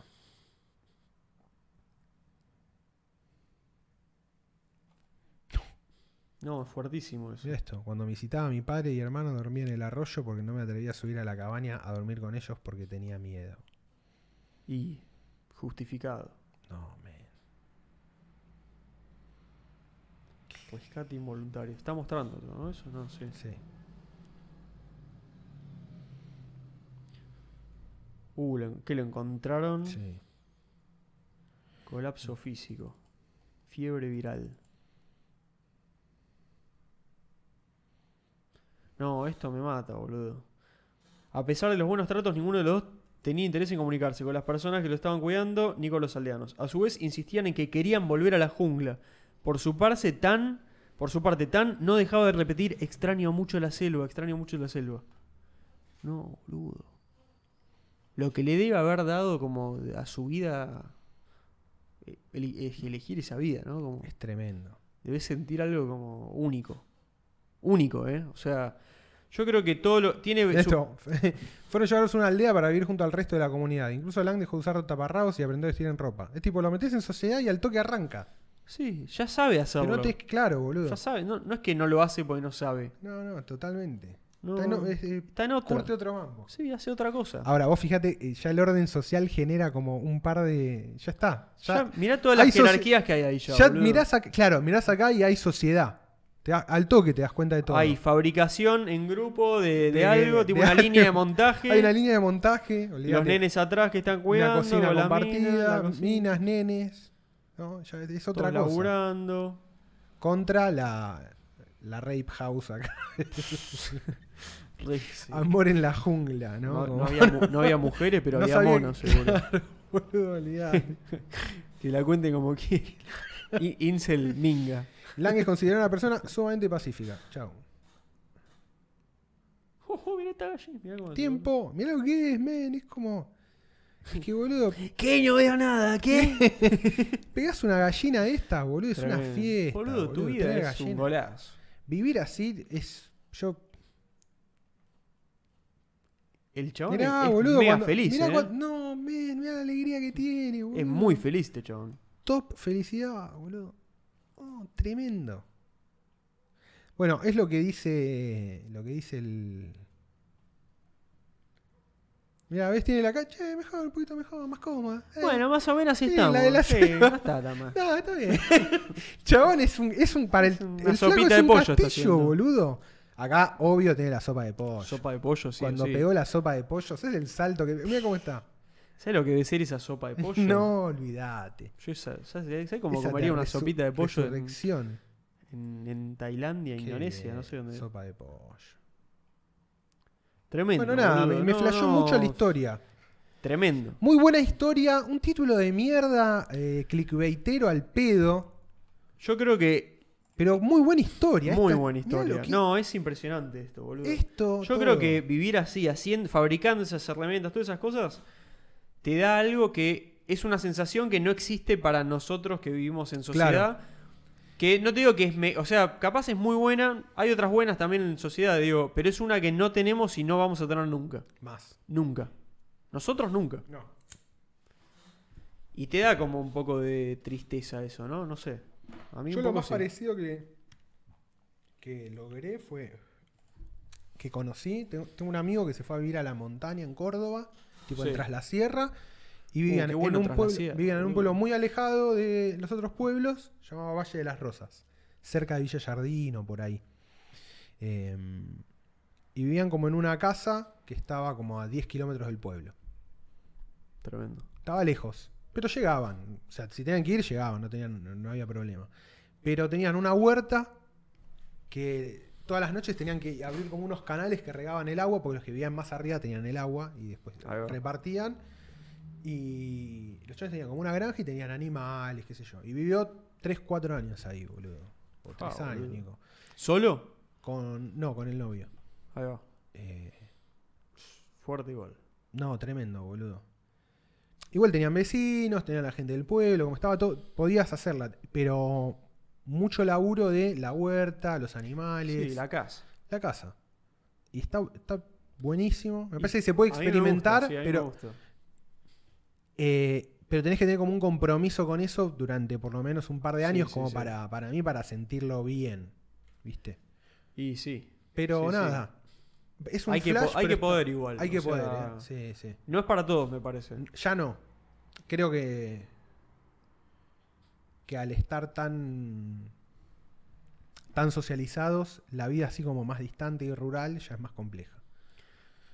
No, es fuertísimo eso. Mirá esto. Cuando me visitaba mi padre y hermano dormía en el arroyo porque no me atrevía a subir a la cabaña a dormir con ellos porque tenía miedo. Y justificado. No, man. Rescate involuntario. Está mostrando, ¿no? Eso no sé. Sí. Uh, lo- que lo encontraron. sí. Colapso físico. Fiebre viral. No, esto me mata, boludo. A pesar de los buenos tratos, ninguno de los dos tenía interés en comunicarse con las personas que lo estaban cuidando ni con los aldeanos. A su vez, insistían en que querían volver a la jungla. Por su parte, tan, por su parte, tan no dejaba de repetir: extraño mucho la selva, extraño mucho la selva. No, boludo. Lo que le debe haber dado como a su vida eh, eli- eh, elegir esa vida, ¿no? Como, Es tremendo. debes sentir algo como único. Único, ¿eh? O sea, yo creo que todo lo. Tiene. su- Esto. Fueron llevados a una aldea para vivir junto al resto de la comunidad. Incluso Lang dejó de usar taparrabos y aprendió a vestir en ropa. Es tipo, lo metes en sociedad y al toque arranca. Sí, ya sabe hacerlo. Pero no te es claro, boludo. Ya sabe, no, no es que no lo hace porque no sabe. No, no, totalmente. No, Está en o- es- eh, está en otra. curte otro mambo. Sí, hace otra cosa. Ahora, vos fíjate, eh, ya el orden social genera como un par de. Ya está. Ya, Ya mirá todas las hay soci- jerarquías que hay ahí ya. ya boludo. mirás acá, claro, mirás acá y hay sociedad. Te da- al toque te das cuenta de todo. Hay fabricación en grupo de, de De- algo, de tipo una algo. línea de montaje. Hay una línea de montaje, los olvidate, nenes atrás que están una cuidando. cocina con la compartida, mina, la cocina, minas, nenes. ¿no? Ya es- es todos otra cosa. laburando. Contra la, la rape house acá. Re- sí. Amor en la jungla, Ah, ¿no? No, Como- no había, mu- no había mujeres, pero No había sabía- monos, seguro. Boludo, olvidate. Que la cuente como que Incel Minga. Lang es considerada una persona sumamente pacífica. Chao. Ojo, Oh, mirá esta gallina. mirá cómo se- Tiempo. Mirá lo que es, men. Es como. Es que, boludo, ¿Qué? No veo nada, ¿qué? pegás una gallina de estas, boludo. Es una Tremendo. fiesta. Boludo, tu vida tener es un gallina. golazo. Vivir así es. Yo. El chabón Mirá, es, es boludo. mega cuando- feliz. mirá ¿eh? cuan- no, men. Mirá la alegría que tiene, boludo. Es muy feliz este chabón. Top felicidad, boludo. Oh, tremendo. Bueno, es lo que dice. Lo que dice el. Mira, ves, tiene la calle, mejor, un poquito mejor, más cómoda. eh. Bueno, más o menos así Sí, estamos. la de la sí, selva. no está tan mal. No, está bien. Chabón es un, es un para el, Es una el flaco sopita es de un pollo está castillo, haciendo. boludo. Acá, obvio, tiene la sopa de pollo. Sopa de pollo, sí. Cuando sí. pegó la sopa de pollo, es el salto que. Mira cómo está. ¿Sabes lo que debe ser esa sopa de pollo? No olvidate. Yo esa, ¿Sabes sabes cómo Esa comería una resu- sopita de pollo en, resurrección. en- en Tailandia, Qué Indonesia? No sé bien, dónde. Sopa de pollo. Tremendo. Bueno, nada, boludo, me, me no, flashó no, mucho la historia. Tremendo. Muy buena historia, un título de mierda, eh, clickbaitero al pedo, Yo creo que pero muy buena historia. muy Esta- buena mirá lo historia. que- No, es impresionante esto, boludo. esto. Yo todo. creo que vivir así, haciendo, fabricando esas herramientas, todas esas cosas, te da algo que es una sensación que no existe para nosotros que vivimos en sociedad. Que no te digo que es, me- o sea, capaz es muy buena, hay otras buenas también en sociedad, digo, pero es una que no tenemos y no vamos a tener nunca. Más. Nunca. Nosotros nunca. No. Y te da como un poco de tristeza eso, ¿no? No sé. A mí Yo un lo poco más sí. parecido que, que logré fue que conocí, tengo, tengo un amigo que se fue a vivir a la montaña en Córdoba tipo Sí. Uh, en Traslasierra. Y vivían, qué bueno en, un pueblo, Traslasierra, vivían en un boludo. pueblo muy alejado de los otros pueblos, llamado Valle de las Rosas, cerca de Villa Jardín o por ahí. Em, y vivían como en una casa que estaba como a 10 kilómetros del pueblo. Tremendo. Estaba lejos, pero llegaban. O sea, si tenían que ir, llegaban, no, tenían, no- no había problema. Pero tenían una huerta que todas las noches tenían que abrir como unos canales que regaban el agua, porque los que vivían más arriba tenían el agua y después Ahí va. repartían. Y los chicos tenían como una granja y tenían animales, qué sé yo. Y vivió 3, 4 años ahí, boludo. O 3 Ah, años, boludo. Nico. ¿Solo? Con, no, con el novio. Ahí va. Eh, Fuerte igual. No, tremendo, boludo. Igual tenían vecinos, tenían la gente del pueblo, como estaba todo, podías hacerla, pero mucho laburo de la huerta, los animales, Sí, la la... casa. casa. Y está, está buenísimo. Me Y- parece que se puede A mí me experimentar, gusta, sí, a mí me pero, gusta. eh, pero tenés que tener como un compromiso con eso durante por lo menos un par de Sí, años, sí, como sí. Para, para mí, para sentirlo bien, ¿viste? Y sí. Pero Sí, sí. nada, es un Hay que po- flash, hay pero que está- poder igual, Hay o que sea- poder, eh. sí, sí. No es para todos, me parece. Ya no. Creo que. Que al estar tan. tan socializados, la vida así como más distante y rural ya es más compleja.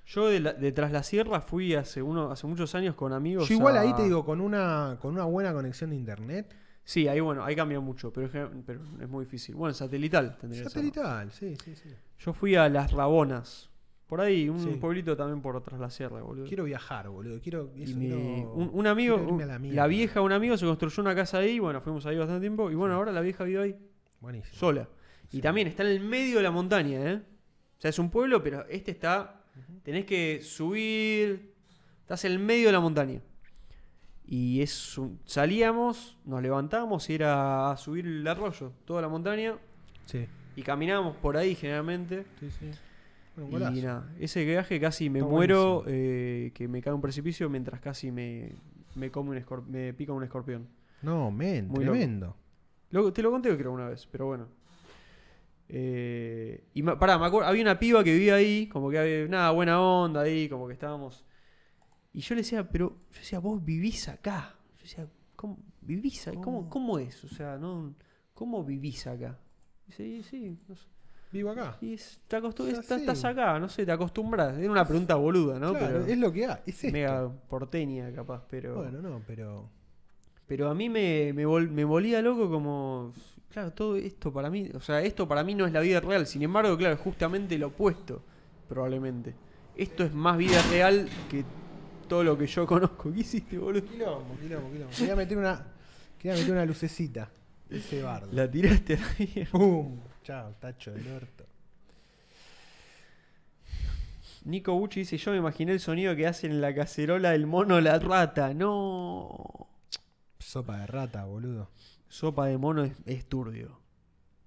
Yo de, la- de Tras la Sierra fui hace, uno, hace muchos años con amigos. Yo igual a- ahí te digo, con una, con una buena conexión de internet. Sí, ahí bueno, ahí cambia mucho, pero, es que- pero es muy difícil. Bueno, satelital tendría que ser, ¿no? Satelital, sí, sí, sí. Yo fui a Las Rabonas. Por ahí, un Sí. pueblito también por Tras la Sierra, boludo. Quiero viajar, boludo. Quiero. Y eso, mi- quiero- un, un amigo, quiero irme a un- la, mierda. vieja, un amigo se construyó una casa ahí, bueno, fuimos ahí bastante tiempo, y bueno, ahora la vieja vive ahí, Buenísimo. sola. Y también está en el medio de la montaña, ¿eh? O sea, es un pueblo, pero este está, tenés que subir, estás en el medio de la montaña. Y es un- salíamos, nos levantábamos y era a subir el arroyo, toda la montaña, Sí, y caminábamos por ahí generalmente. sí, sí. Bueno, un Y golazo. nada, ese viaje casi me Está muero, eh, que me cae un precipicio mientras casi me, me come un escor- me pica un escorpión. No, men, Muy loco. tremendo. Lo- te lo conté creo una vez, pero bueno. Eh, y ma- pará, me acuerdo, había una piba que vivía ahí, como que había, nada, buena onda ahí, como que estábamos. Y yo le decía, pero, yo decía, vos vivís acá. Yo decía, ¿cómo vivís acá? ¿Cómo, cómo es? O sea, no, ¿cómo vivís acá? Sí, sí, no sé. Vivo acá. Y es- te acostum- Es está- así. estás acá, no sé, te acostumbras. Era una pregunta boluda, ¿no? Claro, pero es lo que hay. Es esto. mega porteña, capaz, pero. Bueno, no, pero. Pero a mí me, me, vol- me volía loco como. Claro, todo esto para mí. O sea, esto para mí no es la vida real. Sin embargo, claro, justamente lo opuesto, probablemente. Esto es más vida real que todo lo que yo conozco. ¿Qué hiciste, boludo? Quilombo, quilombo, quilombo. Quería meter una, quería meter una lucecita. Ese bardo. La tiraste a la mierda. ¡Pum! Chao, tacho del orto. Nico Bucci dice: Yo me imaginé el sonido que hacen en la cacerola del mono la rata. No. Sopa de rata, boludo. Sopa de mono es, es turbio.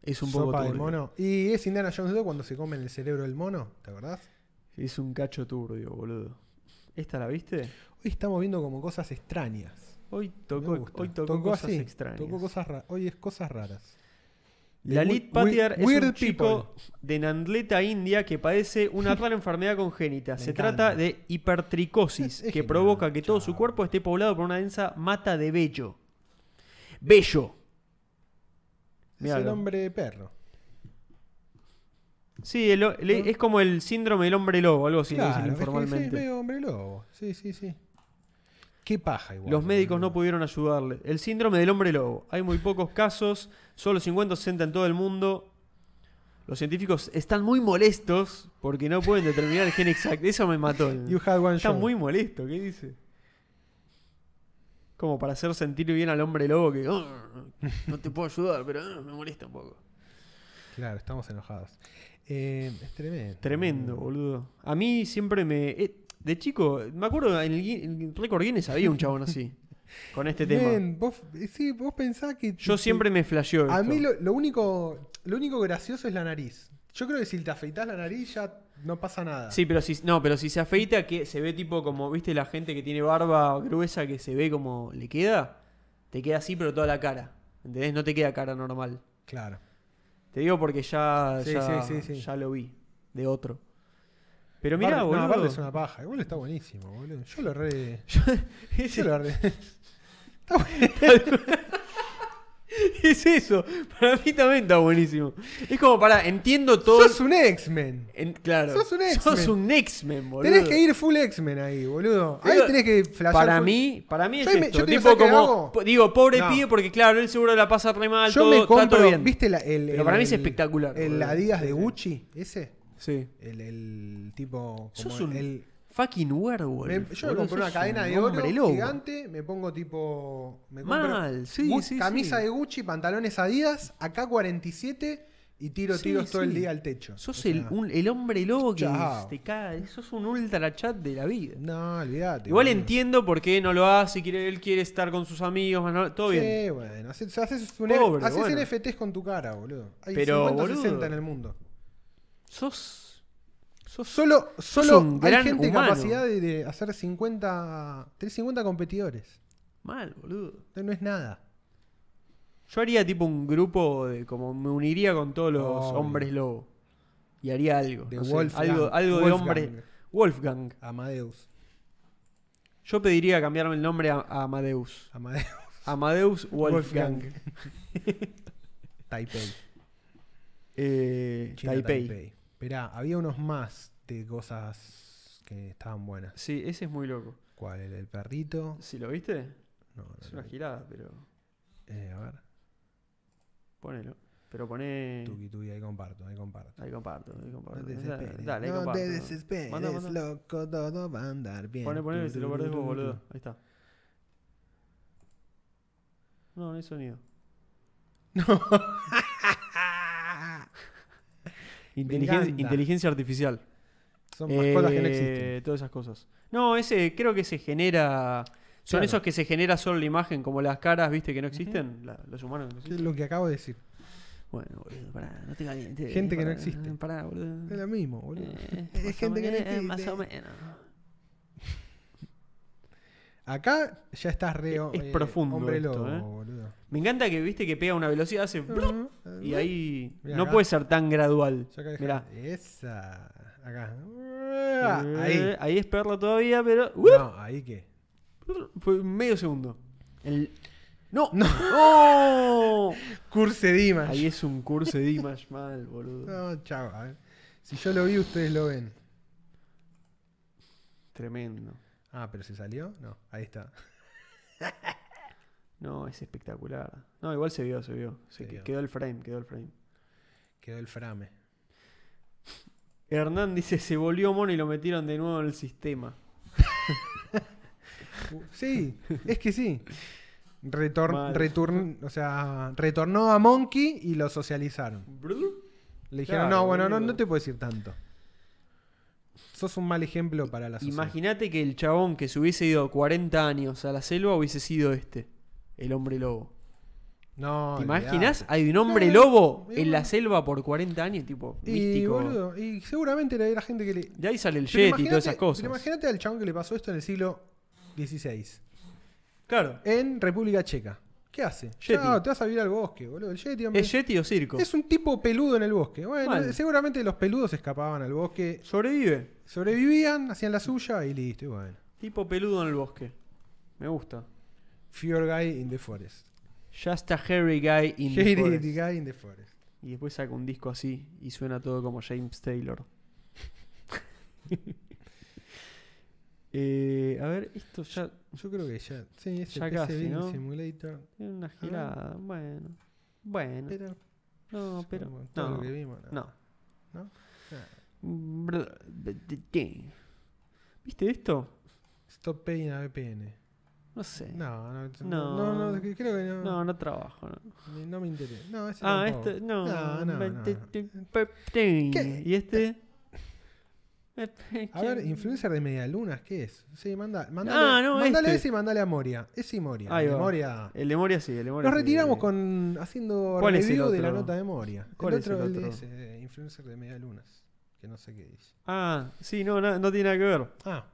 Es un poco Sopa de turbio. mono. Y es Indiana Jones 2 cuando se come el cerebro del mono, ¿te acordás? Es un cacho turbio, boludo. ¿Esta la viste? Hoy estamos viendo como cosas extrañas. Hoy Me tocó, gusta. hoy tocó, cosas así, extrañas. Tocó cosas ra- Hoy es cosas raras. Lalit We- Patiar es Weird un chico de Nandleta, India, que padece una rara enfermedad congénita. Me Se encanta. trata de hipertricosis, Es- es que genial. provoca que todo su Chao. cuerpo esté poblado por una densa mata de vello. Vello. Es el Míralo. hombre perro. Sí, el o- le- es como el síndrome del hombre lobo, algo así, le dicen Claro, es que sí, informalmente. es medio hombre lobo. Sí, sí, sí. Qué paja igual. Los médicos no boludo. pudieron ayudarle. El síndrome del hombre lobo. Hay muy pocos casos, solo 50 o 60 en todo el mundo. Los científicos están muy molestos porque no pueden determinar el gen exacto. Eso me mató. You had one Está shot. muy molesto, ¿qué dice? Como para hacer sentir bien al hombre lobo que "Ugh, no te puedo ayudar, pero "Ugh, me molesta un poco. Claro, estamos enojados. Eh, es tremendo. Tremendo, Mm. boludo. A mí siempre me... eh, de chico, me acuerdo en el, Gui- en el récord Guinness había un chabón así. Con este tema. Men, vos, eh, sí, vos pensás que. Yo que- siempre me flasheo. A esto. mí lo, lo único, lo único gracioso es la nariz. Yo creo que si te afeitas la nariz ya no pasa nada. Sí, pero si, no, pero si se afeita, que se ve tipo como, viste, la gente que tiene barba gruesa que se ve como le queda, te queda así, pero toda la cara. ¿Entendés? No te queda cara normal. Claro. Te digo porque ya, Sí, ya, sí, sí, sí. ya lo vi de otro. Pero Bar- mirá, no, boludo. Barley es una paja. Igual está buenísimo, boludo. Yo lo re. es, Yo lo re. es eso. Para mí también está buenísimo. Es como para, entiendo todo. Sos un X-Men. en- claro. sos un X-Men. Sos un X-Men, boludo. Tenés que ir full X-Men ahí, boludo. Ahí Digo, tenés que flashear. Para full- mí, para mí es Yo me- esto. yo te digo, tipo ¿sabes qué como, hago? po- digo, pobre No. pibe, porque claro, él seguro la pasa re mal, Yo todo, me está todo compro. bien. ¿Viste la, el, Pero el- para mí es el- espectacular, El boludo. Adidas de Sí, sí. Gucci, ese. Sí. El, el tipo. Como Sos un el- fucking werewolf. me- yo me boludo, compré una sos cadena un de oro hombre lobo. gigante, me pongo tipo. Me compro Mal, sí, Gu- sí, Camisa sí. de Gucci, pantalones Adidas, acá 47 y tiro Sí, tiros todo el sí. día al techo. Sos O sea, el, un- el hombre lobo que Chao. te cae. Sos un ultra chat de la vida. No, olvídate. Igual boludo. entiendo por qué no lo hace. Quiere, él quiere estar con sus amigos. más no- todo Sí, bien. bueno. Haces, haces, un- Pobre, haces bueno. NFTs con tu cara, boludo. Hay Pero, 50 o boludo. 60 en el mundo. Sos. Sos. Solo, Sos solo un hay gran gente humano. capacidad de, de hacer 50, tener 50 competidores. Mal, boludo. Entonces no es nada. Yo haría tipo un grupo de. Como me uniría con todos los Obvio. hombres lobo. Y haría algo. De no sé, Wolfgang. algo algo de Wolfgang. hombre. Wolfgang. Amadeus. Yo pediría cambiarme el nombre a, a Amadeus. Amadeus. Amadeus Wolfgang. Taipei. Eh, China, Taipei. Esperá, había unos más de cosas que estaban buenas. Sí, ese es muy loco. ¿Cuál? ¿El, el perrito? ¿Si lo viste? No, no, Es no. una girada, pero. Eh, a ver. Ponelo. Pero poné. Tuki, tuki, ahí comparto, ahí comparto. Ahí comparto, ahí comparto. No te Dale, desesperes. Dale, ahí no comparto. te desesperes, Mandá, mandá. loco, todo va a andar bien. Poné, poné, Tu, si tu, lo tu, perdés tu, vos, tu. boludo. Ahí está. No, no hay sonido. Inteligencia, encanta. inteligencia artificial. Son mascotas que no Eh, existen. Todas esas cosas. No, ese creo que se genera. Son Claro. esos que se genera solo la imagen, como las caras, viste, que no existen. la- los humanos que no Que Es existen. lo que acabo de decir. Bueno, boludo, pará, no te calientes. Gente que no pará, existe. Pará, boludo. Es lo mismo, boludo. Eh, Es más o gente que no menos, eh, Más o existe. menos. Acá ya estás reo. Es- es profundo eh, Hombre esto, lobo, eh. boludo. Me encanta que viste que pega una velocidad, hace. Ah, Y ahí Mirá no acá. puede ser tan gradual. ya acá dejá- Mirá. Esa. Acá. Eh, Ah, Ahí. es perla todavía, pero. No, ahí qué. Fue medio segundo. El- ¡No! No. ¡No! Curse Dimas. Ahí es un curso de Dimash mal, boludo. No, chao. a ver. Si yo lo vi, ustedes lo ven. Tremendo. Ah, pero se salió. No, ahí está. No, es espectacular. No, igual se vio, se vio. Se Se que- vio. Quedó el frame, quedó el frame. Quedó el frame. Hernán dice, se volvió mono y lo metieron de nuevo en el sistema. Uh, Sí, es que sí. Retor- Mal. return- o sea, retornó a Monkey y lo socializaron. Le dijeron, Claro, no, bueno, no, boludo. no te puedo decir tanto. Sos un mal ejemplo para la sociedad. Imagínate que el chabón que se hubiese ido 40 años a la selva hubiese sido este, el hombre lobo. No, ¿Te olvidate. imaginas? Hay un hombre Claro, lobo y en la bueno. selva por 40 años, tipo Y, místico. boludo, y seguramente le la gente que le... De ahí sale el Pero jet y todas imagínate- esas cosas. pero Imagínate al chabón que le pasó esto en el siglo XVI. Claro. En República Checa. ¿Qué hace? Yeti. No, te vas a vivir al bosque, boludo. El Yeti, hombre. ¿Es Yeti o circo? Es un tipo peludo en el bosque. Bueno, Mal. seguramente los peludos escapaban al bosque, Sobrevive. sobrevivían, hacían la suya y listo. Y bueno. Tipo peludo en el bosque. Me gusta. Fear Guy in the Forest. Just a hairy guy in the Hairy forest. Guy in the Forest. Y después saca un disco así y suena todo como James Taylor. Eh, a ver, esto ya Yo creo que ya. Sí, es Ya el casi, PCB ¿no? Simulator. es una girada. Bueno. Bueno. Pero, No, pero. bueno, todo No. lo que vimos, no. No. ¿No? Brr, b- t- ¿Viste esto? Stop paying a VPN. No sé. No, No, no, no, No. no, no, creo que no. no, trabajo. no. Ni- No me interesa. No, ese Ah, tampoco. este. No. No, no, me- no. te- te- pe- te- ¿Qué? ¿Y este? A ver, influencer de medialunas, ¿qué es? Sí, manda, mandale, Ah, no, mandale este. ese y mandale a Moria. Ese y Moria. Ahí de va. Moria. El de Moria sí, el de Moria. Nos sí. retiramos con haciendo ¿Cuál es el review de la otro? nota de Moria. ¿Cuál el es el otro, el de otro? ese, de influencer de medialunas, que no sé qué dice. Ah, sí, no, no, no tiene nada que ver. Ah,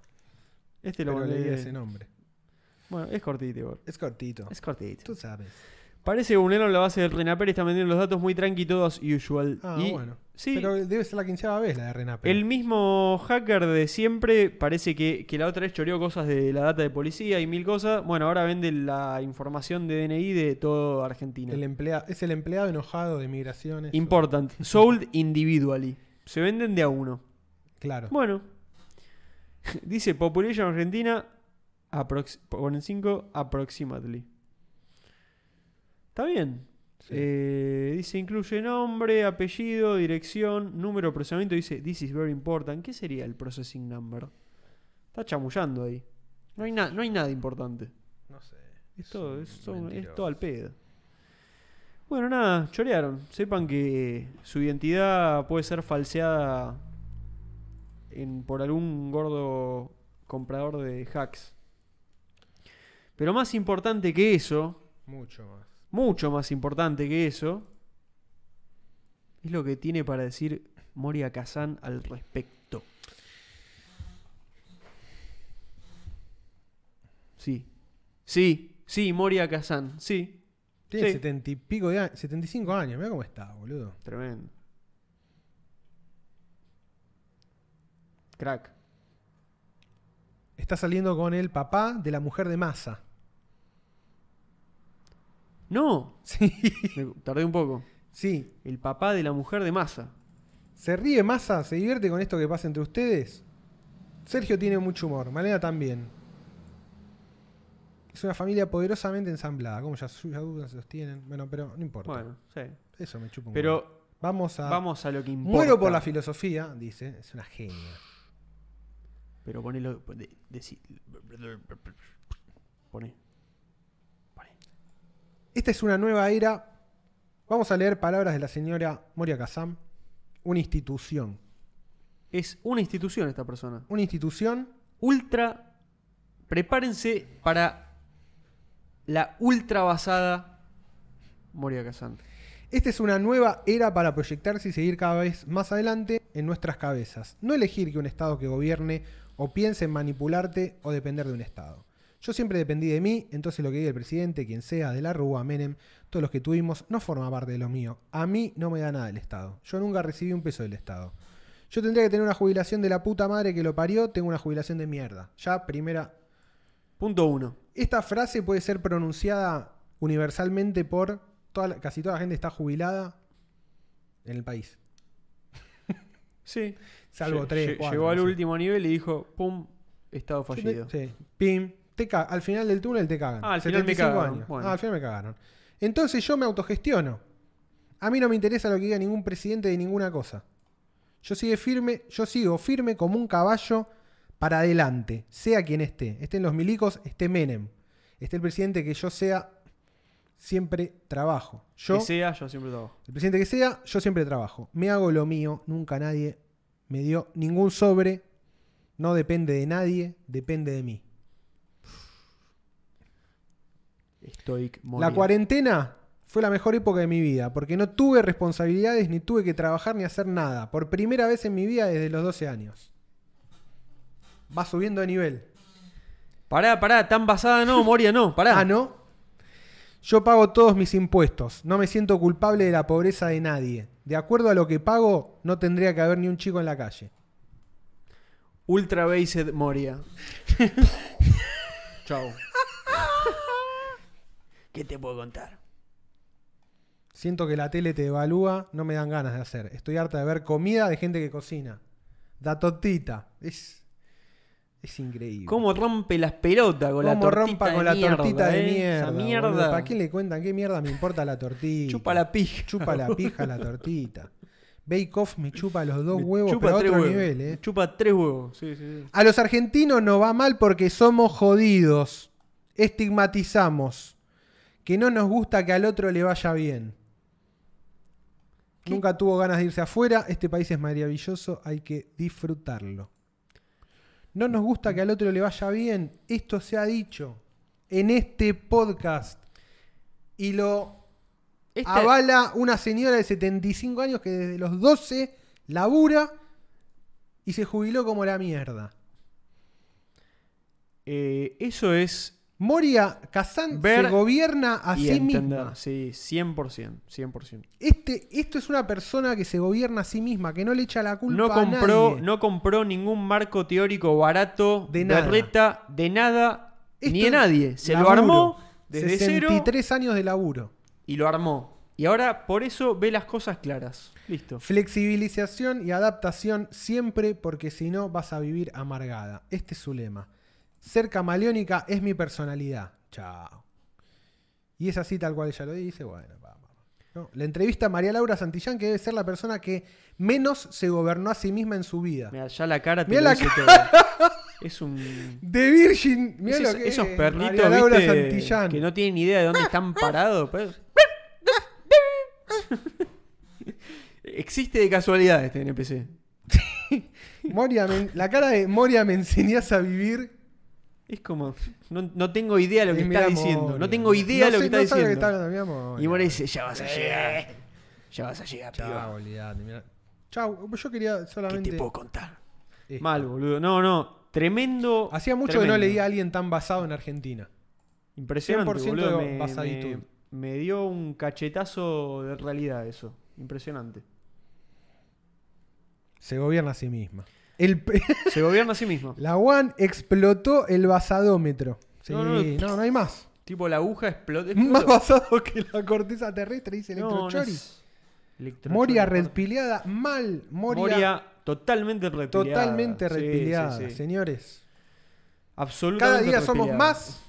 Este pero lo leí mandé. ese nombre. Bueno, es cortito igual. Es cortito. Es cortito. Tú sabes. Parece que unieron la base del Renaper y están vendiendo los datos muy tranqui todos usual. Ah, Y- bueno. Sí, Pero debe ser la quinceava vez la de Renape. el mismo hacker de siempre parece que, que la otra vez choreó cosas de la data de policía y mil cosas. Bueno, ahora vende la información de DNI de toda Argentina. El emplea- es el empleado enojado de migraciones. Important. Sold individually. Se venden de a uno. Claro. Bueno. Dice Population Argentina aprox- ponen 5 approximately. Está bien. Sí. Eh, dice incluye nombre, apellido, dirección, número de procesamiento. Dice this is very important. ¿Qué sería el processing number? Está chamullando ahí. No hay, na- no hay nada importante. No sé. Es todo, un es, todo- es mentiroso. todo al pedo. Bueno, nada, chorearon. Sepan que su identidad puede ser falseada en- por algún gordo comprador de hacks. Pero más importante que eso, Mucho más. mucho más importante que eso, es lo que tiene para decir Moria Kazan al respecto. Sí. Sí, sí, Moria Kazan, sí. Tiene Sí. setenta y pico de años. 75 años. Mira cómo está, boludo. Tremendo. Crack. Está saliendo con el papá de la mujer de masa. No, Sí. me tardé un poco. Sí. El papá de la mujer de masa. ¿Se ríe Massa? ¿Se divierte con esto que pasa entre ustedes? Sergio tiene mucho humor, Malena también. Es una familia poderosamente ensamblada, como ya suyas dudas se sostienen. Bueno, pero no importa. Bueno, sí. Eso me chupa un huevo. Pero vamos a. vamos a lo que importa. Muero por la filosofía, dice. Es una genia. Pero ponelo. Poné. decí- Poné. Poné. Esta es una nueva era. Vamos a leer palabras de la señora Moria Kazam. Una institución. Es una institución esta persona. Una institución Ultra. Prepárense para la ultra basada Moria Kazan. Esta es una nueva era para proyectarse y seguir cada vez más adelante en nuestras cabezas. No elegir que un Estado que gobierne o piense en manipularte o depender de un Estado. Yo siempre dependí de mí, entonces lo que diga el presidente, quien sea, de la Rúa, Menem, todos los que tuvimos, no forma parte de lo mío. A mí no me da nada el Estado. Yo nunca recibí un peso del Estado. Yo tendría que tener una jubilación de la puta madre que lo parió, tengo una jubilación de mierda. Ya, primera Punto uno. esta frase puede ser pronunciada universalmente por toda la- casi toda la gente está jubilada en el país. Sí. Salvo Lle- tres, lle- cuatro, Llegó al no sé. último nivel y dijo, pum, estado fallido. Sí. Pim. Te ca- al final del túnel te cagan. Ah, al final me 75 cagaron. años. Bueno. Ah, al final me cagaron. Entonces yo me autogestiono. A mí no me interesa lo que diga ningún presidente de ninguna cosa. Yo sigue firme, yo sigo firme como un caballo para adelante, sea quien esté. Estén los milicos, esté Menem. Esté el presidente que yo sea, siempre trabajo. Yo Que sea, yo siempre trabajo. El presidente que sea, yo siempre trabajo. Me hago lo mío, nunca nadie me dio ningún sobre. No depende de nadie, depende de mí. Stoic La cuarentena fue la mejor época de mi vida, porque no tuve responsabilidades, ni tuve que trabajar, ni hacer nada. Por primera vez en mi vida desde los 12 años. Va subiendo de nivel. Pará, pará, tan basada no, Moria no, pará. Ah, ¿no? Yo pago todos mis impuestos. No me siento culpable de la pobreza de nadie. De acuerdo a lo que pago, no tendría que haber ni un chico en la calle. Ultra based Moria. Chau. ¿Qué te puedo contar? Siento que la tele te evalúa, no me dan ganas de hacer. Estoy harta de ver comida de gente que cocina. Datotita. Es, es increíble. ¿Cómo rompe las pelotas con la ¿Cómo tortita rompa de con la mierda, tortita de eh? mierda? Esa boludo? mierda. ¿Para qué le cuentan qué mierda me importa la tortita? Chupa la pija. Chupa la pija la tortita. Bake Off me chupa los dos Me huevos, chupa pero a tres otro huevos. nivel, ¿eh? Me Chupa tres huevos. Sí, sí, sí. A los argentinos nos va mal porque somos jodidos. Estigmatizamos. Que no nos gusta que al otro le vaya bien. ¿Qué? Nunca tuvo ganas de irse afuera. Este país es maravilloso. Hay que disfrutarlo. No nos gusta que al otro le vaya bien. Esto se ha dicho en este podcast. Y lo Ah, Esta- avala una señora de 75 años que desde los 12 labura y se jubiló como la mierda. Eh, eso es Moria Kazan Ver se gobierna a y sí entender. misma. Sí, 100%. 100%. Este, esto es una persona que se gobierna a sí misma, que no le echa la culpa No a compró, nadie. no compró ningún marco teórico barato De de, nada. reta, de nada, Esto ni de es nadie. Se laburo. lo armó desde cero 63 años de laburo. y lo armó. Y ahora por eso ve las cosas claras. Listo. Flexibilización y adaptación siempre, porque si no vas a vivir amargada. Este es su lema. Ser camaleónica es mi personalidad. Chao. Y es así tal cual ella lo dice. Bueno, pa, pa, pa. No, La entrevista a María Laura Santillán, que debe ser la persona que menos se gobernó a sí misma en su vida. Mira, ya la cara te Mirá lo la dice todo. Es un. De Virgin. mirá esos, lo que esos es, perritos María Laura ¿viste? Santillán. que no tienen ni idea de dónde están parados. pues. pero- Existe de casualidad este NPC. Moria, me- la cara de Moria me enseñás a vivir. Es como, no, no tengo idea de lo que Y está mirá, diciendo. Moria. No tengo idea de lo sé- que está no sabe diciendo. está hablando, mirá, Moria. Y Moria dice, ya vas a Eh. llegar. Ya vas a llegar, Chao, piba. olvidate, mirá. Chao, yo quería ¿Qué solamente. te puedo contar? esto. Mal, boludo. No, no. Tremendo. Hacía mucho que no tremendo. leía a alguien tan basado en Argentina. Impresionante, 100% boludo. de Me, basaditud. me- me dio un cachetazo de realidad eso. Impresionante. Se gobierna a sí misma. El pe- Se gobierna a sí mismo. la One explotó el basadómetro. Sí, No, no, no, no, no. hay más. Tipo la aguja explota. Más explotó. basado que la corteza terrestre, dice No, no Electrochori. es- Electrochori, Moria perdón. redpileada, mal. Moria, Moria totalmente repiliada. totalmente Sí, sí, redpileada, sí. señores. Cada Absolutamente día somos repiliada. más.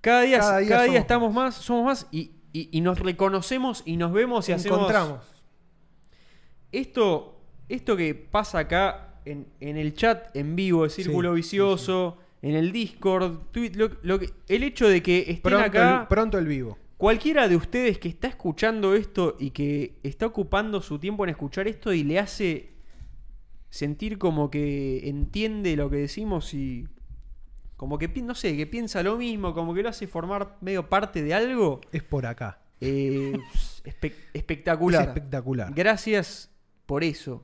Cada día, cada cada día día, somos estamos más, somos más y, y- y nos reconocemos y nos vemos y hacemos. encontramos. Esto, esto que pasa acá en, en el chat en vivo, el círculo Sí, sí, vicioso, en el Discord, tweet, lo- lo que- el hecho de que estén Pronto, acá. el, pronto el vivo. Cualquiera de ustedes que está escuchando esto y que está ocupando su tiempo en escuchar esto y le hace sentir como que entiende lo que decimos y como que, pi- no sé, que piensa lo mismo, como que lo hace formar medio parte de algo, Es por acá. eh, espe- espectacular. Es espectacular. Gracias por eso,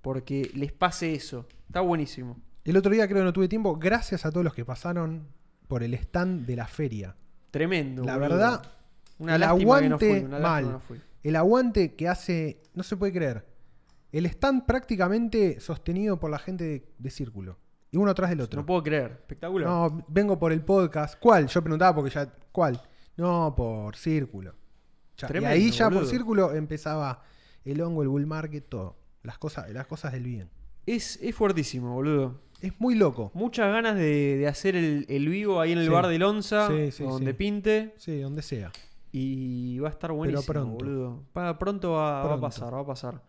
porque les pase eso. Está buenísimo. El otro día creo que no tuve tiempo. Gracias a todos los que pasaron por el stand de la feria. Tremendo. La boludo. verdad, una el lástima que no aguante fui, una lástima que mal. no fui. El aguante que hace, no se puede creer. El stand prácticamente sostenido por la gente de, de círculo. Y uno atrás del otro. No puedo creer. Espectacular. No, vengo por el podcast. ¿Cuál? Yo preguntaba porque ya. ¿Cuál? No, por círculo. Ya, Tremendo, y ahí ya por boludo. círculo empezaba el hongo, el bull market, todo. Las cosas, las cosas del bien. Es, es fuertísimo, boludo. Es muy loco. Muchas ganas de, de hacer el, el vivo ahí en el Sí. bar del Onza, Sí, sí, o donde sí. pinte. Sí, donde sea. Y va a estar buenísimo, pronto. boludo. Pa- pronto, va, va Pronto. a pasar, va a pasar.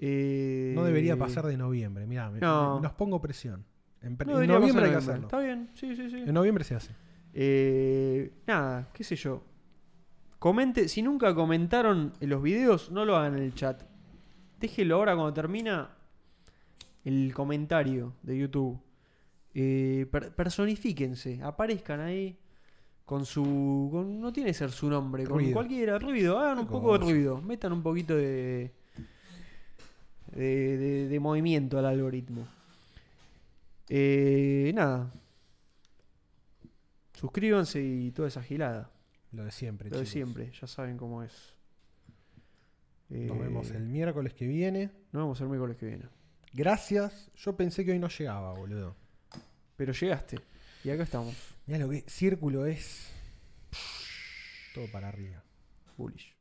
Eh, No debería pasar de noviembre. Mirá, me- No. me- nos pongo presión. En, pre- Eh, no en debería pasar noviembre hay que noviembre. hacerlo. Está bien, sí, sí, sí. En noviembre se hace. Eh, nada, qué sé yo. Comente, si nunca comentaron en los videos, no lo hagan en el chat. Déjelo ahora cuando termina el comentario de YouTube. Eh, per- personifíquense, aparezcan ahí con su. con- no tiene que ser su nombre, con Ruido. cualquiera, ruido, Ah, hagan un Qué poco de cosa. ruido, metan un poquito de. de, de- de movimiento al algoritmo. Eh, nada, suscríbanse y toda esa gilada. Lo de siempre. Lo de chicos. siempre, ya saben cómo es. Nos Eh, vemos el miércoles que viene. nos vemos el miércoles que viene. Gracias. Yo pensé que hoy no llegaba, boludo. Pero llegaste. Y acá estamos. Mirá lo que círculo es. Todo para arriba. Bullish.